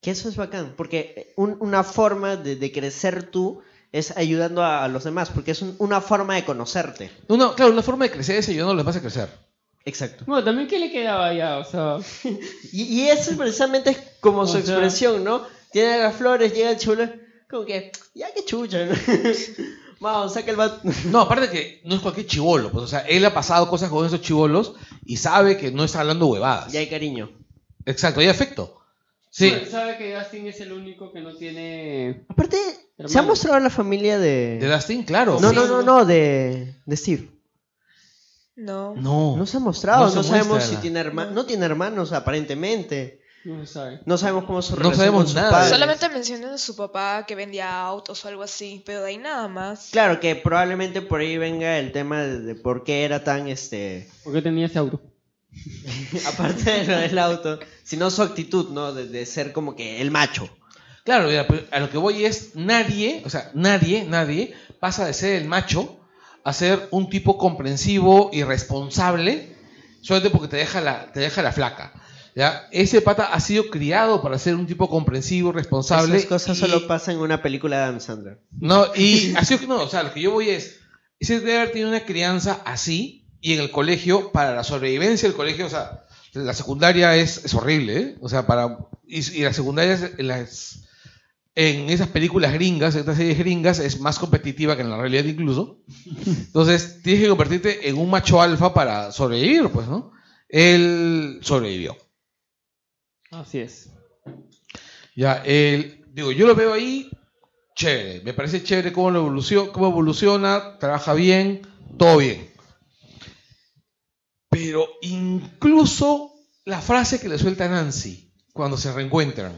B: Que eso es bacán, porque un- una forma de, de crecer tú es ayudando a, a los demás, porque es un- una forma de conocerte.
A: Una, claro, una forma de crecer es ayudando a los demás a crecer.
B: Exacto.
C: Bueno, también qué le quedaba ya, o sea.
B: Y, y eso precisamente es como
C: O
B: su
C: sea-
B: expresión, ¿no? Tiene las flores, llega el chulo, como que, ya que chucha, ¿no? Vamos, saca el bat.
A: No, aparte que no es cualquier chivolo, pues, o sea, él ha pasado cosas con esos chivolos y sabe que no está hablando huevadas.
B: Ya hay cariño.
A: Exacto, hay afecto. Sí,
C: Bueno, sabe que Dustin es el único que no tiene.
B: Aparte, se ha
C: Hermano.
B: mostrado la familia de...
A: de Dustin, claro.
B: No, no, no, no, de, de Steve.
D: No.
A: No.
B: No se ha mostrado,
A: No
B: no,
A: se
B: sabemos
A: muestra,
B: si
A: ¿verdad?
B: tiene hermanos, no tiene hermanos aparentemente.
C: No se sabe.
B: No sabemos cómo es su
A: No
B: relación
A: sabemos
B: con sus
A: nada.
B: padres.
D: Solamente mencionan a su papá que vendía autos o algo así, pero de ahí nada más.
B: Claro que probablemente por ahí venga el tema de, de por qué era tan este
C: ¿Por qué tenía ese auto?
B: aparte de lo del auto, sino su actitud, ¿no? De, de ser como que el macho.
A: Claro, mira, pues, a lo que voy es nadie, o sea, nadie, nadie pasa de ser el macho a ser un tipo comprensivo y responsable solamente porque te deja la, te deja la flaca. ¿ya? Ese pata ha sido criado para ser un tipo comprensivo, responsable.
B: Esas cosas
A: y-
B: solo pasan en una película de Adam Sandler.
A: No, y así es que no, o sea, lo que yo voy es, ese debe haber tenido una crianza así y en el colegio, para la sobrevivencia del colegio, o sea, la secundaria es, es horrible, ¿eh? O sea, para, y, y las secundarias, en las, en esas películas gringas, en estas series gringas, es más competitiva que en la realidad incluso. Entonces, tienes que convertirte en un macho alfa para sobrevivir, pues, ¿no? Él sobrevivió.
C: Así es.
A: Ya, el, digo, yo lo veo ahí chévere. Me parece chévere cómo, lo evoluciona, cómo evoluciona, trabaja bien, todo bien. Pero incluso la frase que le suelta Nancy cuando se reencuentran.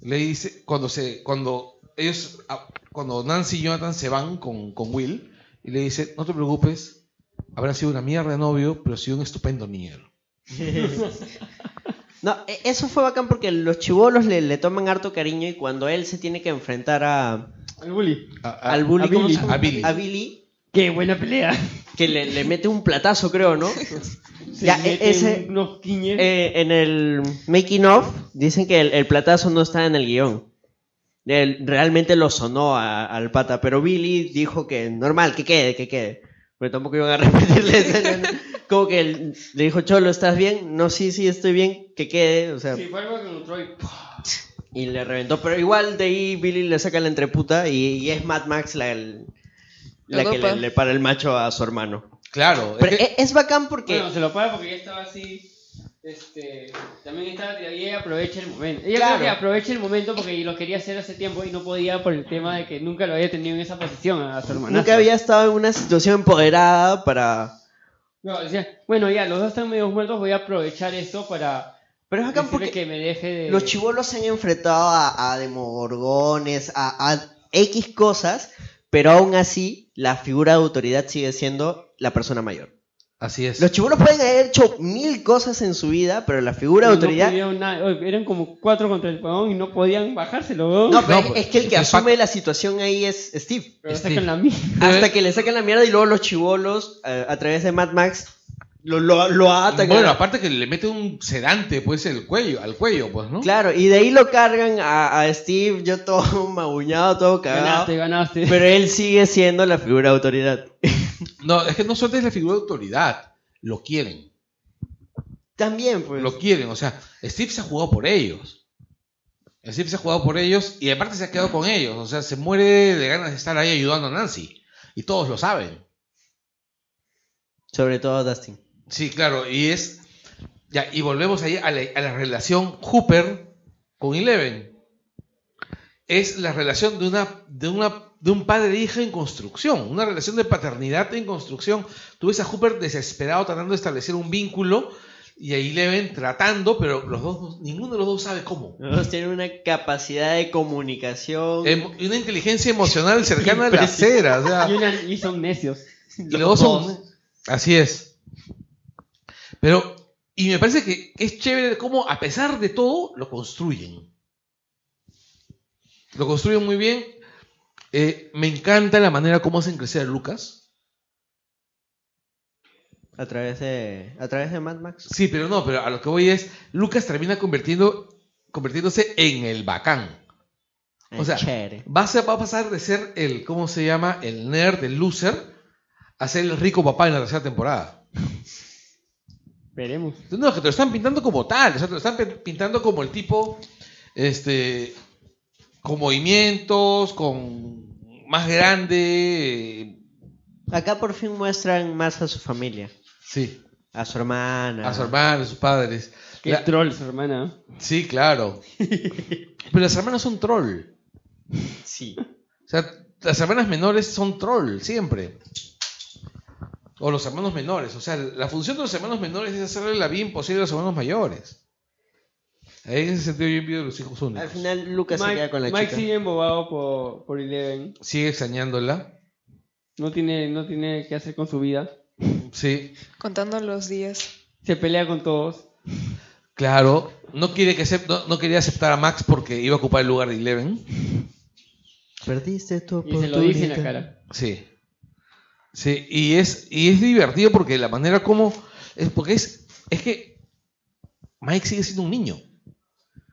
A: Le dice, cuando se, cuando ellos, ah, cuando Nancy y Jonathan se van con, con Will, y le dice, no te preocupes, habrá sido una mierda de novio, pero ha sido un estupendo niñero.
B: No, e- eso fue bacán porque los chivolos le, le toman harto cariño y cuando él se tiene que enfrentar a,
C: El bully.
A: A- a-
B: al bully,
C: a
B: ¿cómo se
C: Billy.
B: llama?
A: A Billy.
B: A Billy,
C: ¡Qué buena pelea!
B: que le, le mete un platazo, creo, ¿no?
C: Se
B: Ya,
C: mete
B: e- ese-
C: unos quiñes.
B: Eh, en el making of dicen que el, el platazo no está en el guión. Él realmente lo sonó a- al pata, pero Billy dijo que normal, que quede, que quede. Pero tampoco iban a repetirle esa escena, ¿no? Como que él- le dijo, Cholo, ¿estás bien? No, sí, sí, estoy bien, que quede. O sea,
C: Sí, fue algo que encontró y ¡pum!
B: y le reventó. Pero igual de ahí Billy le saca la entreputa y, y es Mad Max la, el- la
D: La
B: que
D: copa.
B: le, le para el macho a su hermano.
A: claro, es
B: Pero
A: que-
B: e- es bacán porque...
C: Bueno, se lo paga porque ya estaba así. Este, también estaba tirada y ella aprovecha el momento. Ella
B: Claro.
C: creo que aprovecha el momento porque lo quería hacer hace tiempo y no podía por el tema de que nunca lo había tenido en esa posición a su hermana.
B: Nunca había estado en una situación empoderada para...
C: No, decía, bueno, ya, los dos están medio muertos, voy a aprovechar esto para
B: Pero es bacán
C: decirle
B: porque
C: que me deje de...
B: los chivolos se han enfrentado a, a demogorgones, a, a X cosas, pero aún así la figura de autoridad sigue siendo la persona mayor.
A: así es.
B: Los chivolos pueden haber hecho mil cosas en su vida, pero la figura
C: no
B: de autoridad...
C: pudieron nada. Oye, eran como cuatro contra el pagón y no podían bajárselo, weón.
B: No, pero
A: No,
B: es que el que
A: pues,
B: asume la situación ahí es Steve.
C: pero
A: Steve.
C: sacan la mía.
B: eh, Hasta que le sacan la mierda y luego los chivolos, eh, a través de Mad Max, Lo, lo, lo atan.
A: Bueno,
B: a-
A: aparte que le mete un sedante, pues, el cuello, al cuello, pues, ¿no?
B: Claro, y de ahí lo cargan a, a Steve, yo todo maguñado, todo
C: Ganaste,
B: cagado.
C: ganaste.
B: Pero él sigue siendo la figura de autoridad.
A: No, es que no solo es la figura de autoridad, lo quieren.
B: También, pues.
A: Lo quieren, o sea, Steve se ha jugado por ellos. Steve se ha jugado por ellos y aparte se ha quedado con ellos. O sea, se muere de ganas de estar ahí ayudando a Nancy. Y todos lo saben.
B: Sobre todo a Dustin.
A: Sí, claro, y es. Ya, y volvemos ahí a la, a la relación Hooper con Eleven. Es la relación de una, de una, de un padre e hija en construcción, una relación de paternidad en construcción. Tú ves a Hooper desesperado tratando de establecer un vínculo y a Eleven tratando, pero los dos, ninguno de los dos sabe cómo.
B: Todos tienen una capacidad de comunicación.
A: Em- una inteligencia emocional cercana a la
B: Impresionante.
A: cera, o sea.
C: Y, una- y son necios.
A: Y los dos son- Así es. Pero, y me parece que es chévere cómo, a pesar de todo, lo construyen. Lo construyen muy bien. Eh, me encanta la manera como hacen crecer a Lucas.
B: A través de. A través de Mad Max.
A: Sí, pero no, pero a lo que voy es, Lucas termina convirtiendo, convirtiéndose en el bacán. O
B: Ay,
A: sea,
B: chévere.
A: Va a, ser- va a pasar de ser el, ¿cómo se llama? El nerd, el loser, a ser el rico papá en la tercera temporada.
C: Veremos.
A: No, que te lo están pintando como tal, o sea, te lo están pe- pintando como el tipo, este, con movimientos, con más grande, eh,
B: Acá por fin muestran más a su familia.
A: sí,
B: A su hermana.
A: a su hermana, a sus padres.
C: Qué
A: La-
C: troll su hermana.
A: sí, claro. Pero las hermanas son troll.
B: Sí.
A: O sea, las hermanas menores son troll, siempre. O los hermanos menores. O sea, la función de los hermanos menores es hacerle la vida imposible a los hermanos mayores. En ese sentido yo envidio a los hijos únicos.
B: Al final Lucas se
C: Mike,
B: queda con la
C: Mike
B: chica.
C: sigue embobado por, por Eleven.
A: Sigue extrañándola.
C: No tiene, no tiene qué hacer con su vida.
A: Sí,
D: Contando los días.
C: Se pelea con todos.
A: claro. No, quiere que acep- no, no quería aceptar a Max porque iba a ocupar el lugar de Eleven.
B: Perdiste tu
C: Y se
B: oportunidad.
C: lo dice en la cara.
A: Sí. Sí, y es, y es divertido porque la manera como. Es porque es. Es que. Mike sigue siendo un niño.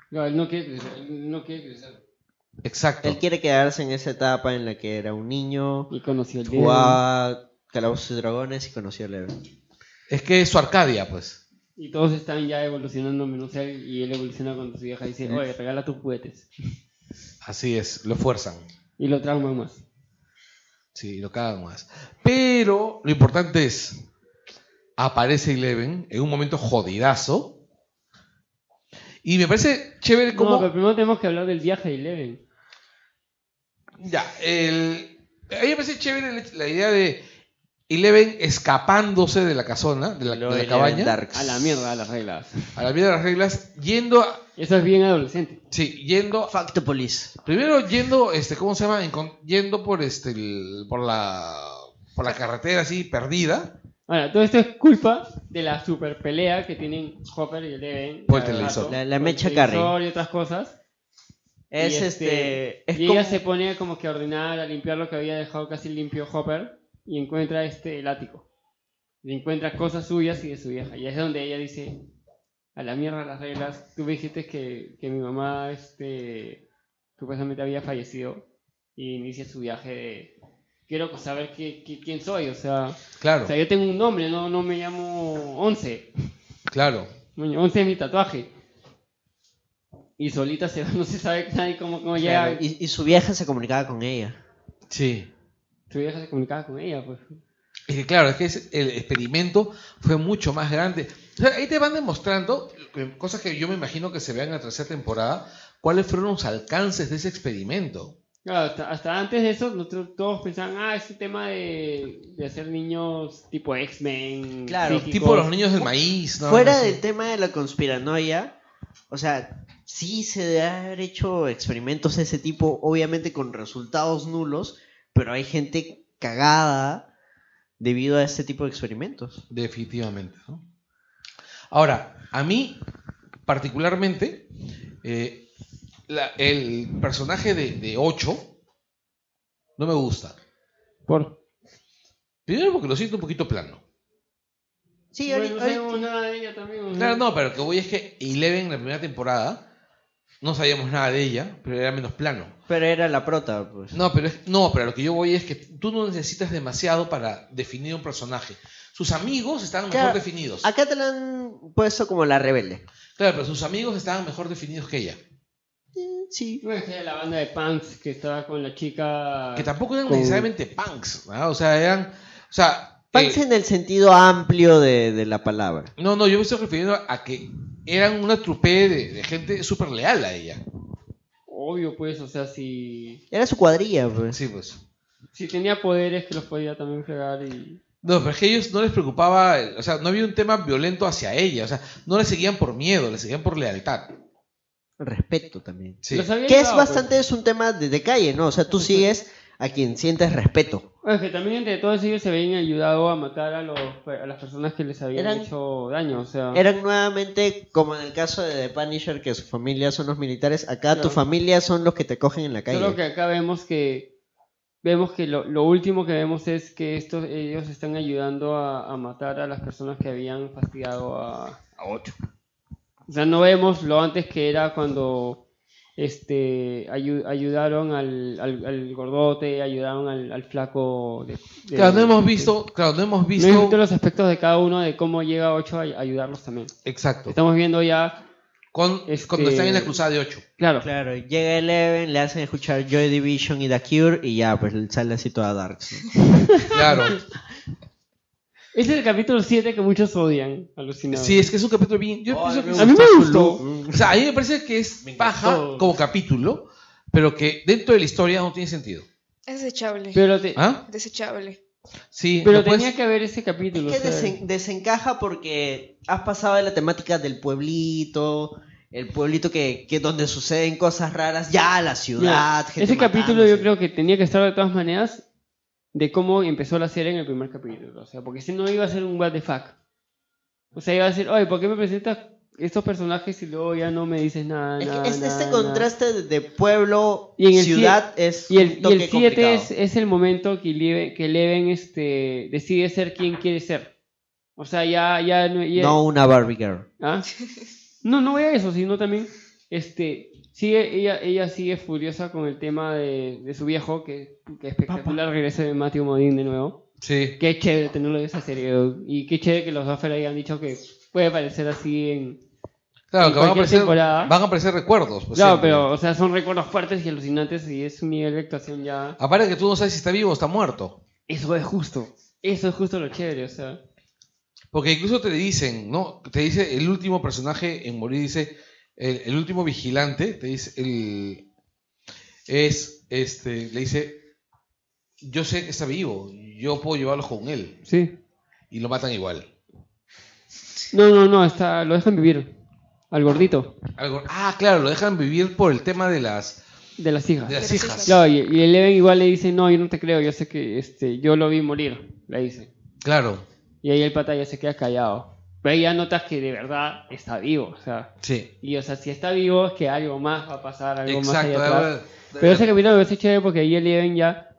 C: No, él no quiere crecer. él no quiere crecer.
A: Exacto.
B: Él quiere quedarse en esa etapa en la que era un niño,
C: Y conoció el dedo.
B: jugaba Calabozos y Dragones y conoció a Eleven.
A: Es que es su Arcadia, pues.
C: Y todos están ya evolucionando menos él. Y él evoluciona cuando su vieja dice, oye, regala tus juguetes.
A: Así es, lo fuerzan.
C: Y lo trauman más.
A: Sí, lo cagan más. Pero lo importante es. Aparece Eleven en un momento jodidazo. Y me parece chévere como.
C: No, pero primero tenemos que hablar del viaje de Eleven.
A: Ya, el... a mí me parece chévere la- la idea de Eleven escapándose de la casona, de la, de la cabaña,
C: A la mierda, a las reglas.
A: a la vida de las reglas, yendo, a-
C: Eso es bien adolescente.
A: sí, yendo, a-
B: Facto Police.
A: primero yendo, este, ¿cómo se llama? Encon- Yendo por este, el- por la, por la carretera así perdida,
C: Ahora, todo esto es culpa de la super pelea que tienen Hopper y Eleven.
A: Por el
C: cada
A: televisor.
C: rato,
B: La- la
C: por el
B: mecha
C: televisor
B: Carrey.
C: Y otras cosas.
B: Es
C: Y,
B: este.
C: y
B: Es
C: ella
B: como...
C: se pone como que a ordenar, a limpiar lo que había dejado casi limpio Hopper. Y encuentra este, el ático. Y encuentra cosas suyas y de su vieja. Y es donde ella dice: A la mierda las reglas. Tú me dijiste que, que mi mamá este, supuestamente había fallecido. Y inicia su viaje de. Quiero saber qué- qué- quién soy. O sea,
A: claro,
C: o sea, yo tengo un nombre, no, no me llamo Once.
A: claro,
C: Bueno, 11 es mi tatuaje. Y solita se va, no se sabe nadie cómo, cómo
B: Claro,
C: llega.
B: y, y su vieja se comunicaba con ella.
A: sí.
C: Su vieja se comunicaba con ella, pues.
A: Es que claro, es que es- el experimento fue mucho más grande. O sea, ahí te van demostrando eh, cosas que yo me imagino que se vean en la tercera temporada, cuáles fueron los alcances de ese experimento.
C: Claro, hasta, hasta antes de eso, nosotros todos pensaban, ah, es un tema de, de hacer niños tipo X-Men.
B: Claro,
C: psíquicos".
A: Tipo los niños del maíz, ¿no?
B: Fuera
A: No sé.
B: del tema de la conspiranoia, o sea, sí se debe haber hecho experimentos de ese tipo, obviamente con resultados nulos, pero hay gente cagada debido a este tipo de experimentos.
A: Definitivamente, ¿no? Ahora, a mí, particularmente, eh, la- el personaje de, de 8 no me gusta.
C: Por-
A: Primero porque lo siento un poquito plano.
B: Sí,
C: Bueno,
B: ahorita-
C: no sabemos
B: ahorita-
C: nada de ella también.
B: Mm.
C: ¿no?
A: Claro, no, pero lo que voy es que Eleven, la primera temporada, no sabíamos nada de ella, pero era menos plano.
B: Pero era la prota, pues.
A: No, pero es- no, pero lo que yo voy es que tú no necesitas demasiado para definir un personaje. Sus amigos estaban mejor
B: Claro,
A: definidos.
B: Acá te la han puesto como la rebelde.
A: Claro, pero sus amigos estaban mejor definidos que ella.
B: Eh, Sí.
C: Bueno, esa era la banda de punks que estaba con la chica.
A: Que tampoco eran
B: Con-
A: necesariamente punks, ¿ah? O sea, eran. O sea.
B: Pants
A: eh,
B: en el sentido amplio de, de la palabra.
A: no, no, yo me estoy refiriendo a que eran una trupe de, de gente súper leal a ella.
C: Obvio, pues, o sea, si,
B: Era su cuadrilla, pues.
A: Sí, pues.
C: si tenía poderes que los podía también fregar y.
A: No, pero es que ellos no les preocupaba, eh, o sea, no había un tema violento hacia ella, o sea, no le seguían por miedo, le seguían por lealtad.
B: Respeto también.
A: Sí.
C: Los había
B: Que es
C: ayudado, pues.
B: bastante, es un tema de, de calle, ¿no? O sea, tú sigues a quien sientes respeto.
C: Bueno, que también entre todos ellos se habían ayudado a matar a, los, a las personas que les habían
B: Eran-
C: hecho daño, o sea.
B: Eran nuevamente, como en el caso de The Punisher, que su familia son los militares, acá
C: Claro.
B: tu familia son los que te cogen en la calle.
C: Solo que acá vemos que vemos que lo, lo último que vemos es que estos ellos están ayudando a, a matar a las personas que habían fastidiado a, a Ocho. O sea, no vemos lo antes que era cuando este ayu- ayudaron al, al, al gordote, ayudaron al, al flaco. de- de-
A: Claro, no hemos visto, claro, no hemos
C: no
A: visto.
C: hemos visto los aspectos de cada uno de cómo llega Ocho a a ayudarlos también.
A: Exacto.
C: Estamos viendo ya,
A: Con,
C: Este-
A: Cuando están en la cruzada de ocho.
C: claro,
B: Claro, llega Eleven, le hacen escuchar Joy Division y The Cure y ya, pues sale así toda dark. ¿no?
A: Claro.
C: Ese es el capítulo 7 que muchos odian, alucinado.
A: Sí, es que es un capítulo bien. Yo pienso que es-
C: a mí me gustó.
A: o sea, a mí me parece que es paja
C: encantó.
A: como capítulo, pero que dentro de la historia no tiene sentido.
D: Es desechable.
C: Pero, te-
A: ¿Ah?
D: desechable.
A: Sí,
C: pero
A: lo puedes-
C: tenía que haber ese capítulo.
B: Es que
C: o sea,
B: desen- desencaja porque has pasado de la temática del pueblito, el pueblito que, que donde suceden cosas raras, ya a la
A: ah,
C: mira,
B: ciudad. gente
C: ese capítulo
B: matándose.
C: yo creo que tenía que estar de todas maneras de cómo empezó la serie en el primer capítulo. O sea, porque si no iba a ser un what the fuck. O sea, iba a decir, oye, ¿por qué me presentas estos personajes y luego ya no me dices nada?
B: Es que
C: nada,
B: es- este
C: nada, nada?
B: contraste de- de pueblo
C: Y en el
B: ciudad es
C: Y
B: un
C: el, y
B: toque
C: el 7 es,
B: complicado.
C: es el momento que Eleven, que Eleven, este, decide ser quien quiere ser. O sea, ya... ya, no- ya
B: no una Barbie Girl.
C: ¿Ah? No, no voy a eso, sino también, este, sigue, ella, ella sigue furiosa con el tema de, de su viejo, que, que espectacular regrese de Matthew Modine de nuevo.
A: Sí.
C: Qué chévere tenerlo en esa serie, dude. y qué chévere que los Duffer hayan dicho que puede parecer así en...
A: Claro,
C: en
A: que van a,
C: cualquier
A: aparecer,
C: temporada.
A: van a aparecer recuerdos. pues,
C: no,
A: siempre.
C: pero, o sea, son recuerdos fuertes y alucinantes y es un nivel de actuación ya...
A: Aparte que tú no sabes si está vivo o está muerto.
C: Eso es justo, eso es justo lo chévere, o sea...
A: Porque incluso te dicen, ¿no? Te dice el último personaje en morir, dice el, el último vigilante, te dice el es este le dice yo sé que está vivo, yo puedo llevarlos con él
C: Sí.
A: y lo matan igual.
C: No, no, no, está, lo dejan vivir. Al gordito
A: Algo- ah, claro, lo dejan vivir por el tema de las
C: de las hijas.
A: de las
D: Gracias.
A: hijas.
C: Claro, y, y Eleven igual le dice, no, yo no te creo, yo sé que este, yo lo vi morir, le dice.
A: Claro.
C: Y ahí el pata ya se queda callado. Pero ahí ya notas que de verdad está vivo, o sea.
A: Sí.
C: Y o sea, si está vivo es que algo más va a pasar, algo más allá
A: Exacto.
C: atrás.
A: algo-
C: Pero ese capítulo me parece chévere porque ahí Eleven ya...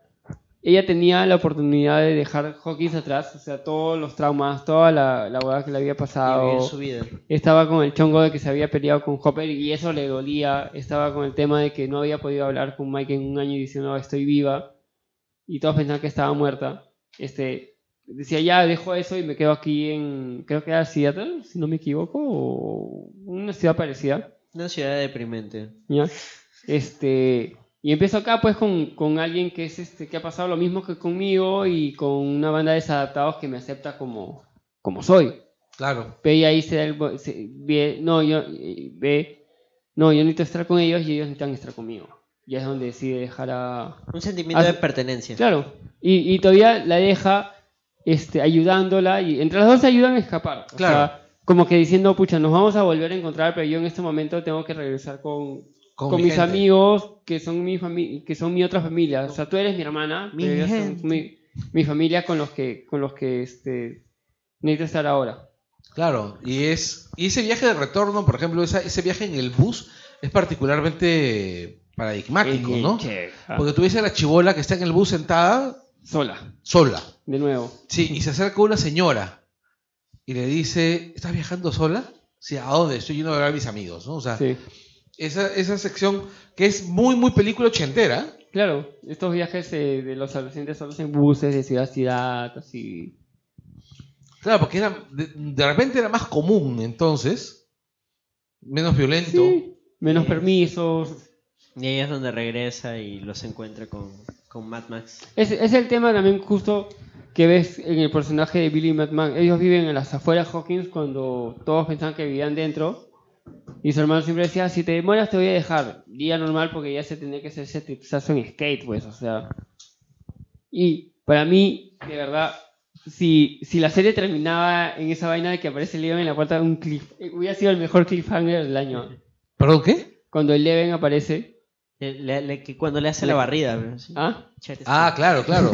C: Ella tenía la oportunidad de dejar Hawkins atrás, o sea, todos los traumas, toda la, la hueá que le había
B: Y
C: pasado.
B: vivir su vida.
C: Estaba con el chongo de que se había peleado con Hopper y eso le dolía. Estaba con el tema de que no había podido hablar con Mike en un año y diciendo "Ah, estoy viva. Y todos pensaban que estaba muerta. Este, decía ya dejo eso y me quedo aquí en, creo que era Seattle, si no me equivoco, o una ciudad parecida.
B: Una ciudad deprimente.
C: ¿ya? Este, y empiezo acá pues con, con alguien que, es, este, que ha pasado lo mismo que conmigo y con una banda de desadaptados que me acepta como, como soy.
A: Claro.
C: Ve y ahí se da el... bo- se- ve, no, yo, eh, ve, no, yo necesito estar con ellos y ellos necesitan estar conmigo. Y es donde decide dejar a...
B: Un sentimiento
C: Ah,
B: de pertenencia.
C: Claro. Y, y todavía la deja este, ayudándola y entre las dos se ayudan a escapar. O
A: Claro.
C: sea, como que diciendo, pucha, nos vamos a volver a encontrar, pero yo en este momento tengo que regresar con, con,
A: mi
C: mis
A: gente.
C: amigos que son mi fami- que son mi otra familia. O sea, tú eres mi hermana,
B: Mi
C: pero ellos son
B: gente.
C: mi, mi familia con los que, con los que este, necesito estar ahora.
A: Claro. Y es y ese viaje de retorno, por ejemplo, esa- ese viaje en el bus es particularmente paradigmático,
C: Eh,
A: ¿no?
C: che, ah,
A: Porque tú ves a la chivola que está en el bus sentada
C: sola,
A: sola.
C: de nuevo.
A: Sí, y se acerca una señora. y le dice, ¿estás viajando sola? Sí, ¿a dónde? Estoy yendo a ver a mis amigos, ¿no? O sea,
C: Sí.
A: esa, esa sección que es muy, muy película ochentera.
C: Claro, estos viajes eh, de los adolescentes solo en buses de ciudad a ciudad, así.
A: Claro, porque era, de, de repente era más común entonces, menos violento.
C: Sí, menos permisos.
B: Y ahí es donde regresa y los encuentra con, con Mad Max.
C: Es, es el tema también justo que ves en el personaje de Billy Madman. Ellos viven en las afueras de Hawkins cuando todos pensaban que vivían dentro. Y su hermano siempre decía, si te demoras te voy a dejar. Día normal porque ya se tenía que hacer ese tripsazo en skate, pues, o sea. Y para mí, de verdad, si, si la serie terminaba en esa vaina de que aparece Eleven en la puerta de un cliff, eh, hubiera sido el mejor cliffhanger del año.
A: ¿Perdón qué?
C: Cuando Eleven aparece,
B: Le- le- le- que cuando le hace la barrida. ¿no? Sí.
C: ¿ah?
B: Chévere, sí.
A: Ah, claro, claro.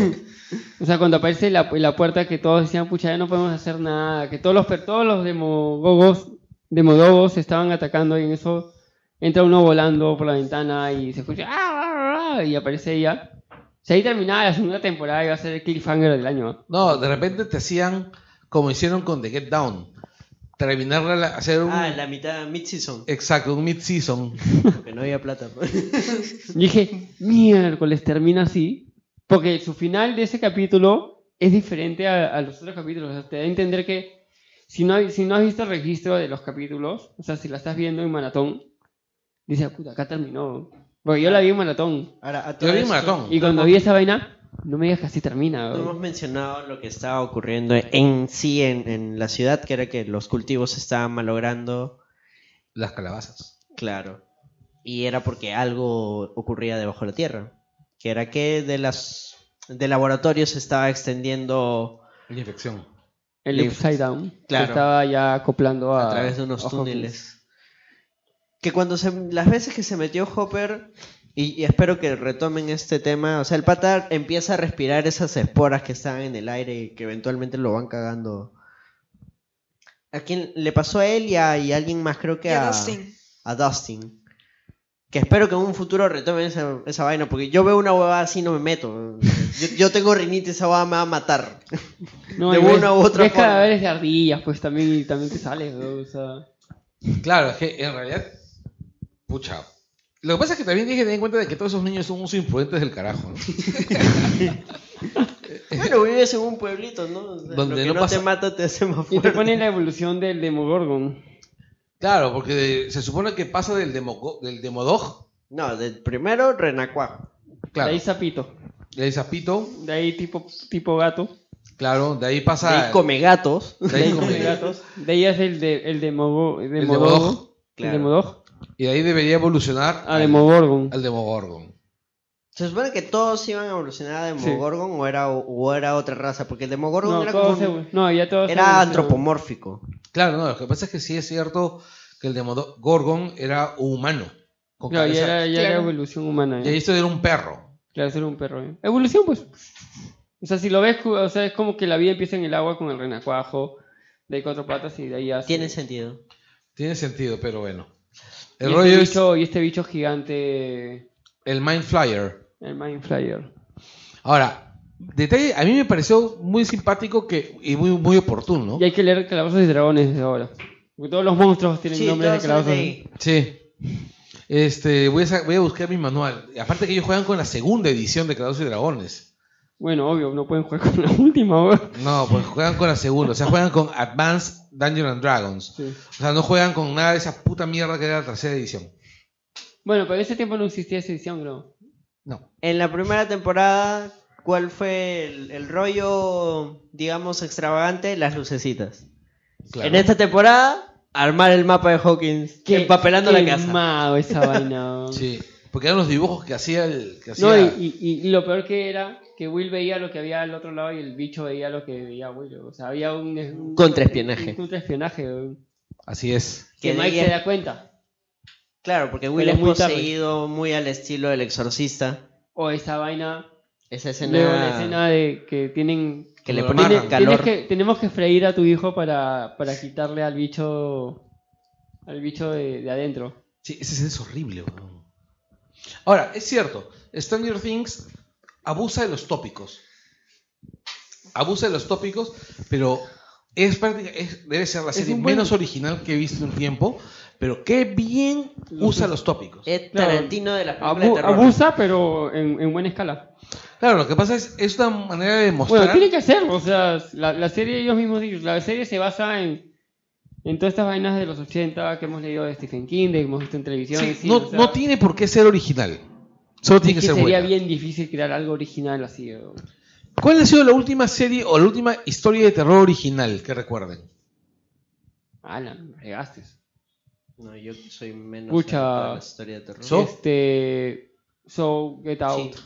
C: O sea, cuando aparece la, la puerta que todos decían, pucha, ya no podemos hacer nada, que todos los, per- todos los demogogos, demodogos estaban atacando y en eso entra uno volando por la ventana y se escucha "Ah, ah, ah", y aparece ella. Si ahí terminaba la segunda temporada iba a ser el cliffhanger del año. ¿no?
A: No, de repente te hacían como hicieron con The Get Down. Terminarla, la- hacer un...
B: Ah, la mitad mid-season.
A: Exacto, un mid-season.
B: Porque no había plata. pues.
C: Y dije, miércoles termina así, porque su final de ese capítulo es diferente a, a los otros capítulos. O sea, te da a entender que si no, hay- si no has visto el registro de los capítulos, o sea, si la estás viendo en maratón, dices, "Ah, puta, acá terminó. Porque yo la vi en maratón.
B: Ahora, a todo
A: Yo vi
B: esto,
A: maratón.
C: Y cuando vi esa vaina, no me digas que así termina.
B: No hemos
C: bro.
B: mencionado lo que estaba ocurriendo en sí en, en la ciudad, que era que los cultivos se estaban malogrando.
A: Las calabazas.
B: Claro. Y era porque algo ocurría debajo de la tierra. Que era que de las de laboratorio se estaba extendiendo
A: La infección.
C: El
B: Lift.
C: Upside Down. que
B: Claro.
C: estaba ya acoplando a... pues.
B: a través de unos
C: a Hawkins.
B: túneles. Que cuando se, las veces que se metió Hopper, y, y espero que retomen este tema, o sea, el pata empieza a respirar esas esporas que están en el aire y que eventualmente lo van cagando. ¿A quién le pasó a él y a, y a alguien más? Creo que
D: Y a
B: a,
D: Dustin.
B: a Dustin. Que espero que en un futuro retomen esa, esa vaina, porque yo veo una huevada así y no me meto. Yo, yo tengo rinitis, esa huevada me va a matar.
C: No,
B: de
C: y ves-
B: una u otra
C: ves
B: forma.
C: cadáveres de ardillas, pues también, y también te sales. bro, o sea...
A: Claro, es que en realidad. Pucha. Lo que pasa es que también hay que tener en cuenta de que todos esos niños son unos imprudentes del carajo, ¿no?
B: Bueno, vives en un pueblito, ¿no? O sea, lo
A: Donde
B: que
A: no
B: no, te
A: pasa-
B: mata te hace más
C: Y te
B: fuerte.
C: ponen la evolución del Demogorgon.
A: Claro, porque de- se supone que pasa del, demogo- del demodog.
B: No, del primero renacuajo.
A: Claro.
C: De ahí sapito.
A: De ahí Zapito.
C: De ahí tipo, tipo gato.
A: Claro, de ahí
B: De
A: pasa.
B: ahí come gatos.
A: de
C: De
A: ahí
C: ahí
A: come-
C: come gatos. De ahí es el de el demogo, el
A: el
C: demodogo.
A: demodog,
C: El
B: Claro.
C: demodog.
A: Y de ahí debería evolucionar
C: Ah, demogorgon.
A: al demogorgon.
B: Se supone que todos iban a evolucionar a Demogorgon o, era, o era otra raza, porque el Demogorgon
C: No,
B: era,
C: todos
B: como un-
C: se- no, ya todos se
B: era
C: evolucionaron.
B: antropomórfico.
A: Claro, no, lo que pasa es que sí es cierto que el demogorgon era un humano. Con
C: Claro, ya
A: cabeza.
C: era, eh, ya era
D: Claro.
C: evolución humana. ¿eh?
A: Y esto era un perro.
C: Claro, ser un perro. ¿eh? Evolución, pues. O sea, si lo ves, o sea, es como que la vida empieza en el agua con el renacuajo. De ahí cuatro patas y de ahí hace.
B: Tiene sentido.
A: Tiene sentido, pero bueno.
C: Y
A: El
C: este
A: rollo es
C: bicho- Y este bicho gigante,
A: el Mind Flyer.
C: el Mind Flyer.
A: Ahora, detalle, a mí me pareció muy simpático que, y muy, muy oportuno.
C: Y hay que leer Calabozos y Dragones desde ahora. Porque todos los monstruos tienen
B: Sí,
C: nombres de
B: todos salen
C: calabozos.
B: de ahí.
A: Sí. Este, voy a, sa- voy a buscar mi manual. Y Aparte que ellos juegan con la segunda edición de Creados y Dragones.
C: Bueno, obvio, no pueden jugar con la última, weón.
A: No, pues juegan con la segunda. O sea, juegan con Advanced Dungeons and Dragons.
C: Sí.
A: O sea, no juegan con nada de esa puta mierda que era la tercera edición.
C: Bueno, pero en ese tiempo no existía esa edición, creo.
A: No.
B: En la primera temporada, ¿cuál fue el, el rollo, digamos, extravagante? Las lucecitas.
A: Claro.
B: En esta temporada, armar el mapa de Hawkins, empapelando la casa.
C: Quemado esa vaina. weón.
A: Sí. Porque eran los dibujos que hacía el. Que hacía...
C: No, y, y- y lo peor que era que Will veía lo que había al otro lado y el bicho veía lo que veía Will. O sea, había un... un
B: Contraespionaje.
C: Un contraespionaje. weón.
A: Así es.
C: Que
B: Que
C: Mike
B: veía-
C: se da cuenta.
B: Claro, porque Will
C: Pero
B: es
C: es muy tarde.
B: poseído muy al estilo del exorcista.
C: O esa vaina...
B: Esa escena,
C: Luego la escena de que tienen...
B: que le
A: Lo
B: ponen
A: amarran.
B: calor.
C: Tienes que, tenemos que freír a tu hijo para, para quitarle al bicho... Al bicho de, de adentro.
A: Sí, ese escena es horrible, weón. Ahora, es cierto, Stranger Things abusa de los tópicos. Abusa de los tópicos, pero Es, práctica- es- debe ser la
C: Es
A: serie
C: un buen-
A: menos original que he visto en un tiempo, pero qué bien
C: Los-
A: usa los tópicos.
B: Es
C: Pues, Claro.
B: Tarantino de la película de
C: Abu-
B: terror.
C: abusa, pero en, en buena escala.
A: Claro, lo que pasa es, es una manera de mostrar.
C: Bueno, tiene que ser, o sea, la, la serie, ellos mismos dicen, la serie se basa en, en todas estas vainas de los 80 que hemos leído de Stephen King, de que hemos visto en televisión.
A: Sí,
C: en cine,
A: no,
C: o sea,
A: no tiene por qué ser original. Solo tiene
C: es
A: que
C: que
A: ser
C: sería
A: buena.
C: bien difícil crear algo original así. ¿no?
A: ¿Cuál ha sido la última serie o la última historia de terror original que recuerden?
C: Ala, me regaste.
B: No, yo soy menos
C: Pucha.
B: adepto a la historia de terror.
A: So-
C: Este. So, Get Out.
B: Sí.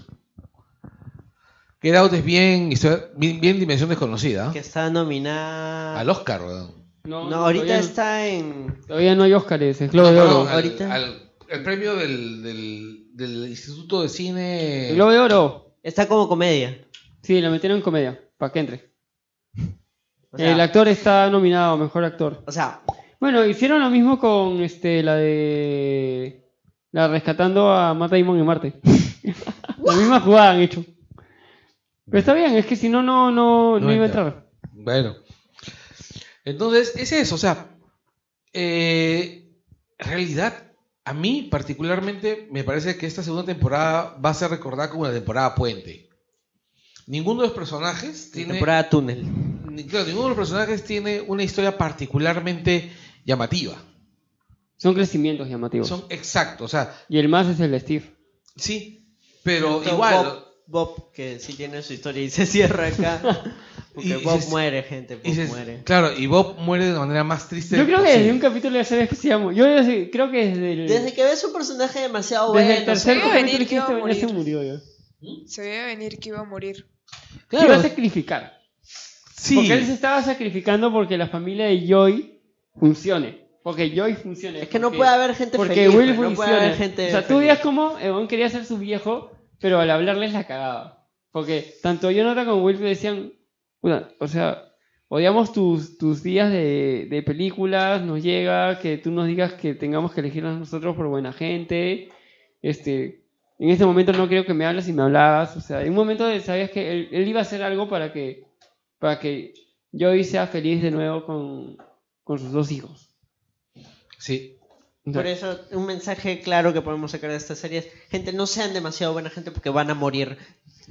A: Get Out es bien, historia- bien, bien dimensión desconocida.
B: Que está nominada.
A: Al Oscar, ¿verdad?
B: No, ahorita
C: todavía,
B: está en.
C: Todavía no hay Óscares, es Globo de Oro.
A: al-
B: ahorita.
A: al- el premio del, del- del Instituto de Cine.
C: El Globo de Oro.
B: Está como comedia.
C: Sí, la metieron en comedia, para que entre.
B: O sea,
C: el actor está nominado, a mejor actor.
B: o sea,
C: Bueno, hicieron lo mismo con este, la de. La rescatando a Matt Damon en Marte. la misma jugada han hecho. Pero está bien, es que si no, no, no,
A: No
C: no iba a
A: entra.
C: entrar.
A: Bueno. Entonces, es eso, o sea, eh, en realidad, a mí particularmente me parece que esta segunda temporada va a ser recordada como la temporada puente. Ninguno de los personajes tiene...
B: temporada túnel.
A: ni- claro, ninguno de los personajes tiene una historia particularmente llamativa.
C: Son crecimientos llamativos.
A: Son exactos, o sea,
C: Y el más es el de Steve.
A: sí, pero
B: Excepto
A: igual...
B: Bob, Bob, que sí tiene su historia y se cierra acá. Porque
A: Y- y
B: Bob
A: se-
B: muere, gente. Bob
A: y se-
B: muere.
A: Claro, y Bob muere de la manera más triste.
C: Yo creo que desde
A: posible.
C: un capítulo ya sabes que se llama. Yo desde- creo que desde el,
B: Desde que ves un personaje demasiado
C: desde el
B: bueno.
C: tercer
D: sí,
C: capítulo
D: venir,
C: dijiste,
D: iba a
C: ya se
D: morir".
C: murió ya.
D: Se veía venir que iba a morir.
C: Se iba a
A: Claro,
C: sacrificar.
A: sí.
C: Porque él se estaba sacrificando porque la familia de Joy funcione. Porque Joy funcione.
B: Es que no
C: porque-
B: puede haber gente
C: Porque
B: feliz.
C: Will
B: pues, no puede
C: funciona.
B: haber gente
C: o sea, tú
B: feliz.
C: veías cómo Egon quería ser su viejo, pero al hablarles la cagaba. Porque tanto Jonathan como Will decían, "Puta, o sea, odiamos tus, tus días de, de películas, nos llega que tú nos digas que tengamos que elegirnos nosotros por buena gente. Este, en este momento no creo que me hables y me hablabas. O sea, en un momento de- sabías que él, él iba a hacer algo para que, para que Joey sea feliz de nuevo con, con sus dos hijos.
A: Sí,
C: O sea,
B: Por eso, un mensaje claro que podemos sacar de esta serie es: gente, no sean demasiado buena gente porque van a morir de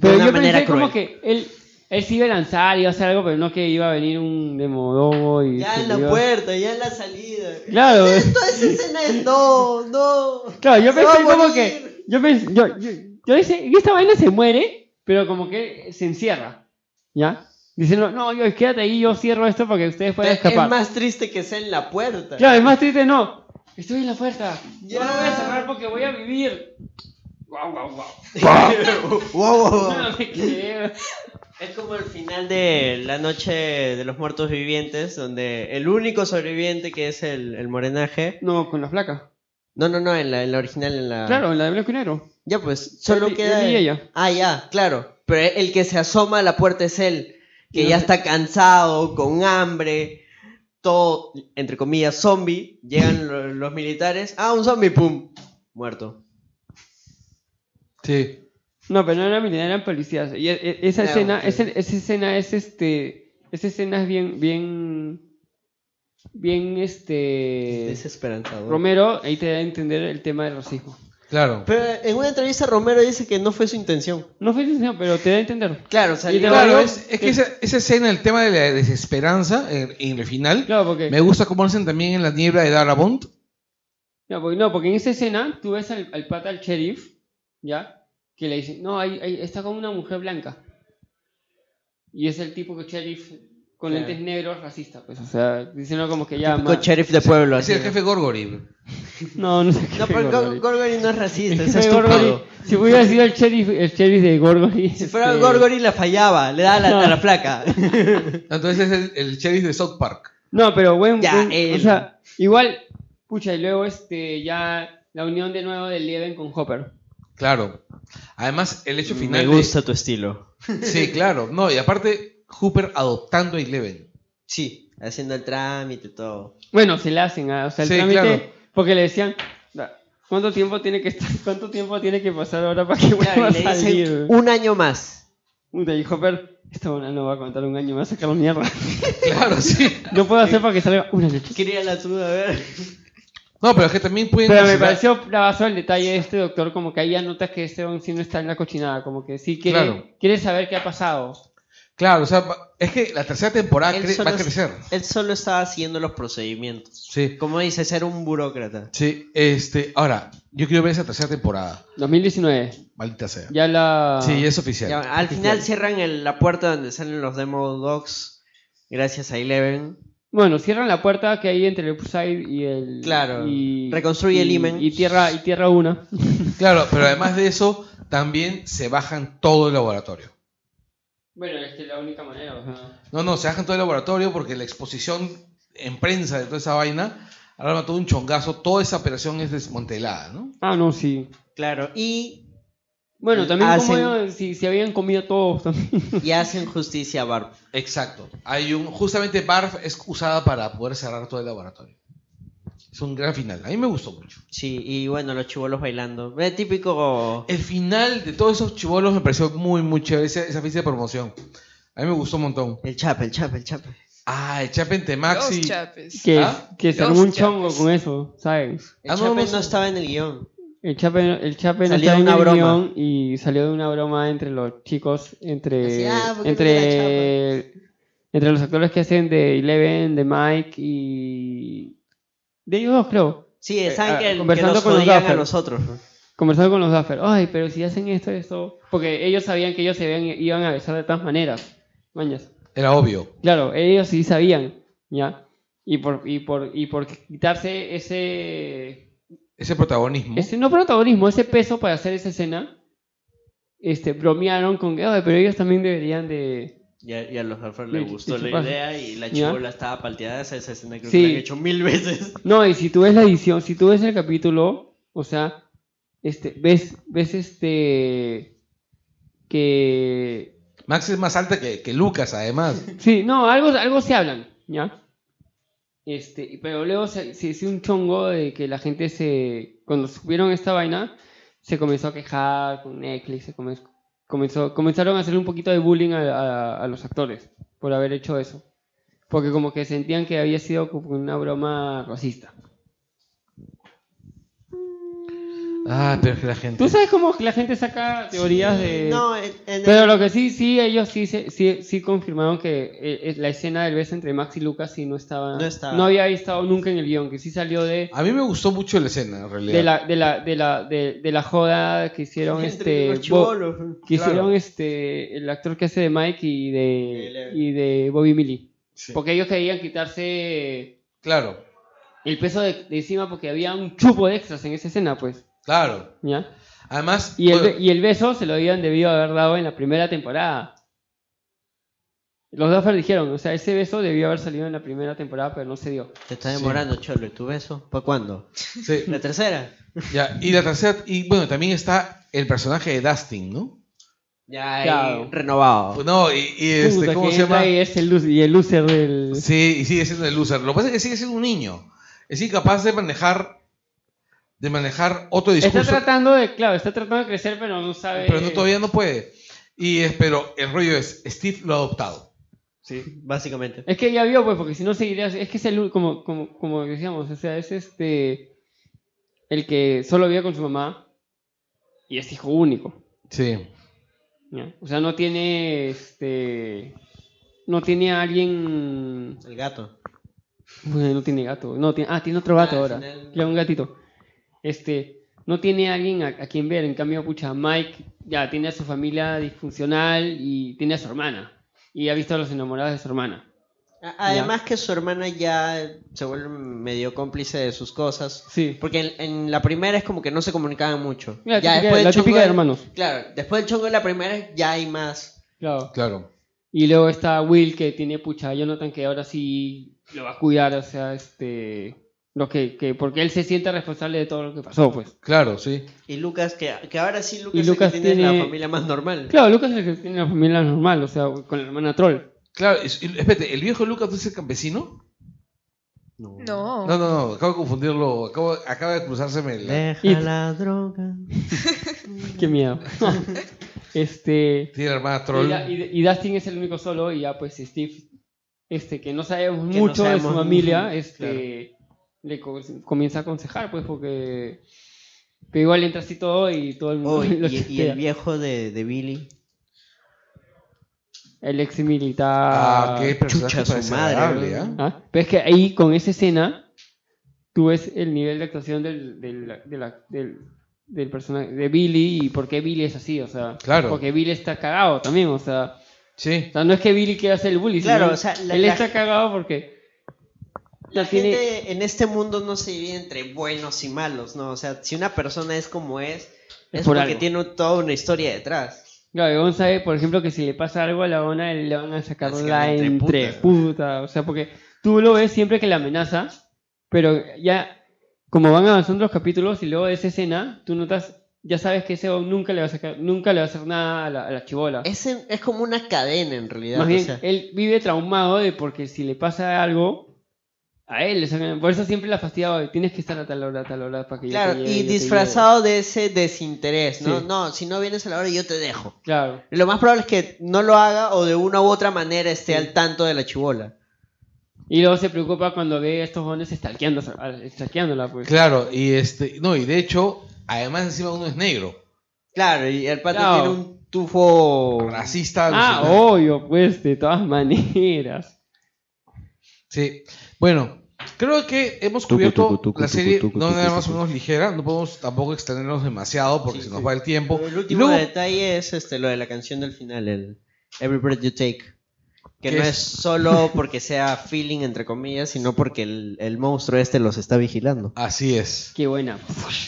C: Pero
B: una
C: yo
B: manera
C: pensé
B: cruel.
C: como que él, él se iba a lanzar, iba a hacer algo, pero no que iba a venir un demodogo y...
B: Ya
C: se
B: en
C: lo
B: la
C: iba-
B: puerta, ya en la salida.
C: Claro,
B: Toda esa escena es no, no.
C: claro, yo
B: se va
C: pensé
B: a
C: como
B: morir.
C: que... Yo pensé, yo, yo, yo dije, esta vaina se muere, pero como que se encierra, ¿ya? Diciendo, no, yo, quédate ahí, yo cierro esto para que ustedes puedan
B: Es,
C: escapar.
B: más triste que sea en la puerta.
C: Claro, es más triste, no. Estoy en la puerta.
B: Ya.
C: No me voy a cerrar porque voy a vivir. Guau, guau, guau.
B: Wow, wow, wow.
C: No me creo.
B: Es como el final de La Noche de los Muertos Vivientes, donde el único sobreviviente que es el, el morenaje.
C: No, con la flaca.
B: No, no, no, en la, en la original, en la.
C: Claro, la de blanco y negro.
B: Ya pues, solo
C: Él y-
B: queda.
C: él y
B: el-
C: ella.
B: Ah, ya, claro. Pero e- el que se asoma a la puerta es él, que
C: No.
B: ya está cansado, con hambre, todo, entre comillas, zombie. Llegan lo- los militares. Ah, un zombie, pum, muerto.
A: Sí.
C: No, pero no eran militares, eran policías. Y e- e- esa
B: Claro,
C: escena,
B: sí.
C: esa, esa escena es este. Esa escena es bien, bien. Bien, este.
B: Desesperanzador.
C: Romero, ahí te da a entender el tema del racismo.
A: Claro.
B: Pero en una entrevista Romero dice que no fue su intención.
C: No fue intención, pero te da a entender.
B: Claro, o sea,
C: Y te
B: yo-
C: lo
A: Claro,
C: digo-
A: es, es que esa, esa escena, el tema de la desesperanza en, en el final,
C: Claro, porque.
A: me gusta cómo hacen también en la niebla de Darabont.
C: No, porque, no, porque en esa escena tú ves al, al pata, al sheriff, ¿ya? Que le dice, no, ahí, ahí está con una mujer blanca. Y es el tipo que sheriff con
B: Claro.
C: lentes negros racista, pues, o sea, diciendo como que ya.
B: Típico
C: ma-
B: sheriff de pueblo.
A: Es
B: así,
A: el
B: ¿no?
A: jefe Gorgory.
C: No, no sé qué.
B: No, pero
C: gordo,
B: Gor- Gorgory no es racista, es
C: Fue Gorgory.
B: estúpido.
C: Si hubiera sido el sheriff, el sheriff de Gorgory.
B: Si fuera
C: este,
B: Gorgory la fallaba, le daba la,
C: No.
B: a la flaca.
A: Entonces es el, el sheriff de South Park.
C: No, pero buen.
B: Ya,
C: buen-
B: él.
C: O sea, igual. Pucha, y luego este, ya la unión de nuevo de Leven con Hopper.
A: Claro. Además, el hecho final.
B: Me
A: de-
B: gusta tu estilo.
A: sí, claro. No, y aparte, Hooper adoptando a Eleven.
B: Sí, haciendo el trámite, todo.
C: Bueno, se la hacen, ah, o sea, el
A: Sí,
C: trámite.
A: claro.
C: Porque le decían. "Da, ¿Cuánto tiempo tiene que estar, cuánto tiempo tiene que pasar ahora para que vuelva
B: Claro,
C: a
B: y le dicen
C: salir?
B: un año más.
C: Puta, y Hopper, esta buena no va a contar un año, me va a sacar la mierda.
A: Claro, sí.
C: No puedo hacer para que salga una noche.
B: Quería la duda, a ver.
A: No, pero es que también pueden.
C: Pero me
A: cancelar.
C: pareció bravazo el detalle de este doctor, como que ahí ya notas que este hombre sí no está en la cochinada, como que sí quiere,
A: Claro.
C: quiere saber qué ha pasado.
A: Claro, o sea, va- es que la tercera temporada
B: Él
A: cre-
B: solo
A: va a
B: es-
A: crecer.
B: Él solo estaba siguiendo los procedimientos.
A: Sí.
B: Como dice, ser un burócrata.
A: Sí, este. Ahora, yo quiero ver esa tercera temporada.
C: 2019,
A: Maldita sea.
C: ya la...
A: Sí, es oficial.
B: Ya, al final cierran el- la puerta donde salen los demo dogs. Gracias a Eleven.
C: Bueno, cierran la puerta que hay entre el Upside y el...
B: Claro,
C: y-
B: reconstruye el
C: y-
B: Imen.
C: Y Tierra, y tierra 1.
A: Claro, pero además de eso, también se bajan todo el laboratorio.
C: Bueno, es que es la única manera, o sea...
A: No, no, se bajan todo el laboratorio porque la exposición en prensa de toda esa vaina arma todo un chongazo. Toda esa operación es desmantelada, ¿no?
C: Ah, no, sí.
B: Claro. Y,
C: Bueno, también
B: Hacen-
C: como yo, si, si habían comido todos también.
B: y hacen justicia a Barb.
A: Exacto. Hay un, justamente Barf es usada para poder cerrar todo el laboratorio. Es un gran final. A mí me gustó mucho.
B: Sí, y bueno, los chivolos bailando. Eh, típico.
A: El final de todos esos chivolos me pareció muy, muy chévere. Esa, esa fiesta de promoción. A mí me gustó un montón.
B: El chape, el chape, el chape.
A: Ah, el Chapente
D: Los
A: Maxi.
D: chapes.
C: Que,
A: ¿Ah?
C: que se
D: Los
C: armó un
D: chapes.
C: chongo con eso, ¿sabes?
B: El
A: Ah, no,
B: chape
A: no
B: no,
A: sé.
B: estaba en el guión.
C: El Chape, el Chape no
B: Salió
C: estaba
B: de
C: en
B: una
C: el
B: broma.
C: guión y salió de una broma entre los chicos,
B: Así,
C: entre
B: ah, ¿por qué no era
C: entre entre los actores que hacen de Eleven, de Mike y de ellos dos, creo,
B: Sí,
C: Eh,
B: saben
C: ah,
B: que, el- que
C: conversando
B: nos
C: con los
B: jodían a
C: Duffer.
B: nosotros. ¿no?
C: conversando con los Duffer. Ay, pero si hacen esto, esto, porque ellos sabían que ellos se habían- iban a besar de todas maneras, mañas.
A: Era obvio.
C: Claro, ellos sí sabían, ya. Y por y por y por quitarse ese
A: Ese protagonismo.
C: Ese no protagonismo, ese peso para hacer esa escena. Este, bromearon con que, "Ay, pero ellos también deberían de.
B: Y a, y a los Alfred les
C: Y-
B: gustó
C: y
B: la
C: chupas.
B: idea y la
C: Ya.
B: chivola estaba palteada. Esa esa escena creo
C: Sí.
B: que la han hecho mil veces.
C: No, y si tú ves la edición, si tú ves el capítulo, o sea, este, ves, ves este. Que.
A: Maxi es más alta que, que Lucas, además.
C: Sí, no, algo, algo se hablan, ¿ya? Este, y- pero luego se, se hizo un chongo de que la gente se. Cuando subieron esta vaina, se comenzó a quejar con Netflix, se comenzó, comenzó- comenzaron a hacer un poquito de bullying a, a- a los actores por haber hecho eso. Porque como que sentían que había sido como una broma racista.
A: Ah, pero es que la gente.
C: ¿Tú sabes cómo la gente saca teorías de...?
B: No, en, en
C: Pero
B: el-
C: lo que sí, sí, ellos sí, se- sí, sí confirmaron que eh, eh, la escena del beso entre Max y Lucas sí no estaba...
B: No estaba.
C: había estado nunca en el guión, que sí salió de,
A: A mí me gustó mucho la escena, en realidad.
C: de, la, de, la, de, la, de, de la joda que hicieron
B: entre
C: este...
B: los
C: Bo-
B: chivolos.
C: que
A: claro.
C: hicieron este el actor que hace de Mike y
B: De
C: de,
B: Eleven.
C: y de Bobby Millie.
A: Sí.
C: Porque ellos querían quitarse
A: Claro,
C: el peso de, de encima porque había un chupo de extras en esa escena, pues.
A: claro.
C: ¿Ya?
A: Además,
C: Y el,
A: bueno,
C: be- y el beso se lo habían debido haber dado en la primera temporada. Los Duffer dijeron, o sea, ese beso debió haber salido en la primera temporada, pero no se dio.
B: Te está demorando, Cholo. ¿Y tu beso? ¿Para cuándo?
A: sí,
B: ¿La tercera?
A: ya. Y la tercera, y bueno, también está el personaje de Dustin, ¿no?
B: Ya, ahí,
C: Claro.
B: renovado.
A: Pues no, y, y este,
C: Puta,
A: ¿cómo
C: que
A: se
C: entra
A: llama?
C: Y es el, lu- y el loser del...
A: Sí, y sigue siendo el loser. Lo que pasa es que sigue siendo un niño. Es incapaz de manejar, de manejar otro
C: Está
A: discurso.
C: tratando de, claro, está tratando de crecer, pero no sabe...
A: Pero no, todavía no puede. Y es- pero el rollo es, Steve lo ha adoptado.
B: Sí, básicamente.
C: Es que ya vio, pues, porque si no seguiría. Es que es el ú- como, como, como decíamos, o sea, es este. El que solo vive con su mamá y es hijo único.
A: Sí.
C: ¿ya? O sea, no tiene este. No tiene a alguien.
B: El gato.
C: Bueno, Pues no tiene gato. No, tiene, ah, tiene otro gato
B: Ah, al
C: ahora.
B: final-
C: Claro, un gatito. Este. No tiene a alguien a, a quien ver. En cambio, pucha, Mike ya tiene a su familia disfuncional y tiene a su hermana. Y ha visto a los enamorados de su hermana.
B: A- Además que su hermana ya se vuelve medio cómplice de sus cosas.
C: Sí.
B: Porque en, en la primera es como que no se comunicaban mucho.
C: La
B: ya
C: típica-
B: después del
C: la
B: chongo
C: típica de hermanos.
B: Claro, después del chongo de la primera ya hay más.
C: Claro.
A: Claro.
C: Y luego está Will que tiene pucha a Jonathan que ahora sí lo va a cuidar, o sea, este lo que, que porque él se siente responsable de todo lo que pasó, pues.
A: Claro, sí.
B: Y Lucas, que, que ahora sí Lucas,
C: Y
B: es el que
C: Lucas
B: tiene, la
C: tiene-
B: familia más normal.
C: Claro, Lucas es el que tiene la familia normal, o sea, con la hermana Troll.
A: Claro, es- y- espérate, ¿el viejo Lucas es el campesino?
D: No.
A: No, no, no, acabo de confundirlo, acabo,
B: Eh,
A: acaba de cruzárseme la...
B: Deja
C: It.
B: la droga.
C: Qué miedo. Este,
A: Tiene hermana
C: y,
A: troll.
C: Da- y- y Dustin es el único solo y ya pues Steve, este que no sabemos
B: Que no
C: mucho de su
B: sabemos
C: familia,
B: mucho,
C: este le co- comienza a aconsejar pues porque pero igual entra así todo y todo el mundo
B: Oh, y,
C: lo
B: y
C: chistea.
B: el viejo de, de Billy.
C: El ex militar.
A: Ah, qué personaje
B: Chucha, su madre.
A: desagradable,
B: ¿no?
A: ¿ah?
C: ¿Ah? Pero es que ahí con esa escena tú ves el nivel de actuación del, del, de la- del, del personaje de Billy y por qué Billy es así, o sea,
A: Claro.
C: porque Billy está cagado también, o sea,
A: Sí.
C: o sea, no es que Billy quiera ser el bully,
B: Claro,
C: sino
B: o sea, la-
C: él
B: la-
C: está cagado porque
B: La
C: Ya tiene-
B: gente en este mundo no se divide entre buenos y malos, ¿no? O sea, si una persona es como es,
C: Es
B: es
C: por
B: porque
C: algo.
B: tiene un- toda una historia detrás.
C: Claro, Gon sabe, por ejemplo, que si le pasa algo a la Ona, le van a sacar la
B: Básicamente,
C: entre
B: puta.
C: puta. O sea, porque tú lo ves siempre que la amenaza, pero ya, como van avanzando los capítulos y luego de esa escena, tú notas, ya sabes que ese Gon nunca le va a sacar, nunca le va a hacer nada a la, a la chibola.
B: Es, en- es como una cadena en realidad.
C: Más
B: o
C: bien,
B: sea.
C: él vive traumado de porque si le pasa algo, a él le sacan. Por eso siempre la fastidiaba de tienes que estar a tal hora, a tal hora para que yo te
B: Claro,
C: lleve,
B: y
C: yo te
B: disfrazado de ese desinterés, ¿no?
C: Sí.
B: No, si no vienes a la hora yo te dejo.
C: lleve. Claro.
B: Lo más probable es que no lo haga o de una u otra manera esté al tanto de la chibola.
C: Y luego se preocupa cuando ve a estos gones stalkeando, stalkeándola, pues.
A: Claro, y este, no, y de hecho, además encima uno es negro,
B: Claro, y el pato
C: Claro.
B: tiene un tufo...
A: racista.
C: Ah,
A: alucinante.
B: oh.
C: obvio, pues, de todas maneras.
A: Sí. Bueno, creo que hemos
G: Tucu,
A: cubierto
G: tucu, tucu,
A: la
G: tucu,
A: serie,
G: tucu,
A: no
G: tucu,
A: nada
G: tucu,
A: más o
G: tucu.
A: menos ligera, no podemos tampoco extendernos demasiado porque
B: Sí,
A: se nos
B: sí.
A: va el tiempo.
B: El
A: Y
B: último
A: luego,
B: detalle es este, lo de la canción del final, el Every Breath You Take. Que
A: ¿Qué
B: no
A: es?
B: es? solo porque sea feeling, entre comillas, sino porque el, el monstruo este los está vigilando.
A: así es.
C: Qué buena.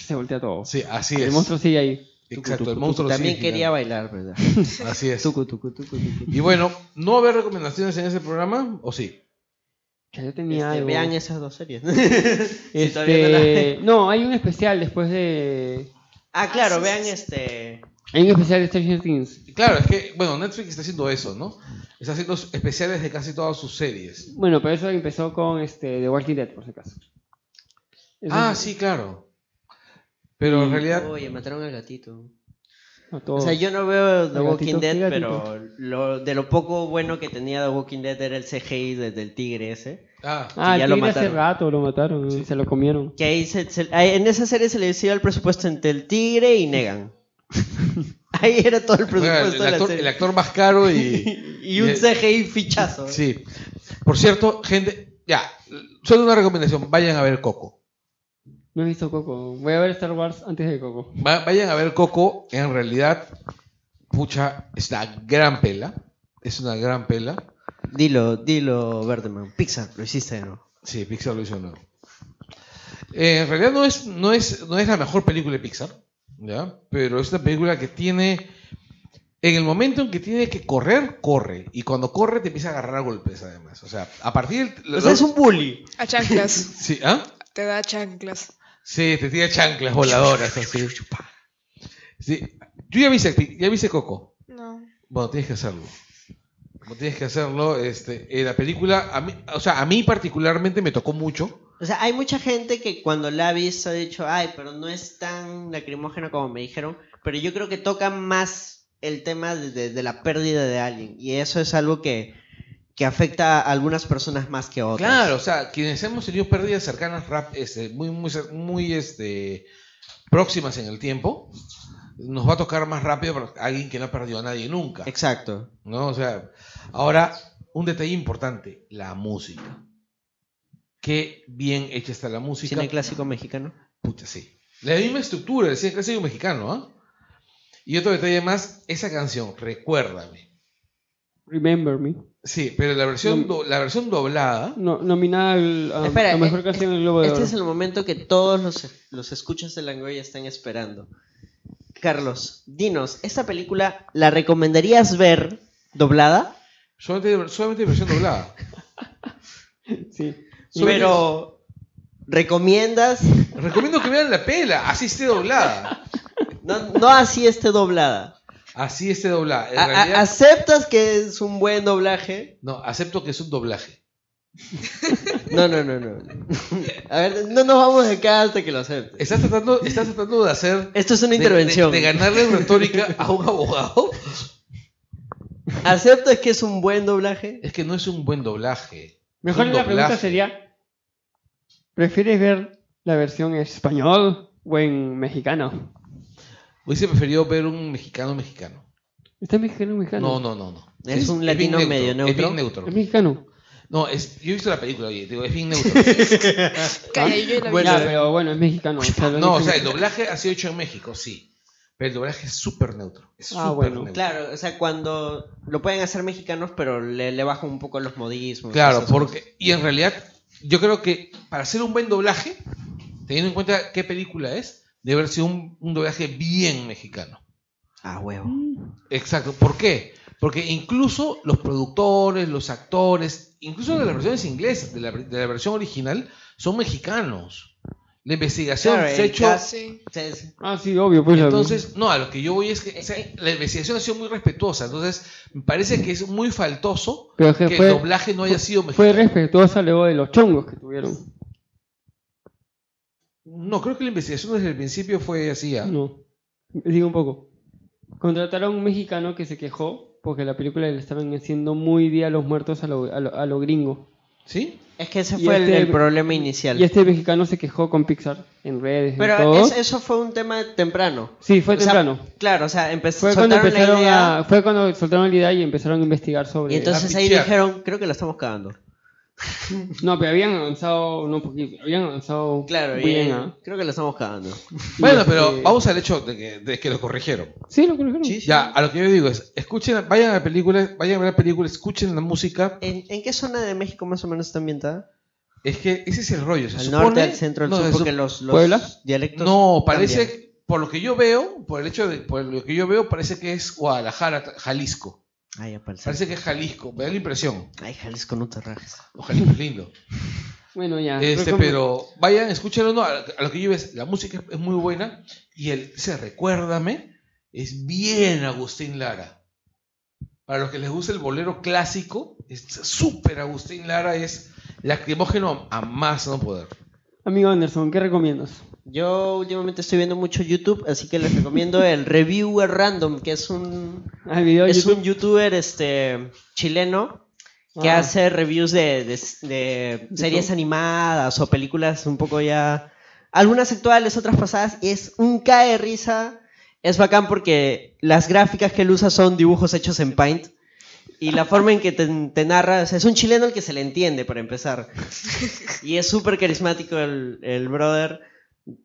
C: Se voltea todo.
A: Sí, así
C: el
A: es.
C: monstruo sigue ahí.
A: Exacto, el monstruo
B: También
A: sí,
B: quería bailar, ¿verdad? Este,
A: Así es.
B: Tucu, tucu, tucu, tucu.
A: Y bueno, ¿no va a haber recomendaciones en ese programa? ¿O sí?
C: Ya yo tenía
B: Este,
C: algo.
B: vean esas dos series. Si todavía no la-
C: Este, no, hay un especial después de.
B: Ah, claro,
D: Ah, sí,
B: vean
D: sí, sí.
B: este.
C: Hay un especial de Stranger Things.
A: Y Claro, es que, bueno, Netflix está haciendo eso, ¿no? Está haciendo especiales de casi todas sus series.
C: Bueno, pero eso empezó con este The Walking Dead, por si acaso. Eso
A: Ah,
C: es-
A: sí, claro. Pero en realidad,
B: Oye, mataron al gatito.
C: no, todo.
B: O sea, yo no veo The
C: Al
B: Walking
C: gatito,
B: Dead,
C: sí, gatito.
B: pero lo, de lo poco bueno que tenía The Walking Dead era el CGI de- del tigre ese.
A: ah,
C: ah,
B: ya
C: el
B: lo
C: tigre hace
B: mataron.
C: rato lo mataron, se lo comieron.
B: Que ahí se- se- ahí- en esa serie se le decía el presupuesto entre el tigre y Negan. ahí era todo el
A: Bueno,
B: presupuesto
A: el, actor,
B: de
A: el
B: la serie.
A: actor más caro y...
B: y un
A: y el-
B: CGI fichazo.
A: Sí. Por cierto, gente, ya, solo una recomendación, vayan a ver Coco.
C: No he visto Coco. Voy a ver Star Wars antes de Coco.
A: Va- vayan a ver Coco, en realidad, pucha, es una gran pela, es una gran pela.
B: Dilo, dilo, Verdeman. Pixar, lo hiciste de nuevo.
A: Sí, Pixar lo hizo no. Eh, en realidad no es, no, es, no es la mejor película de Pixar, ¿ya? pero es una película que tiene, en el momento en que tiene que correr, corre, y cuando corre te empieza a agarrar a golpes además. O sea, a partir del...
B: O sea, es un bully.
D: A chanclas.
A: Sí, ¿ah?
D: Te da chanclas.
A: Sí, te tira chanclas voladoras así. Sí. Tú ya viste, Pi- ya viste Coco.
D: No.
A: Bueno, tienes que hacerlo. Como tienes que hacerlo, este, eh, la película, a mí, o sea, a mí particularmente me tocó mucho.
B: O sea, hay mucha gente que cuando la ha visto ha dicho, ay, pero no es tan lacrimógeno como me dijeron. Pero yo creo que toca más el tema de, de- de la pérdida de alguien. Y eso es algo que, que afecta a algunas personas más que a otras.
A: Claro, o sea, quienes hemos tenido pérdidas cercanas, rap, este, muy, muy, cer- muy, este, próximas en el tiempo, nos va a tocar más rápido para alguien que no ha perdido a nadie nunca.
B: Exacto.
A: ¿no? O sea, ahora, un detalle importante, la música. Qué bien hecha está la música.
B: Cine clásico mexicano.
A: Puta, sí. La misma estructura del cine clásico mexicano, ¿ah? Y otro detalle más, esa canción, Recuérdame.
C: Remember Me.
A: Sí, pero la versión, do- la versión doblada,
C: No, nominada al- a
B: Espera,
C: la mejor
B: eh,
C: canción del Globo de
B: Este
C: Oro.
B: es el momento que todos los, los escuchas de Langoy están esperando. Carlos, dinos, ¿esta película la recomendarías ver doblada?
A: solamente, solamente versión doblada.
C: Sí.
B: Pero, ¿recomiendas?
A: Recomiendo que vean la pela, así esté doblada.
B: No, no así esté doblada.
A: Así esté doblada. En
B: A- a-
A: realidad,
B: ¿Aceptas que es un buen doblaje?
A: no, acepto que es un doblaje.
B: No, no, no, no. A ver, no nos vamos de acá hasta que lo acepte.
A: Estás tratando, estás tratando de hacer.
B: Esto es una
A: de-
B: intervención.
A: De, de ganarle retórica a un abogado.
B: ¿Aceptas que es un buen doblaje?
A: Es que no es un buen doblaje.
C: Mejor
A: Un
C: la pregunta
A: doblaje.
C: sería, ¿prefieres ver la versión en español o en mexicano?
A: Hubiese preferido ver un mexicano mexicano.
C: ¿Está en mexicano o mexicano?
A: No, no, no, no.
B: Es un
A: bien
B: latino medio
A: Es bien neutro.
C: ¿Es mexicano?
A: No, es, yo he visto la película, oye, digo, es bien neutro.
D: Calla, yo y la
B: Bueno,
C: Ya,
D: vi.
C: pero bueno, es mexicano. o sea, lo
A: no, o
C: dicen-
A: sea, el doblaje ha sido hecho en México, sí. Pero el doblaje es súper neutro. Es
C: Ah,
A: súper
C: bueno,
A: neutro.
B: Claro, o sea, cuando lo pueden hacer mexicanos, pero le, le bajo un poco los modismos.
A: Claro,
B: esas cosas.
A: porque. Y en realidad, yo creo que para hacer un buen doblaje, teniendo en cuenta qué película es, debe haber sido un, un doblaje bien mexicano.
B: Ah, huevo.
A: Exacto. ¿Por qué? Porque incluso los productores, los actores, incluso de las versiones inglesas, de la, de la versión original, son mexicanos. La investigación
B: Claro,
A: se ha
B: el
A: hecho.
B: cast-
D: Sí.
B: Sí, sí.
C: Ah, sí, obvio, pues. la-
A: Entonces, no, a lo que yo voy es que o sea, la investigación ha sido muy respetuosa. Entonces, me parece que es muy faltoso
C: pero es
A: que
C: que
A: el
C: fue,
A: doblaje no haya sido mexicano.
C: fue respetuosa luego de los chongos que tuvieron.
A: No, creo que la investigación desde el principio fue así. ¿ah?
C: No, digo un poco. Contrataron a un mexicano que se quejó porque la película le estaban haciendo muy día a los muertos a lo, a lo- a lo gringo.
A: ¿Sí?
B: Es que ese
C: Y
B: fue el-
C: este-
B: el, problema inicial.
C: Y este mexicano se quejó con Pixar en redes. en
B: Pero
C: todo.
B: es- eso fue un tema temprano.
C: Sí, fue
B: O sea,
C: temprano.
B: claro, o sea, empezó
C: fue cuando empezaron a, fue cuando soltaron la idea y empezaron a investigar sobre.
B: Y entonces
A: a
B: ahí
A: pichear.
B: dijeron, creo que la estamos cagando.
C: No, pero habían avanzado no poquito, habían avanzado
B: Claro,
C: bien.
B: bien,
C: ¿ah?
B: creo que la estamos cagando.
A: Bueno,
C: este-
A: pero vamos al hecho de que, de que lo corrigieron.
C: Sí, lo corrigieron.
A: Ya, a lo que yo digo es, escuchen, vayan a la película, vayan a ver la película, escuchen la música.
B: ¿En, en qué zona de México más o menos está ambientada?
A: Es que ese es el rollo. se
B: Al
A: supone-
B: norte, al centro, al
A: no,
B: sur,
A: se
B: porque los, los
C: ¿Puebla?
B: dialectos.
A: No, parece,
B: cambian.
A: por lo que yo veo, por el hecho de, por lo que yo veo, parece que es Guadalajara, Jalisco.
B: Ay, ya parece.
A: Parece que es Jalisco, me da la impresión.
B: Ay, Jalisco, no te rajes.
A: O Jalisco es lindo.
C: Bueno, ya.
A: Este,
C: creo que-
A: pero vayan, escúchenlo, no, a, a lo que yo ves, la música es muy buena y el se recuérdame es bien Agustín Lara. Para los que les gusta el bolero clásico, es súper Agustín Lara, es lacrimógeno a más no poder.
C: Amigo Anderson, ¿qué recomiendas?
B: Yo últimamente estoy viendo mucho YouTube, así que les recomiendo el Reviewer Random, que es un,
C: Ah, el video de
B: es
C: YouTube.
B: un youtuber este, chileno que
C: Ah.
B: hace reviews de, de- de series animadas o películas un poco ya. Algunas actuales, otras pasadas. y Es un cae de risa. Es bacán porque las gráficas que él usa son dibujos hechos en Paint. Y la forma en que te, te narra, o sea, es un chileno el que se le entiende, para empezar. Y es súper carismático el, el brother.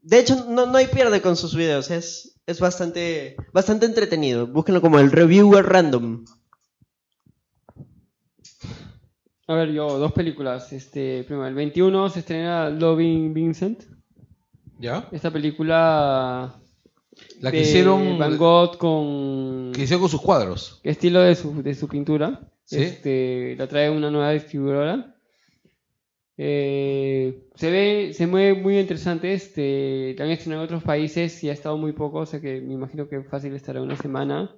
B: De hecho, no, no hay pierde con sus videos. Es, es bastante, bastante entretenido. Búsquenlo como el reviewer random.
C: A ver, yo, dos películas. Este, primero, el 21 se estrena Loving Vincent.
A: ¿Ya?
C: Esta película.
A: La que
C: de
A: hicieron,
C: Van Gogh con.
A: que hicieron con sus cuadros.
C: Estilo de su, de su pintura.
A: Sí.
C: Este, la trae una nueva distribuidora. Eh, se ve, se mueve muy interesante. Este, la han estrenado en otros países y ha estado muy poco, o sea que me imagino que fácil estará una semana.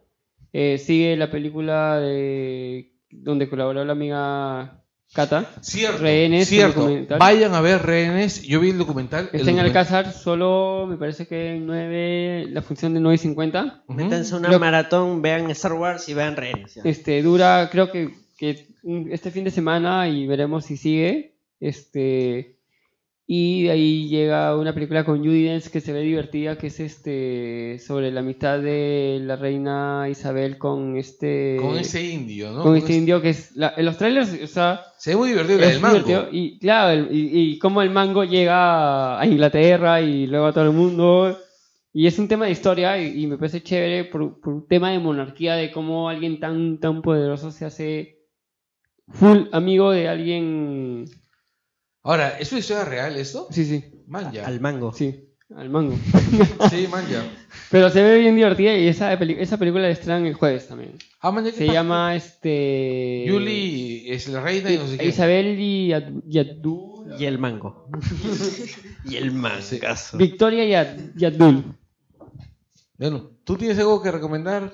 C: Eh, sigue la película de donde colaboró la amiga Cata.
A: Cierto,
C: Rehenes, el
A: cierto.
C: documental.
A: Vayan a ver Rehenes, yo vi el documental. el
C: Está en
A: documental-
C: Alcázar solo, me parece que en 9, la función de 9 y 50.
A: Ujú.
B: Métanse una
C: Lo-
B: maratón, vean Star Wars y vean Rehenes. ya.
C: Este, dura, creo que, que un- este fin de semana y veremos si sigue. Este, y de ahí llega una película con Judy Dench que se ve divertida, que es este, sobre la amistad de la reina Isabel con este,
A: Con ese indio, ¿no?
C: con
A: Con
C: este
A: ese-
C: indio que es, la- en los trailers, o sea,
A: Se ve muy divertido, la
C: es
A: del mango.
C: divertido, Y claro, el- y, y cómo el mango llega a Inglaterra y luego a todo el mundo. Y es un tema de historia y, y me parece chévere por, por un tema de monarquía, de cómo alguien tan, tan poderoso se hace full amigo de alguien.
A: Ahora, ¿es una historia real esto?
C: Sí, sí,
A: Man ya.
B: Al mango.
C: sí, al mango.
A: Sí, man ya.
C: Pero se ve bien divertida y esa, peli- esa película la estrenan el jueves también.
A: Ah, man, ya, ¿qué
C: Se
A: pasa?
C: llama este.
A: Yuli es la reina y no sé qué.
C: Isabel y Ad- y Abdul-
B: Y el mango. y el mangazo.
C: Victoria y Ad- y Abdul.
A: Bueno, ¿tú tienes algo que recomendar?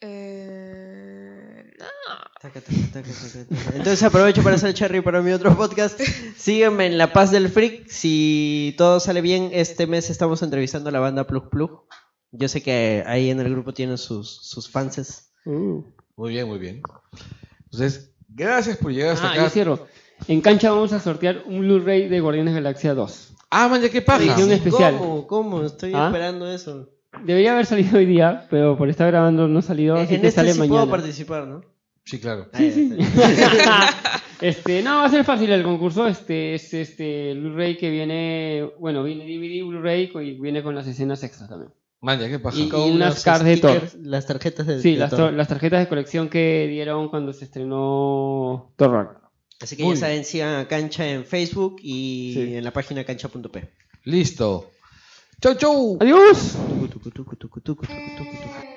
D: Eh, no,
B: Taca, taca, taca, taca, taca. Entonces aprovecho para hacer cherry para mi otro podcast. Sígueme en La Paz del Freak. Si todo sale bien, este mes estamos entrevistando a la banda Plug Plug. Yo sé que ahí en el grupo tienen sus, sus fanses.
A: Muy bien, muy bien. Entonces, gracias por llegar hasta
C: Ah, yo
A: acá.
C: cierro. En cancha vamos a sortear un Blu-ray de Guardianes de la Galaxia 2.
A: Ah, man, ya qué paja.
C: Edición especial.
B: ¿Cómo? ¿Cómo? Estoy
C: ¿Ah?
B: esperando eso.
C: Debería haber salido hoy día, pero por estar grabando no ha salido,
B: en
C: así
B: en
C: que
B: este
C: sale
B: sí puedo
C: mañana.
B: participar, ¿no?
A: Sí, claro.
B: Sí, sí.
C: este, no, va a ser fácil el concurso. Este es este Blu-ray que viene, bueno, viene DVD, Blu-ray co- y viene con las escenas extras también.
A: Man, ya qué paja.
C: Y- unas cards de
B: Las tarjetas de,
C: Sí,
B: de
C: las,
B: Thor.
C: to- las tarjetas de colección que dieron cuando se estrenó Thor Ragnarok.
B: Así que
A: Muy
B: ya saben, sigan a Cancha en Facebook y
C: Sí.
B: en la página cancha.p.
A: Listo. Chau, chau.
C: Adiós.
B: Tucu, tucu, tucu, tucu, tucu, tucu, tucu, tucu.